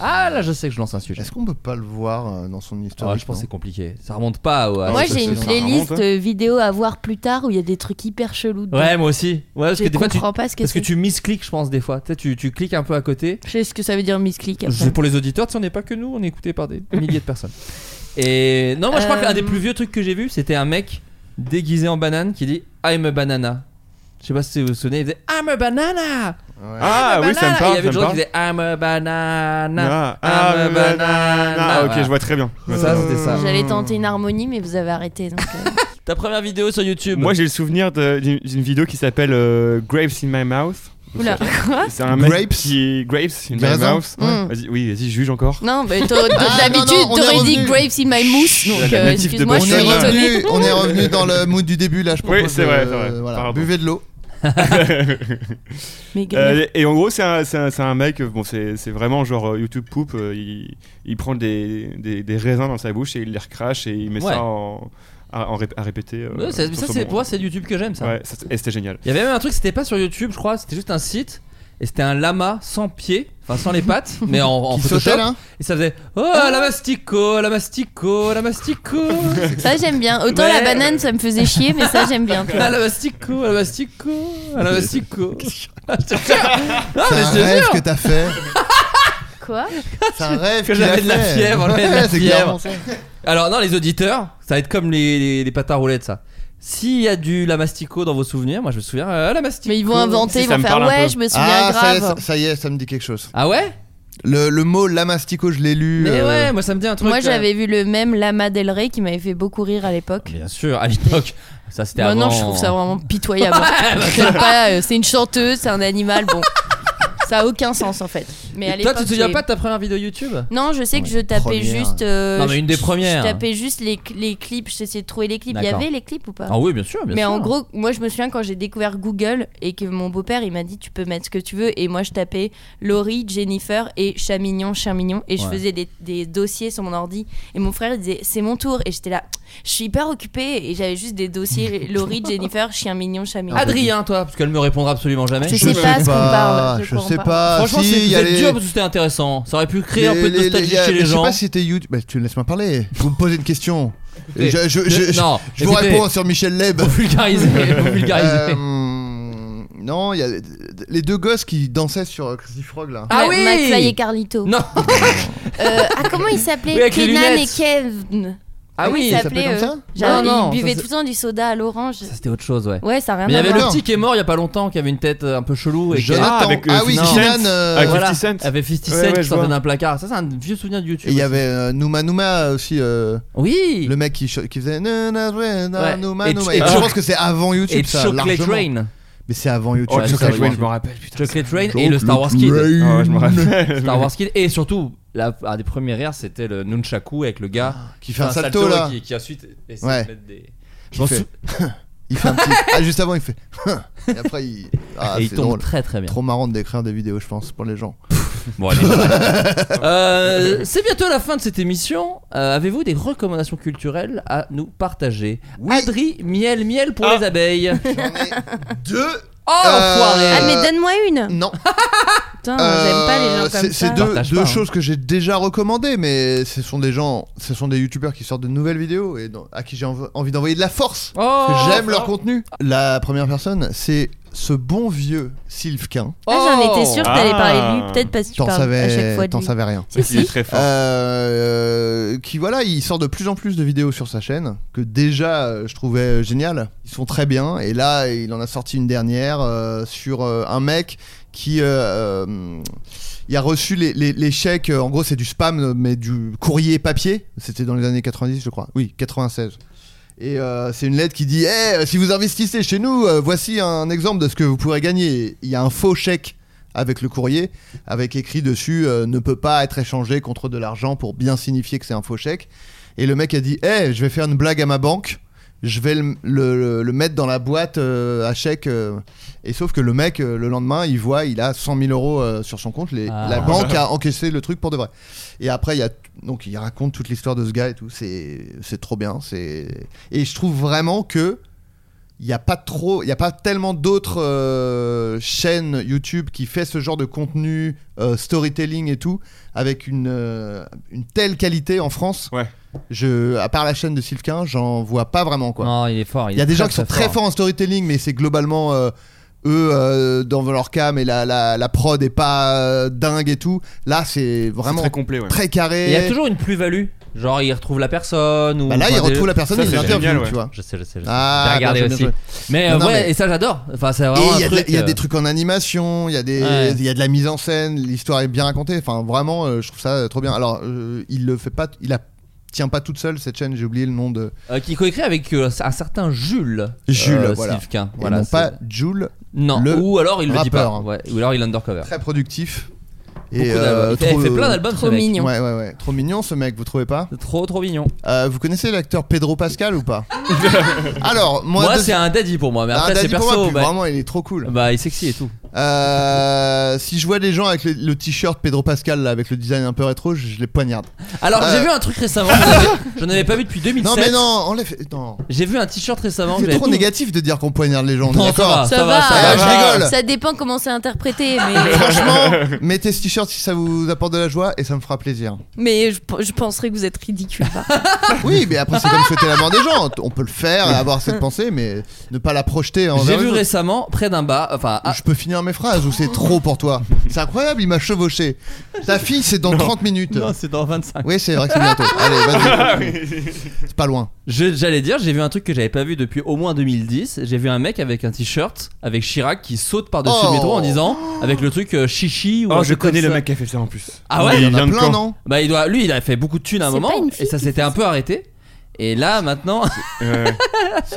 Ah là, je sais que je lance un sujet.
Est-ce qu'on peut pas le voir euh, dans son
Ah,
histoire
je pense que c'est compliqué. Ça remonte pas. au- à-
Moi
ça,
j'ai
c'est-
une
ça
playlist
remonte, hein.
euh, vidéo à voir plus tard où il y a des trucs hyper chelous. dedans.
Ouais, moi aussi. Ouais, parce
je
que des fois tu
comprends pas ce que
parce que
c'est.
tu miscliques, je pense des fois. Tu, sais, tu tu cliques un peu à côté.
Je sais ce que ça veut dire misclick après.
Je- pour les auditeurs, tu sais, on n'est pas que nous, on est écouté par des milliers de personnes. Et non, moi je crois
Euh.
que l'un des plus vieux trucs que j'ai vu, c'était un mec déguisé en banane qui dit I'm a banana. Je sais pas si vous vous souvenez, il faisait I'm a banana.
Ah
I'm a
oui, ça me
banana. Et Il y
parle, ça
avait
me
des gens qui
parle.
disaient I'm a banana.
Ah, ah,
I'm a
me banana.
banana.
ok, je vois très bien.
Ça, c'était ça.
J'allais tenter une harmonie mais vous avez arrêté donc. euh,
Ta première vidéo sur YouTube.
Moi, j'ai le souvenir de- d'une d'une vidéo qui s'appelle euh, Grapes in my mouth.
Oula.
Ah.
Quoi
C'est un mec
Grapes
qui est Grapes in
Des
my
raisins
mouth.
Mm.
Vas-y, oui, vas-y, juge encore.
Non, mais t'aurais-
Ah,
d'habitude,
non, non, on est
t'aurais dit
revenu.
grapes in my mousse. Donc,
la
euh,
natif de
excuse-moi, je
on,
suis
est
étonnée.
revenu, on est revenu dans le mood du début là, je
Oui,
propose.
c'est vrai, c'est vrai.
voilà,
Pardon.
Buvez de l'eau.
Mais grave.
Euh, et en gros, c'est un, c'est un- c'est un mec, bon, c'est c'est vraiment genre euh, YouTube Poop. euh, il, il prend des, des, des raisins dans sa bouche et il les recrache et il met
Ouais.
ça en, à, en ré- à répéter. euh,
Ouais, ça,
sur
ça,
son
c'est
bon-
pour moi c'est YouTube que j'aime ça.
Ouais, ça, et c'était génial.
Il y avait même un truc, c'était pas sur YouTube, je crois, c'était juste un site et c'était un lama sans pied, enfin sans les pattes, mais en, en
Qui hein.
Photoshop.
sautait là
Et ça faisait oh la mastico, la mastico, la mastico,
Ça, j'aime bien. Autant
Ouais.
la banane, ça me faisait chier, mais ça, j'aime bien. tu vois.
ah, la mastico, la mastico, ah, la mastico. Ah, je te jure. Ah,
C'est
mais
un
je te
rêve
jure.
que t'as fait.
Quoi
C'est un rêve
que
qu'il a
j'avais de la
fait.
fièvre, j'avais de la
Ouais, c'est
fièvre.
clairement ça.
Alors non, les auditeurs, ça va être comme les, les, les pâtes à roulettes ça. S'il y a du la mastico dans vos souvenirs, moi je me souviens euh, la mastico.
Mais ils vont
Si,
inventer, ils
ça
vont
me
faire
parle un
ouais,
peu.
je me souviens
Ah, ça y est,
grave.
ça, ça y est, ça me dit quelque chose.
Ah ouais
Le, le mot lamastico, je l'ai lu.
Mais
euh,
ouais, moi ça me dit un truc.
Moi,
euh,
j'avais vu le même Lama Del Rey qui m'avait fait beaucoup rire à l'époque.
Bien sûr, à l'époque, ça c'était avant. hein. bah,
Maintenant, je trouve ça vraiment pitoyable. J'aime pas, euh, c'est une chanteuse, c'est un animal, bon. Ça a aucun sens en fait. Mais à
Toi, tu
l'époque,
te souviens
j'ai-
pas de ta première vidéo YouTube
Non, je sais que je tapais
Première.
juste. euh,
Non, mais une des
je-
premières.
Je tapais juste les, les clips, j'essayais de trouver les clips. Il y
D'accord.
avait les clips ou pas
Ah oui, bien sûr, bien
mais
sûr.
en gros, moi je me souviens quand j'ai découvert Google et que mon beau-père il m'a dit tu peux mettre ce que tu veux et moi je tapais Laurie, Jennifer et chat mignon, chien mignon et je
Ouais.
faisais des, des dossiers sur mon ordi et mon frère il disait c'est mon tour et j'étais là je suis hyper occupée et j'avais juste des dossiers Laurie, Jennifer, chien mignon, chat
Ah,
mignon.
Adrien, toi, parce qu'elle me répondra absolument jamais.
Je sais pas ce qu'on parle, je
Je
crois qu'on
sais
parle.
pas.
Franchement,
Ah, si,
c'est
il y a
c'est
les-
dur parce que c'était intéressant. Ça aurait pu créer un
les-
peu de
les-
nostalgie
les-
chez les
mais Je
gens.
sais pas si c'était YouTube. Bah, tu laisses-moi parler. Vous me posez une question.
Écoutez,
je je-
de-
je- je-
non,
je vous
écoutez.
réponds sur Michel Leb.
Pour vulgariser, pour vulgariser.
Euh, non, il y a les deux gosses qui dansaient sur Crazy Frog là.
Ah
Ouais,
oui
McFly et Carlito.
Non
Euh, ah comment il
Oui,
s'appelait
avec les
Kenan et
lunettes.
Kevin.
Ah oui
il
ça s'appelait
s'appelait euh,
comme ça
genre,
Non, non,
il buvait
ça,
tout le temps du soda à l'orange.
Ça, c'était autre chose, ouais.
Ouais, ça a rien
Mais il y
à
avait
voir.
le
non.
petit qui est mort il y a pas longtemps, qui avait une tête euh, un peu chelou. Et qui
Jonathan.
Ah, avec, euh,
Ah oui,
50
Kenan.
Cent.
euh,
Avec
Voilà.
50 Cent.
avait 50
Ouais, ouais,
Cent qui
je
sortait
vois.
d'un placard. Ça, c'est un vieux souvenir de YouTube.
Et il y
aussi.
avait euh, Numa Numa aussi, euh,
Oui
le mec qui, cho- qui faisait Nuna, Nuna,
Ouais.
Numa
Et-
Numa.
et
Et je
Choc-
pense que c'est avant YouTube
Et
ça,
Chocolate
largement.
Rain.
Mais c'est avant YouTube.
Oh,
Ouais,
je
ça,
sais,
ouais.
je me rappelle, putain.
Chocolate Rain et le Star Wars Kid.
Ah ouais, je me rappelle.
Star Wars Kid. Et surtout, la, un des premiers rires, c'était le Nunchaku avec le gars
Qui Ah. fait un salto là.
Qui, qui ensuite essaie
Ouais.
de mettre des.
Qui fait- Il fait un petit. Ah, juste avant, il fait. Et après, il. Ah,
et il
c'est
tombe
drôle.
très très bien.
Trop marrant de décrire des vidéos, je pense, pour les gens.
Bon, allez. Euh, c'est bientôt la fin de cette émission. Euh, Avez-vous des recommandations culturelles à nous partager Adri, miel, miel pour
Ah.
les abeilles. oh,
J'en ai deux.
enfoiré.
Ah, mais
Euh,
donne-moi une.
Non.
Putain, j'aime Ah, pas les gens
Euh,
comme
c'est-
ça.
C'est deux,
Partage
deux
pas, hein.
choses que j'ai déjà recommandées, mais ce sont des gens, ce sont des youtubeurs qui sortent de nouvelles vidéos et dans- à qui j'ai env- envie d'envoyer de la force.
Oh,
Parce que J'aime
oh.
leur contenu. La première personne, c'est ce bon vieux Sylvquin.
Ah, j'en étais sûre que t'allais
Ah.
parler de lui, peut-être parce que tu
T'en
parles à chaque fois
savais,
de
t'en
lui.
savais rien.
Si,
Il est
si.
très fort.
Euh, qui voilà, il sort de plus en plus de vidéos sur sa chaîne que déjà euh, je trouvais euh, géniales. Ils sont très bien et là il en a sorti une dernière euh, sur euh, un mec qui euh, euh, il a reçu les, les- les chèques. euh, en gros, c'est du spam mais du courrier papier. C'était dans les années 90, je crois. Oui, 96. Et euh, c'est une lettre qui dit Eh, si vous investissez chez nous, euh, voici un exemple de ce que vous pourrez gagner. Il y a un faux chèque avec le courrier, avec écrit dessus euh, ne peut pas être échangé contre de l'argent pour bien signifier que c'est un faux chèque. Et le mec a dit Eh, je vais faire une blague à ma banque. Je vais le, le- le mettre dans la boîte euh, à chèque. euh. Et sauf que le mec, euh, le lendemain, il voit, il a 100 000 euros euh, sur son compte. Les-
Ah.
La banque a encaissé le truc pour de vrai. Et après, il y a t- donc il raconte toute l'histoire de ce gars et tout. C'est c'est trop bien. C'est et je trouve vraiment que il n'y a pas trop, il y a pas tellement d'autres euh, chaînes YouTube qui fait ce genre de contenu euh, storytelling et tout avec une euh, une telle qualité en France.
Ouais.
Je, à part la chaîne de Sylvain, j'en vois pas vraiment quoi.
Non, il est fort.
Il y a des gens qui sont très forts en storytelling, mais c'est globalement euh, eux euh, dans leur cam et la, la, la prod est pas euh, dingue et tout. Là, c'est
C'est
vraiment
très complet, ouais.
très
Et
carré.
Il y a toujours une plus-value. Genre, il retrouve la personne. Ou
Bah là, il retrouve la personne,
Ça,
il
c'est
l'interview,
génial, ouais.
tu vois.
Je sais, je sais. Je sais.
Ah,
J'ai regardé
bien joué, bien
aussi. Mais
Non,
euh,
non,
ouais,
mais-
et ça, j'adore. Enfin, c'est
Et
vraiment
il
un
y a de la-
truc.
il y, a
euh,
des trucs en animation, il y, a des-
Ouais.
il y a de la mise en scène, l'histoire est bien racontée. Enfin, vraiment, euh, je trouve ça euh, trop bien. Alors, euh, il le fait pas, il la tient pas toute seule cette chaîne. J'ai oublié le nom de.
euh, qui coécrit avec euh, un certain Jules.
Jules, voilà.
Sylvquin.
Et
Voilà,
non
c'est-
pas Jules,
Non.
le
Ou alors il le dit pas.
rappeur.
Ouais. Ou alors il est undercover.
très productif.
Beaucoup
Et
d'albums.
euh,
Il fait- il fait plein d'albums, ce
Trop
mec.
mignon.
Ouais, ouais, ouais. Trop mignon ce mec, vous trouvez pas
Trop, trop mignon.
Euh, Vous connaissez l'acteur Pedro Pascal ou pas Alors, moi,
Moi,
deux-
c'est un daddy pour moi. Mais
Ah,
après,
t'as
c'est
dit pour moi,
perso.
puis
Bah,
Vraiment, il est trop cool.
bah, il est sexy et tout.
Euh, si je vois des gens avec le, le t-shirt Pedro Pascal là, avec le design un peu rétro, je, je les poignarde.
Alors,
Euh.
j'ai vu un truc récemment. j'en avais- J'en avais pas vu depuis 2007.
Non mais non, enlève. Non.
J'ai vu un t-shirt récemment. que
C'est
j'avais
trop
tout-
négatif de dire qu'on poignarde les gens. on est
Non, ça
d'accord.
va, ça va, ça
Ah,
va.
je rigole.
euh, Ça dépend comment c'est interprété, mais,
Franchement, mettez ce t-shirt si ça vous apporte de la joie et ça me fera plaisir.
mais je, je penserais que vous êtes ridicule. Ah, par contre.
Oui, mais après c'est comme souhaiter la mort des gens. On peut le faire, avoir cette pensée, mais ne pas la projeter. envers
J'ai
les
vu
autres.
récemment, près d'un bar. Enfin, à-
Je peux finir mes phrases ou c'est trop pour toi C'est incroyable, il m'a chevauché. Ta fille, c'est dans 30 minutes.
Non, c'est dans 25.
Oui, c'est vrai que c'est bientôt. Allez,
Ah
vas-y. c'est pas loin.
Je- J'allais dire, j'ai vu un truc que j'avais pas vu depuis au moins 2010. J'ai vu un mec avec un t-shirt avec Chirac qui saute par-dessus
Oh.
le métro en disant avec le truc euh, chichi ou un
Oh, je
truc comme
connais le
ça.
mec qui a fait ça en plus.
Ah ouais
Il
Il y en a
vient de
plein,
Caen.
non
Bah, il doit, lui, il a fait beaucoup de thunes à un
C'est
moment
pas une
et
fille
ça
qui
s'était un peu arrêté. Et là, maintenant,
Ouais.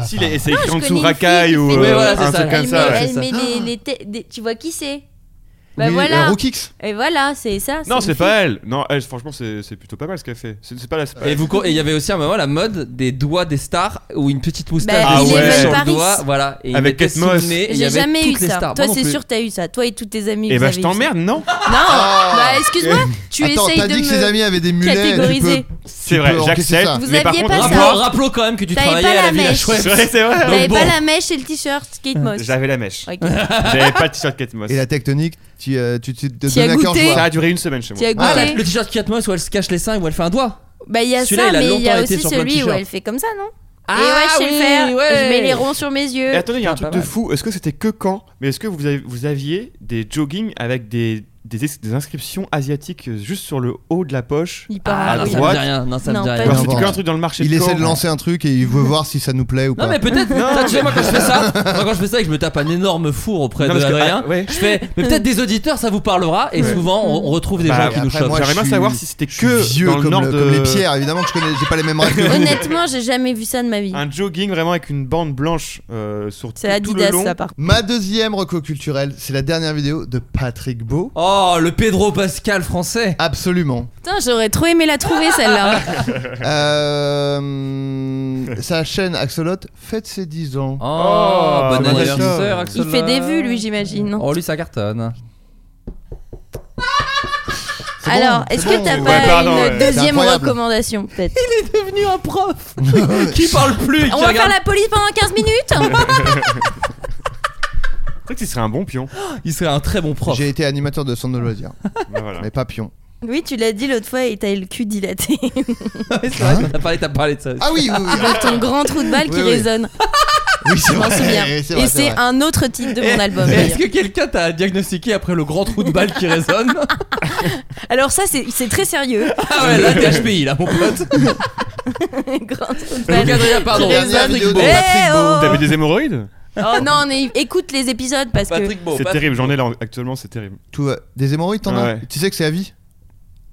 Si, il est- c'est
Ah,
écrit
je
en
connais
dessous
une fille
racaille
qui
ou
fait-
Oui,
euh,
voilà, c'est
un
ça.
truc comme
elle
ça.
met,
ouais.
elle
c'est ça.
met les, les têtes- des- tu vois qui c'est Bah
oui,
voilà.
euh, Rookix.
Et voilà, c'est ça.
Non,
une
Ah, c'est
fille.
pas elle. Non, elle, franchement, c'est c'est plutôt pas mal ce qu'elle fait. C'est c'est pas la. c'est pas-
Et vous co- et il y avait aussi à un moment la mode des doigts des stars ou une petite moustache
Bah,
de
ils
Disney
veulent
sur
Paris.
le doigt, voilà. Et ils
Avec
mettaient
Kate
sous le
Moss.
nez, et il y
J'ai
avait
jamais
toutes
eu
les
ça.
stars.
Toi,
Moi non
c'est
plus.
sûr, t'as eu ça. Toi et tous tes amis.
Et
vous
bah,
avez
je
eu ça.
t'emmerde, non
Non, bah excuse-moi, tu
Ah. Eh. Attends,
essayes
t'as
de
dit que ses
me.
amis avaient des mulets. tu peux-
catégoriser.
C'est
tu
vrai,
peux encaisser
j'accepte.
ça.
Vous
mais par
aviez
contre,
pas
non.
ça.
Rappelons, Ah, rappelons quand même que tu
T'avais
travaillais
pas
à la
la
Villa
mèche.
Schweppes.
C'est vrai, c'est vrai.
T'avais
Donc
pas
bon.
la mèche Bah, et le t-shirt Kate
Euh,
Moss.
J'avais la mèche.
Ok.
J'avais pas de t-shirt Kate Moss.
Et la tectonique, tu, euh, tu, tu te
T'y as
donnais à cœur
goûté
Ça
joie.
a duré une semaine chez
Tu
moi.
as
Ah,
goûté
le t-shirt Kate Moss où elle se cache les seins et où elle fait un doigt.
Bah il y a
Celui-là,
ça,
il a
mais il y
longtemps
a
été
aussi
sur plein de
celui où
t-shirts.
elle fait comme ça, non Et ouais, je sais le faire. Je mets les ronds sur mes yeux.
Et attendez, il y a un
Putain,
truc
pas
de
mal.
fou. Est-ce que c'était que quand Mais est-ce que vous, avez- vous aviez des joggings avec des, des, ex- des inscriptions asiatiques euh, juste sur le haut de la poche
Il part
Ah,
à
non,
oui.
ça
gauche.
me
Droite.
dit rien. Non, ça me
Non,
dit
pas
rien.
Alors,
tout.
du
C'était
Non,
que un
bon.
truc dans le marché
Il
de
essaie
Caen.
de lancer un truc et il veut voir si ça nous plaît ou pas.
Non mais peut-être, toi, tu sais moi quand je fais ça, moi, quand je fais ça et que je me tape un énorme four auprès
Non,
de
parce que-
Adrien,
ah, ouais.
je fais mais peut-être des auditeurs ça vous parlera et souvent on, on retrouve des
Bah,
gens qui
après,
nous choquent.
moi,
J'aimerais
je
bien
suis-
savoir si c'était
Je suis
que
vieux
dans le
comme,
nord
le-
de...
comme les pierres, évidemment que je connais, j'ai pas les mêmes règles que vous.
Honnêtement, j'ai jamais vu ça de ma vie.
Un jogging vraiment avec une bande blanche euh, sur tout,
C'est
tout le
Adidas,
long.
ça, par contre.
Ma deuxième reco culturelle, c'est la dernière vidéo de Patrick Beau.
Oh le Pedro Pascal français.
Absolument.
Putain, j'aurais trop aimé la trouver, celle-là.
Euh, sa chaîne Axolot fête ses 10 ans.
Oh,
Oh,
bon
bon
anniversaire
anniversaire.
Axel.
Il fait des vues, lui, j'imagine.
Oh lui ça cartonne.
C'est bon,
Alors,
c'est
est-ce
bon,
que t'as
ou-
pas
Ouais, pardon,
une
ouais.
deuxième
C'est incroyable.
recommandation, peut-être
Il est devenu un prof qui parle plus.
On va faire la police pendant 15 minutes
C'est vrai que ce serait un bon pion.
Il serait un très bon prof.
J'ai été animateur de centre de loisirs,
Bah, voilà.
mais pas pion.
Oui, tu l'as dit l'autre fois et t'as eu le cul dilaté.
Ouais, c'est vrai, T'as parlé, t'as parlé de ça. aussi.
Ah oui, oui, oui.
Avec ton grand trou de balle qui
Oui, oui.
résonne.
Oui, c'est
Je m'en souviens.
vrai.
Et c'est
vrai.
un autre titre de mon
Et-
album.
et Est-ce
d'ailleurs.
que quelqu'un t'a diagnostiqué après le grand trou de balle qui résonne
Alors ça, c'est c'est très sérieux.
Ah ouais, là t'es HPI là, mon pote.
Bah, Grand trou de
Donc
balle.
Adrien, pardon.
Qui résonne.
Patrick Beau.
Bon,
Eh
Patrick Beau.
oh
T'avais des hémorroïdes
Oh non, on est- écoute les épisodes parce que
Patrick Beau.
C'est
Patrick-
terrible, j'en ai là actuellement, c'est terrible.
Tout, euh, des hémorroïdes, t'en as
Ouais.
Tu sais que c'est à vie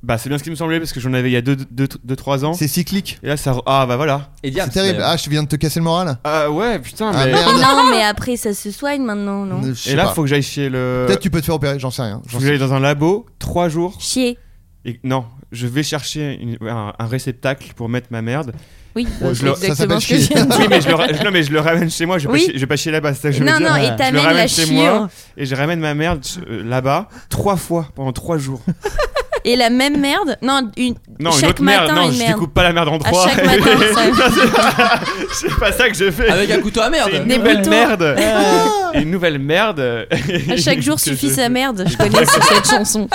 Bah c'est bien ce qui me semblait parce que j'en avais il y a 2-3 deux, deux- deux, trois ans.
C'est cyclique.
Et là ça... re- Ah bah voilà.
Et
C'est
diable,
terrible.
d'ailleurs.
Ah, je viens de te casser le moral
Ah ouais putain
Ah
mais...
merde.
Non, mais après, ça se soigne maintenant, non
Je sais
Et là
pas.
faut que j'aille chez le...
Euh,
Peut-être tu peux te faire opérer, j'en sais rien.
Faut
J'en
que
sais-
j'aille dans un labo, 3 jours.
Chier.
Et... Non, je vais chercher une- un, un réceptacle pour mettre ma merde.
Oui,
Ouais,
bah,
je
c'est
le- ça
exactement
s'appelle
ce que je
chier.
viens de
Oui mais je le, ra- non, mais je le ramène chez moi, je vais
Oui.
pas, chez- je vais pas chez là-bas, c'est ça que je
dire.
veux
Non,
dire.
non, et
Je le
t'amènes la
ramène chez moi
chiure.
et je ramène ma merde euh, là-bas trois fois pendant trois jours.
Et la même merde Non, une...
Non, une
chaque
autre
matin,
merde, non,
une
je
merde.
découpe pas la merde en
À
trois.
chaque matin,
c'est pas ça que je fais.
Avec un couteau à merde.
C'est une
Des
nouvelle
boutons. Ah.
merde. Une nouvelle merde. À
À chaque jour suffit sa merde, je connais cette chanson.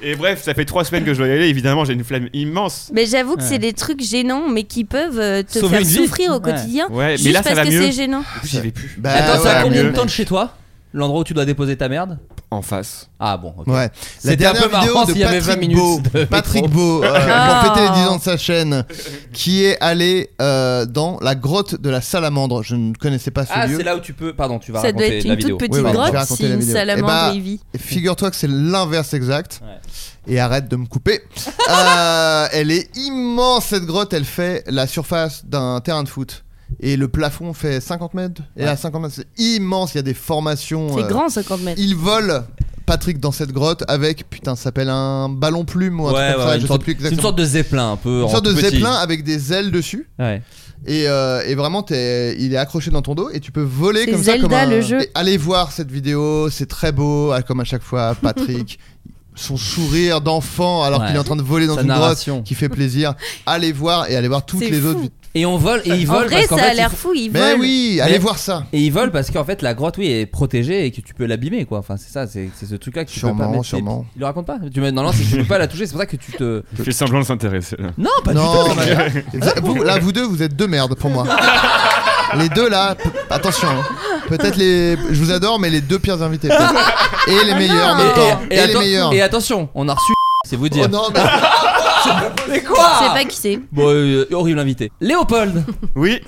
Et bref, ça fait trois semaines que je dois y aller. Évidemment, j'ai une flamme immense.
Mais j'avoue que
Ouais.
c'est des trucs gênants, mais qui peuvent euh, te
Sauver
faire
une vie.
souffrir au
Ouais.
quotidien.
Ouais, mais
Juste
là, ça
parce
va
que
mieux.
c'est gênant.
En plus, J'y vais plus.
Bah,
Attends, c'est
ouais,
à combien de
mieux.
temps de chez toi L'endroit où tu dois déposer ta merde
En face.
Ah bon, ok.
Ouais.
C'était
La
un
dernière
peu marrant
vidéo de
s'il y avait 20
Patrick
minutes
Beau,
de
Patrick
métro.
Beau euh,
Ah.
pour fêter les 10 ans de sa chaîne, qui est allé euh, dans la grotte de la salamandre. Je ne connaissais pas ce
Ah,
lieu.
c'est là où tu peux. Pardon, tu vas
Ça doit
raconter
être
la
une
vidéo.
toute petite
Oui, oui, je vais
grotte
raconter
si
la
une
vidéo.
salamandre
Eh bah,
y vit.
Et Figure-toi que c'est l'inverse exact.
Ouais.
Et arrête de me couper. Euh, elle est immense cette grotte. Elle fait la surface d'un terrain de foot. Et le plafond fait 50 mètres. Et
Ouais.
à 50 mètres, c'est immense. Il y a des formations.
C'est
euh,
grand 50 mètres.
Il vole Patrick dans cette grotte avec. Putain, ça s'appelle un ballon plume ou un
Ouais,
truc
ouais,
comme ça. Je
une
sais
sorte-
plus
C'est une
exactement.
sorte de zeppelin un peu. en
Une sorte de
tout petit.
zeppelin avec des ailes dessus
Ouais.
et, euh, et vraiment t'es- il est accroché dans ton dos et tu peux voler
C'est
comme ça
Zelda,
comme un...
le jeu.
Et allez voir cette vidéo c'est très beau ah, comme à chaque fois Patrick son sourire d'enfant alors
Ouais.
qu'il est en train de voler dans
Sa
une
narration.
grotte qui fait plaisir allez voir et allez voir toutes
C'est
les
fou.
autres
Et on vole, et ils
En
volent
vrai,
parce qu'en
ça a
fait.
l'air
ils font-
fou, ils
mais
volent.
oui allez voir ça
Et ils volent parce qu'en fait la grotte oui est protégée et que tu peux l'abîmer quoi. Enfin c'est ça, c'est c'est ce truc là que tu peux pas
Sûrement,
mettre.
sûrement.
Il le raconte pas. Tu mets- non non, c'est que tu peux pas la toucher, c'est pour ça que tu te.
Je fais semblant de s'intéresser. là.
Non pas
non
du tout.
mais- vous, là vous deux vous êtes deux merdes pour moi les deux là p- attention hein. peut-être les je vous adore mais les deux pires invités peut-être. et les meilleurs en même temps et, les
atten-
meilleurs
Ah et attention, on a reçu. C'est vous
Oh
dire.
non, mais-
Mais quoi
C'est pas qui c'est.
Bon, euh, horrible invité. Léopold,
Oui,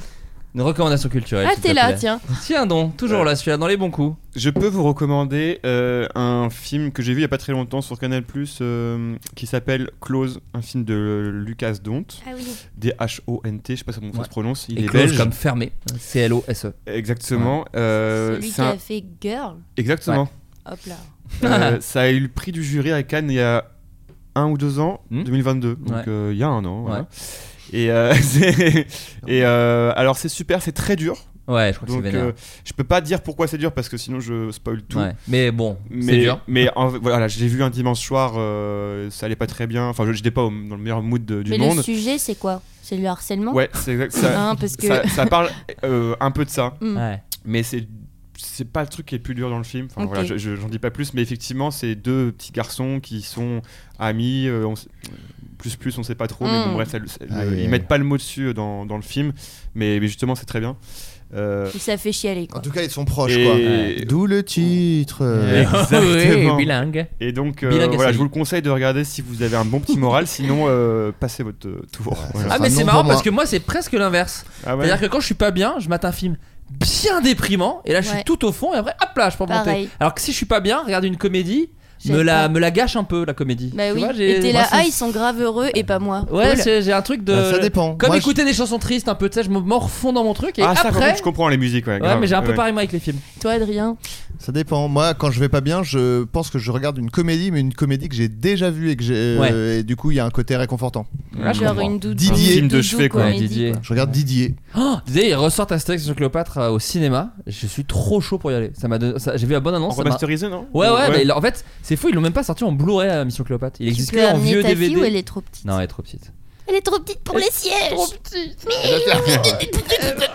une recommandation culturelle.
Ah,
s'il
t'es
te
là,
plaît.
tiens.
Tiens donc, toujours là, celui-là, dans les bons coups.
je peux vous recommander euh, un film que j'ai vu il y a pas très longtemps sur Canal euh, qui s'appelle Close, un film de Lucas Dont,
Ah oui.
D-H-O-N-T, je sais pas comment
Ouais.
ça se prononce, il
Et
est
close
belge.
comme fermé. C L O S E.
Exactement. euh,
Celui
c'est
qui
un-
a fait Girl.
Exactement.
Hop là.
Euh, ça a eu le prix du jury à Cannes il y a un ou deux ans,
Hmm.
2022, donc
Ouais.
euh, il y a un an. voilà.
Ouais.
Et, euh, c'est- et euh, alors c'est super, c'est très dur.
Ouais, je crois que c'est
Donc
vénère.
euh, je peux pas dire pourquoi c'est dur parce que sinon je spoil tout.
Ouais. Mais bon, c'est
Mais,
dur.
mais en- voilà, je l'ai vu un dimanche soir, euh, ça allait pas très bien. Enfin, je n'étais pas au- dans le meilleur mood de- du
Mais le
monde.
sujet, c'est quoi C'est le harcèlement
Ouais, c'est exact. Ça,
Hein, parce que...
ça, ça parle euh, un peu de ça,
Mm.
Ouais.
mais c'est c'est pas le truc qui est le plus dur dans le film. Enfin,
Ok.
voilà, je- je- j'en dis pas plus, mais effectivement, c'est deux petits garçons qui sont amis. euh, on s- plus plus, on sait pas trop, mais
Mm.
bon, bref, ça le- ça le-
Aïe, aïe,
ils
aïe.
mettent pas le mot dessus euh, dans, dans le film, mais, mais justement, c'est très bien. Euh,
Où ça fait chialer,
En
quoi.
tout cas, ils sont proches,
et-
quoi.
Ouais.
D'où le titre.
Ouais. Exactement.
Ouais, bilingue. Ah,
Et donc, euh,
Bilingue à
voilà,
Sally.
je vous le conseille de regarder si vous avez un bon petit moral, sinon euh, passez votre euh, tour. Voilà.
Ah,
Enfin,
mais c'est
non
marrant
pour moi.
parce que moi, c'est presque l'inverse.
Ah ouais.
C'est-à-dire que quand je suis pas bien, je m'atteins un film bien déprimant et là je suis
Ouais.
tout au fond et après hop là je peux monter.
Pareil.
Alors que si je suis pas bien, regarder une comédie
J'aime
me la,
pas.
me la gâche un peu la comédie.
Bah
Tu
oui,
vois, j'ai-
et t'es
moi,
là,
c'est-
ah, ils sont grave heureux et pas moi.
Ouais,
Cool.
c'est- j'ai un truc de.
Bah, ça dépend.
Comme
Moi, je-
écouter des chansons tristes un peu, tu sais, je me m'en refonds dans mon truc et
Ah, ça, par
après.
contre, je comprends les musiques, ouais.
ouais,
grave,
mais j'ai un peu
ouais.
pareil moi avec les films.
Toi, Adrien
Ça dépend. Moi, quand je vais pas bien, je pense que je regarde une comédie, mais une comédie que j'ai déjà vue et que j'ai. euh, et du coup, il y a un côté réconfortant.
Ah, je
Genre
comprends.
une doudou.
Didier.
Film de
doudou
chevet, quoi. Ouais,
comédie,
Didier.
Je regarde Didier.
Oh, Didier, il ressort Astérix sur Cléopâtre euh, au cinéma. Je suis trop chaud pour y aller. Ça m'a donné- ça- J'ai vu la bonne
En
annonce. ça m'a-
remasterisé, non
Ouais, ouais, mais il- en fait, c'est fou, ils l'ont même pas sorti en Blu-ray à Mission Cléopâtre. Il
Tu
existe
peux
que en
amener
vieux
ta
DVD.
fille ou elle est trop petite
Non, elle est trop petite.
Elle est trop petite pour les sièges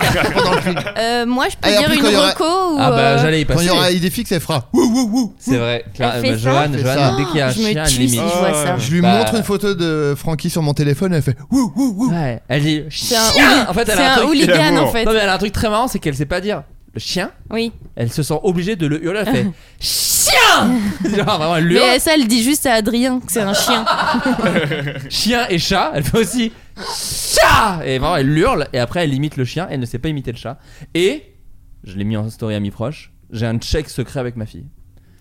Euh, Moi, je peux
Allez, en
dire
plus,
une
quand il y aura-
reco ou...
Ah bah
euh,
j'allais y
Quand il y
passer.
aura idée fixe, elle fera. Wouh, wouh, wouh.
C'est vrai. Cla-
Elle fait
euh,
ça
Johan,
Elle fait
Johan,
ça.
dès qu'il y a un
oh, je me
chien,
tue
elle
si je
limite.
vois
Ah,
ça.
ouais.
Je lui
Bah.
montre une photo de Francky sur mon téléphone, elle fait. Wouh, wouh, wouh.
Ouais. Elle dit
C'est un,
chien. En fait, elle
c'est
a un
un
truc.
hooligan, en
l'amour.
fait.
Non mais elle a un truc très marrant, c'est qu'elle sait pas dire le chien.
Oui.
Elle se sent obligée de le hurler. Elle fait chien. Genre vraiment, elle hurle.
Mais ça, elle dit juste à Adrien que c'est un chien.
Chien et chat. Elle fait aussi chat. Et vraiment, elle hurle. Et après, elle imite le chien. Elle ne sait pas imiter le chat. Et je l'ai mis en story à mi proche. J'ai un check secret avec ma fille.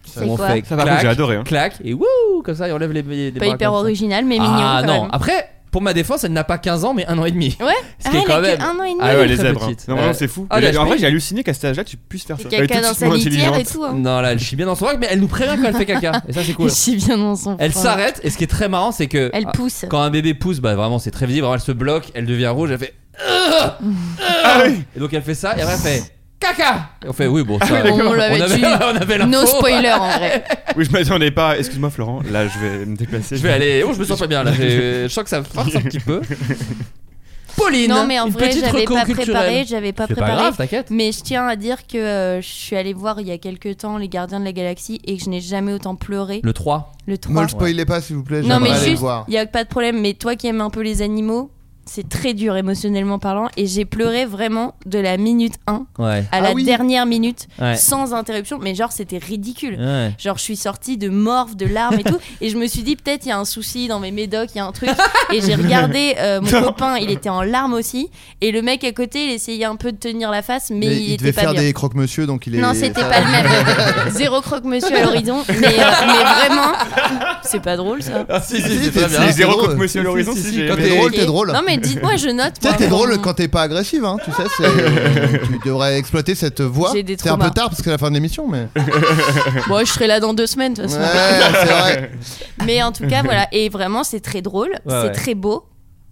C'est
Où on
quoi
fait
Ça, par
clac,
contre, j'ai adoré. hein.
clac et wouh comme ça, et on lève les, les
Pas
bras
hyper
comme ça.
original, mais mignon.
Ah
quand
non,
même.
après, pour ma défense, elle n'a pas 15 ans, mais un an et demi.
Ouais,
Ce
ah,
qui est
elle
quand
a que
même.
un an et demi.
Ah,
Ah
elle est
ouais, les
très
zèbres.
petite.
Non, vraiment,
Euh,
c'est fou.
Oh,
ah,
Mais
la
en vrai,
chouette.
j'ai halluciné qu'à cet âge-là, tu puisses faire
Des
ça. Elle est
caca
tout
dans
de suite
sa
moins
litière et
intelligente.
tout. hein.
Non, là, elle chie bien dans son sac, mais elle nous prévient quand elle fait caca. Et ça, c'est cool.
Elle chie bien dans son
Elle
froid.
s'arrête, et ce qui est très marrant, c'est que ah,
Elle pousse.
quand un bébé pousse, bah vraiment, c'est très visible. Vraiment, elle se bloque, elle devient rouge, elle fait.
Ah oui
Et donc, elle fait ça, et après, elle fait. Caca Et on fait, oui, bon, ça.
oui, d'accord.
on,
On l'avait
avait,
dit.
on avait l'info.
No spoiler en vrai.
Oui, je m'attendais pas. Excuse-moi, Florent. Là, je vais me déplacer.
Je vais aller. Oh, je me sens pas bien là. j'ai- Je sens que ça force un petit peu. Pauline
Non, mais en
une
vrai,
petite
j'avais
reco
pas préparé.
culturelle.
J'avais pas
C'est pas
préparé.
grave, t'inquiète.
Mais je tiens à dire que euh, je suis allée voir il y a quelques temps Les Gardiens de la Galaxie et que je n'ai jamais autant pleuré.
Le 3.
Le
Me
3.
le spoilez pas, s'il vous plaît.
Non,
j'aimerais
mais
aller le
juste,
voir.
il n'y a pas de problème. Mais toi qui aimes un peu les animaux, c'est très dur émotionnellement parlant. Et j'ai pleuré vraiment de la minute 1
Ouais.
à
Ah
la
oui.
dernière minute
Ouais.
sans interruption. Mais genre, c'était ridicule.
Ouais.
Genre, je suis sortie de morve, de larmes et tout. Et je me suis dit, peut-être il y a un souci dans mes médocs, il y a un truc. Et j'ai regardé euh, mon copain, il était en larmes aussi. Et le mec à côté, il essayait un peu de tenir la face,
Mais
mais, il,
il
était
devait
pas
faire
bien.
des croque-monsieur, donc il est.
Non, c'était
ça-
pas le même. Zéro croque-monsieur à l'horizon. Mais, euh, mais vraiment, c'est pas drôle ça.
Ah si,
Si,
si, c'est
t'es-
très bien.
Les
c'est
zéros
drôle.
contre Monsieur
Si,
l'Horizon,
si, si,
si j'ai
quand
aimé.
t'es drôle,
Ok.
t'es drôle.
Non, mais dites-moi, je note.
Tu sais,
moi,
t'es
mon-
drôle quand t'es pas agressive, hein, tu sais, c'est- tu devrais exploiter cette voix.
J'ai des
C'est un peu
traumas.
tard parce que c'est la fin de l'émission, mais.
Bon, je serai là dans deux semaines de toute
Ouais, c'est
façon.
vrai.
Mais en tout cas, voilà. Et vraiment, c'est très drôle, c'est
ouais.
très beau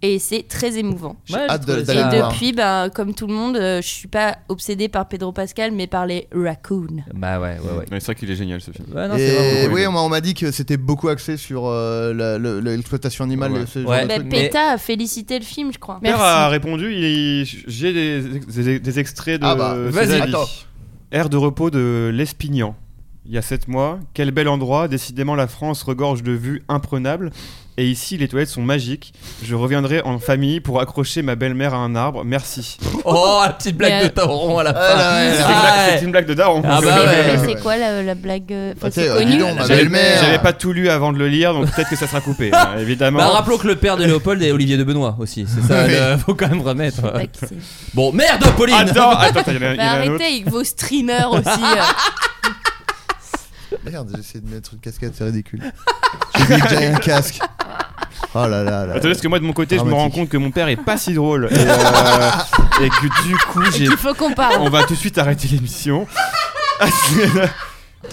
et c'est très émouvant.
Ouais, j'ai
hâte de-
trouvé
d'aller
Et
ça-
le voir.
depuis, bah, comme tout le monde, euh, je suis pas obsédée par Pedro Pascal, mais par les raccoons.
Bah ouais, ouais, ouais.
Ouais, C'est vrai qu'il est génial ce film.
Ouais, non, c'est
Et
vraiment
beaucoup
oui,
aimé.
on m'a- on m'a dit que c'était beaucoup axé sur euh, la- le- le- l'exploitation animale.
Ouais.
ce genre
Ouais.
de
Bah,
truc.
mais-
PETA a félicité le film, je crois.
Pierre a répondu. il- J'ai des, des- des extraits de.
Ah bah,
ses
vas-y,
avis.
attends.
Aire de repos de l'Espignan. Il y a 7 mois, quel bel endroit, décidément la France regorge de vues imprenables. Et ici, les toilettes sont magiques. Je reviendrai en famille pour accrocher ma belle-mère à un arbre, merci.
cool. Oh, la petite blague
Mais-
de Tauron à la fin.
Ah,
C'est
là, là, là.
une
Ah,
blague-
ouais.
C'est une blague de daron.
Ah bah
Mais-
ouais.
mais
ouais.
c'est quoi la, la blague euh, enfin,
Ah,
C'est
t'sais, euh, dis
connu.
donc, ma
J'avais-
belle-mère.
J'avais pas tout lu avant de le lire, donc peut-être que ça sera coupé, hein, évidemment.
Bah rappelons que le père de Léopold est Olivier de Benoît aussi, c'est ça, le- faut quand même remettre.
Bah, qui c'est
Bon, merde Pauline
Attends, attends, il y en a, il y en
Bah,
a un
arrêtez
autre.
avec vos streamers aussi. euh.
Merde, j'ai essayé de mettre une casquette, c'est ridicule. J'ai oublié que j'avais un casque. Oh là là là.
Attendez, parce que moi de mon côté, je me rends
Dramatique.
compte que mon père est pas si drôle. Et, euh, et que du coup, j'ai
Il faut qu'on parle.
On va tout de suite arrêter l'émission.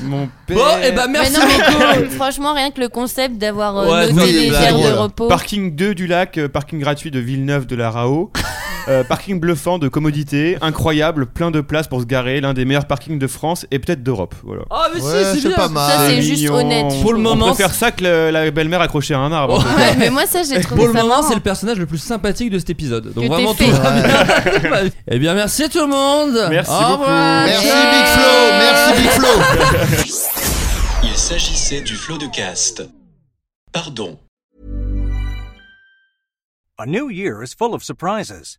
Mon père.
Bon, et bah merci
mais non, mais
beaucoup.
franchement, rien que le concept d'avoir euh,
Ouais,
noté
oui,
les
c'est
aires de
drôle.
repos.
Parking 2 du lac, euh, parking gratuit de Villeneuve de la Rao. Euh, parking bluffant de commodité, incroyable, plein de places pour se garer, l'un des meilleurs parkings de France et peut-être d'Europe. Voilà.
Oh, mais
Ouais,
si, c'est
c'est
bien.
pas
ça.
mal.
ça, c'est
Ah,
juste
mignon.
honnête. je
Pour le
trouve.
moment,
On préfère ça que la, la belle-mère accrochée à un arbre.
Oh.
Ouais, mais moi, ça, j'ai trouvé
Pour le
ça
moment,
marrant.
c'est le personnage le plus sympathique de cet épisode. Donc
Que
vraiment tout
t'es
va bien. Eh bien, merci tout le monde.
Merci
Au
beaucoup.
revoir.
Merci Big Flo, merci Big Flo.
Il s'agissait du flot de cast. Pardon.
A new year is full of surprises,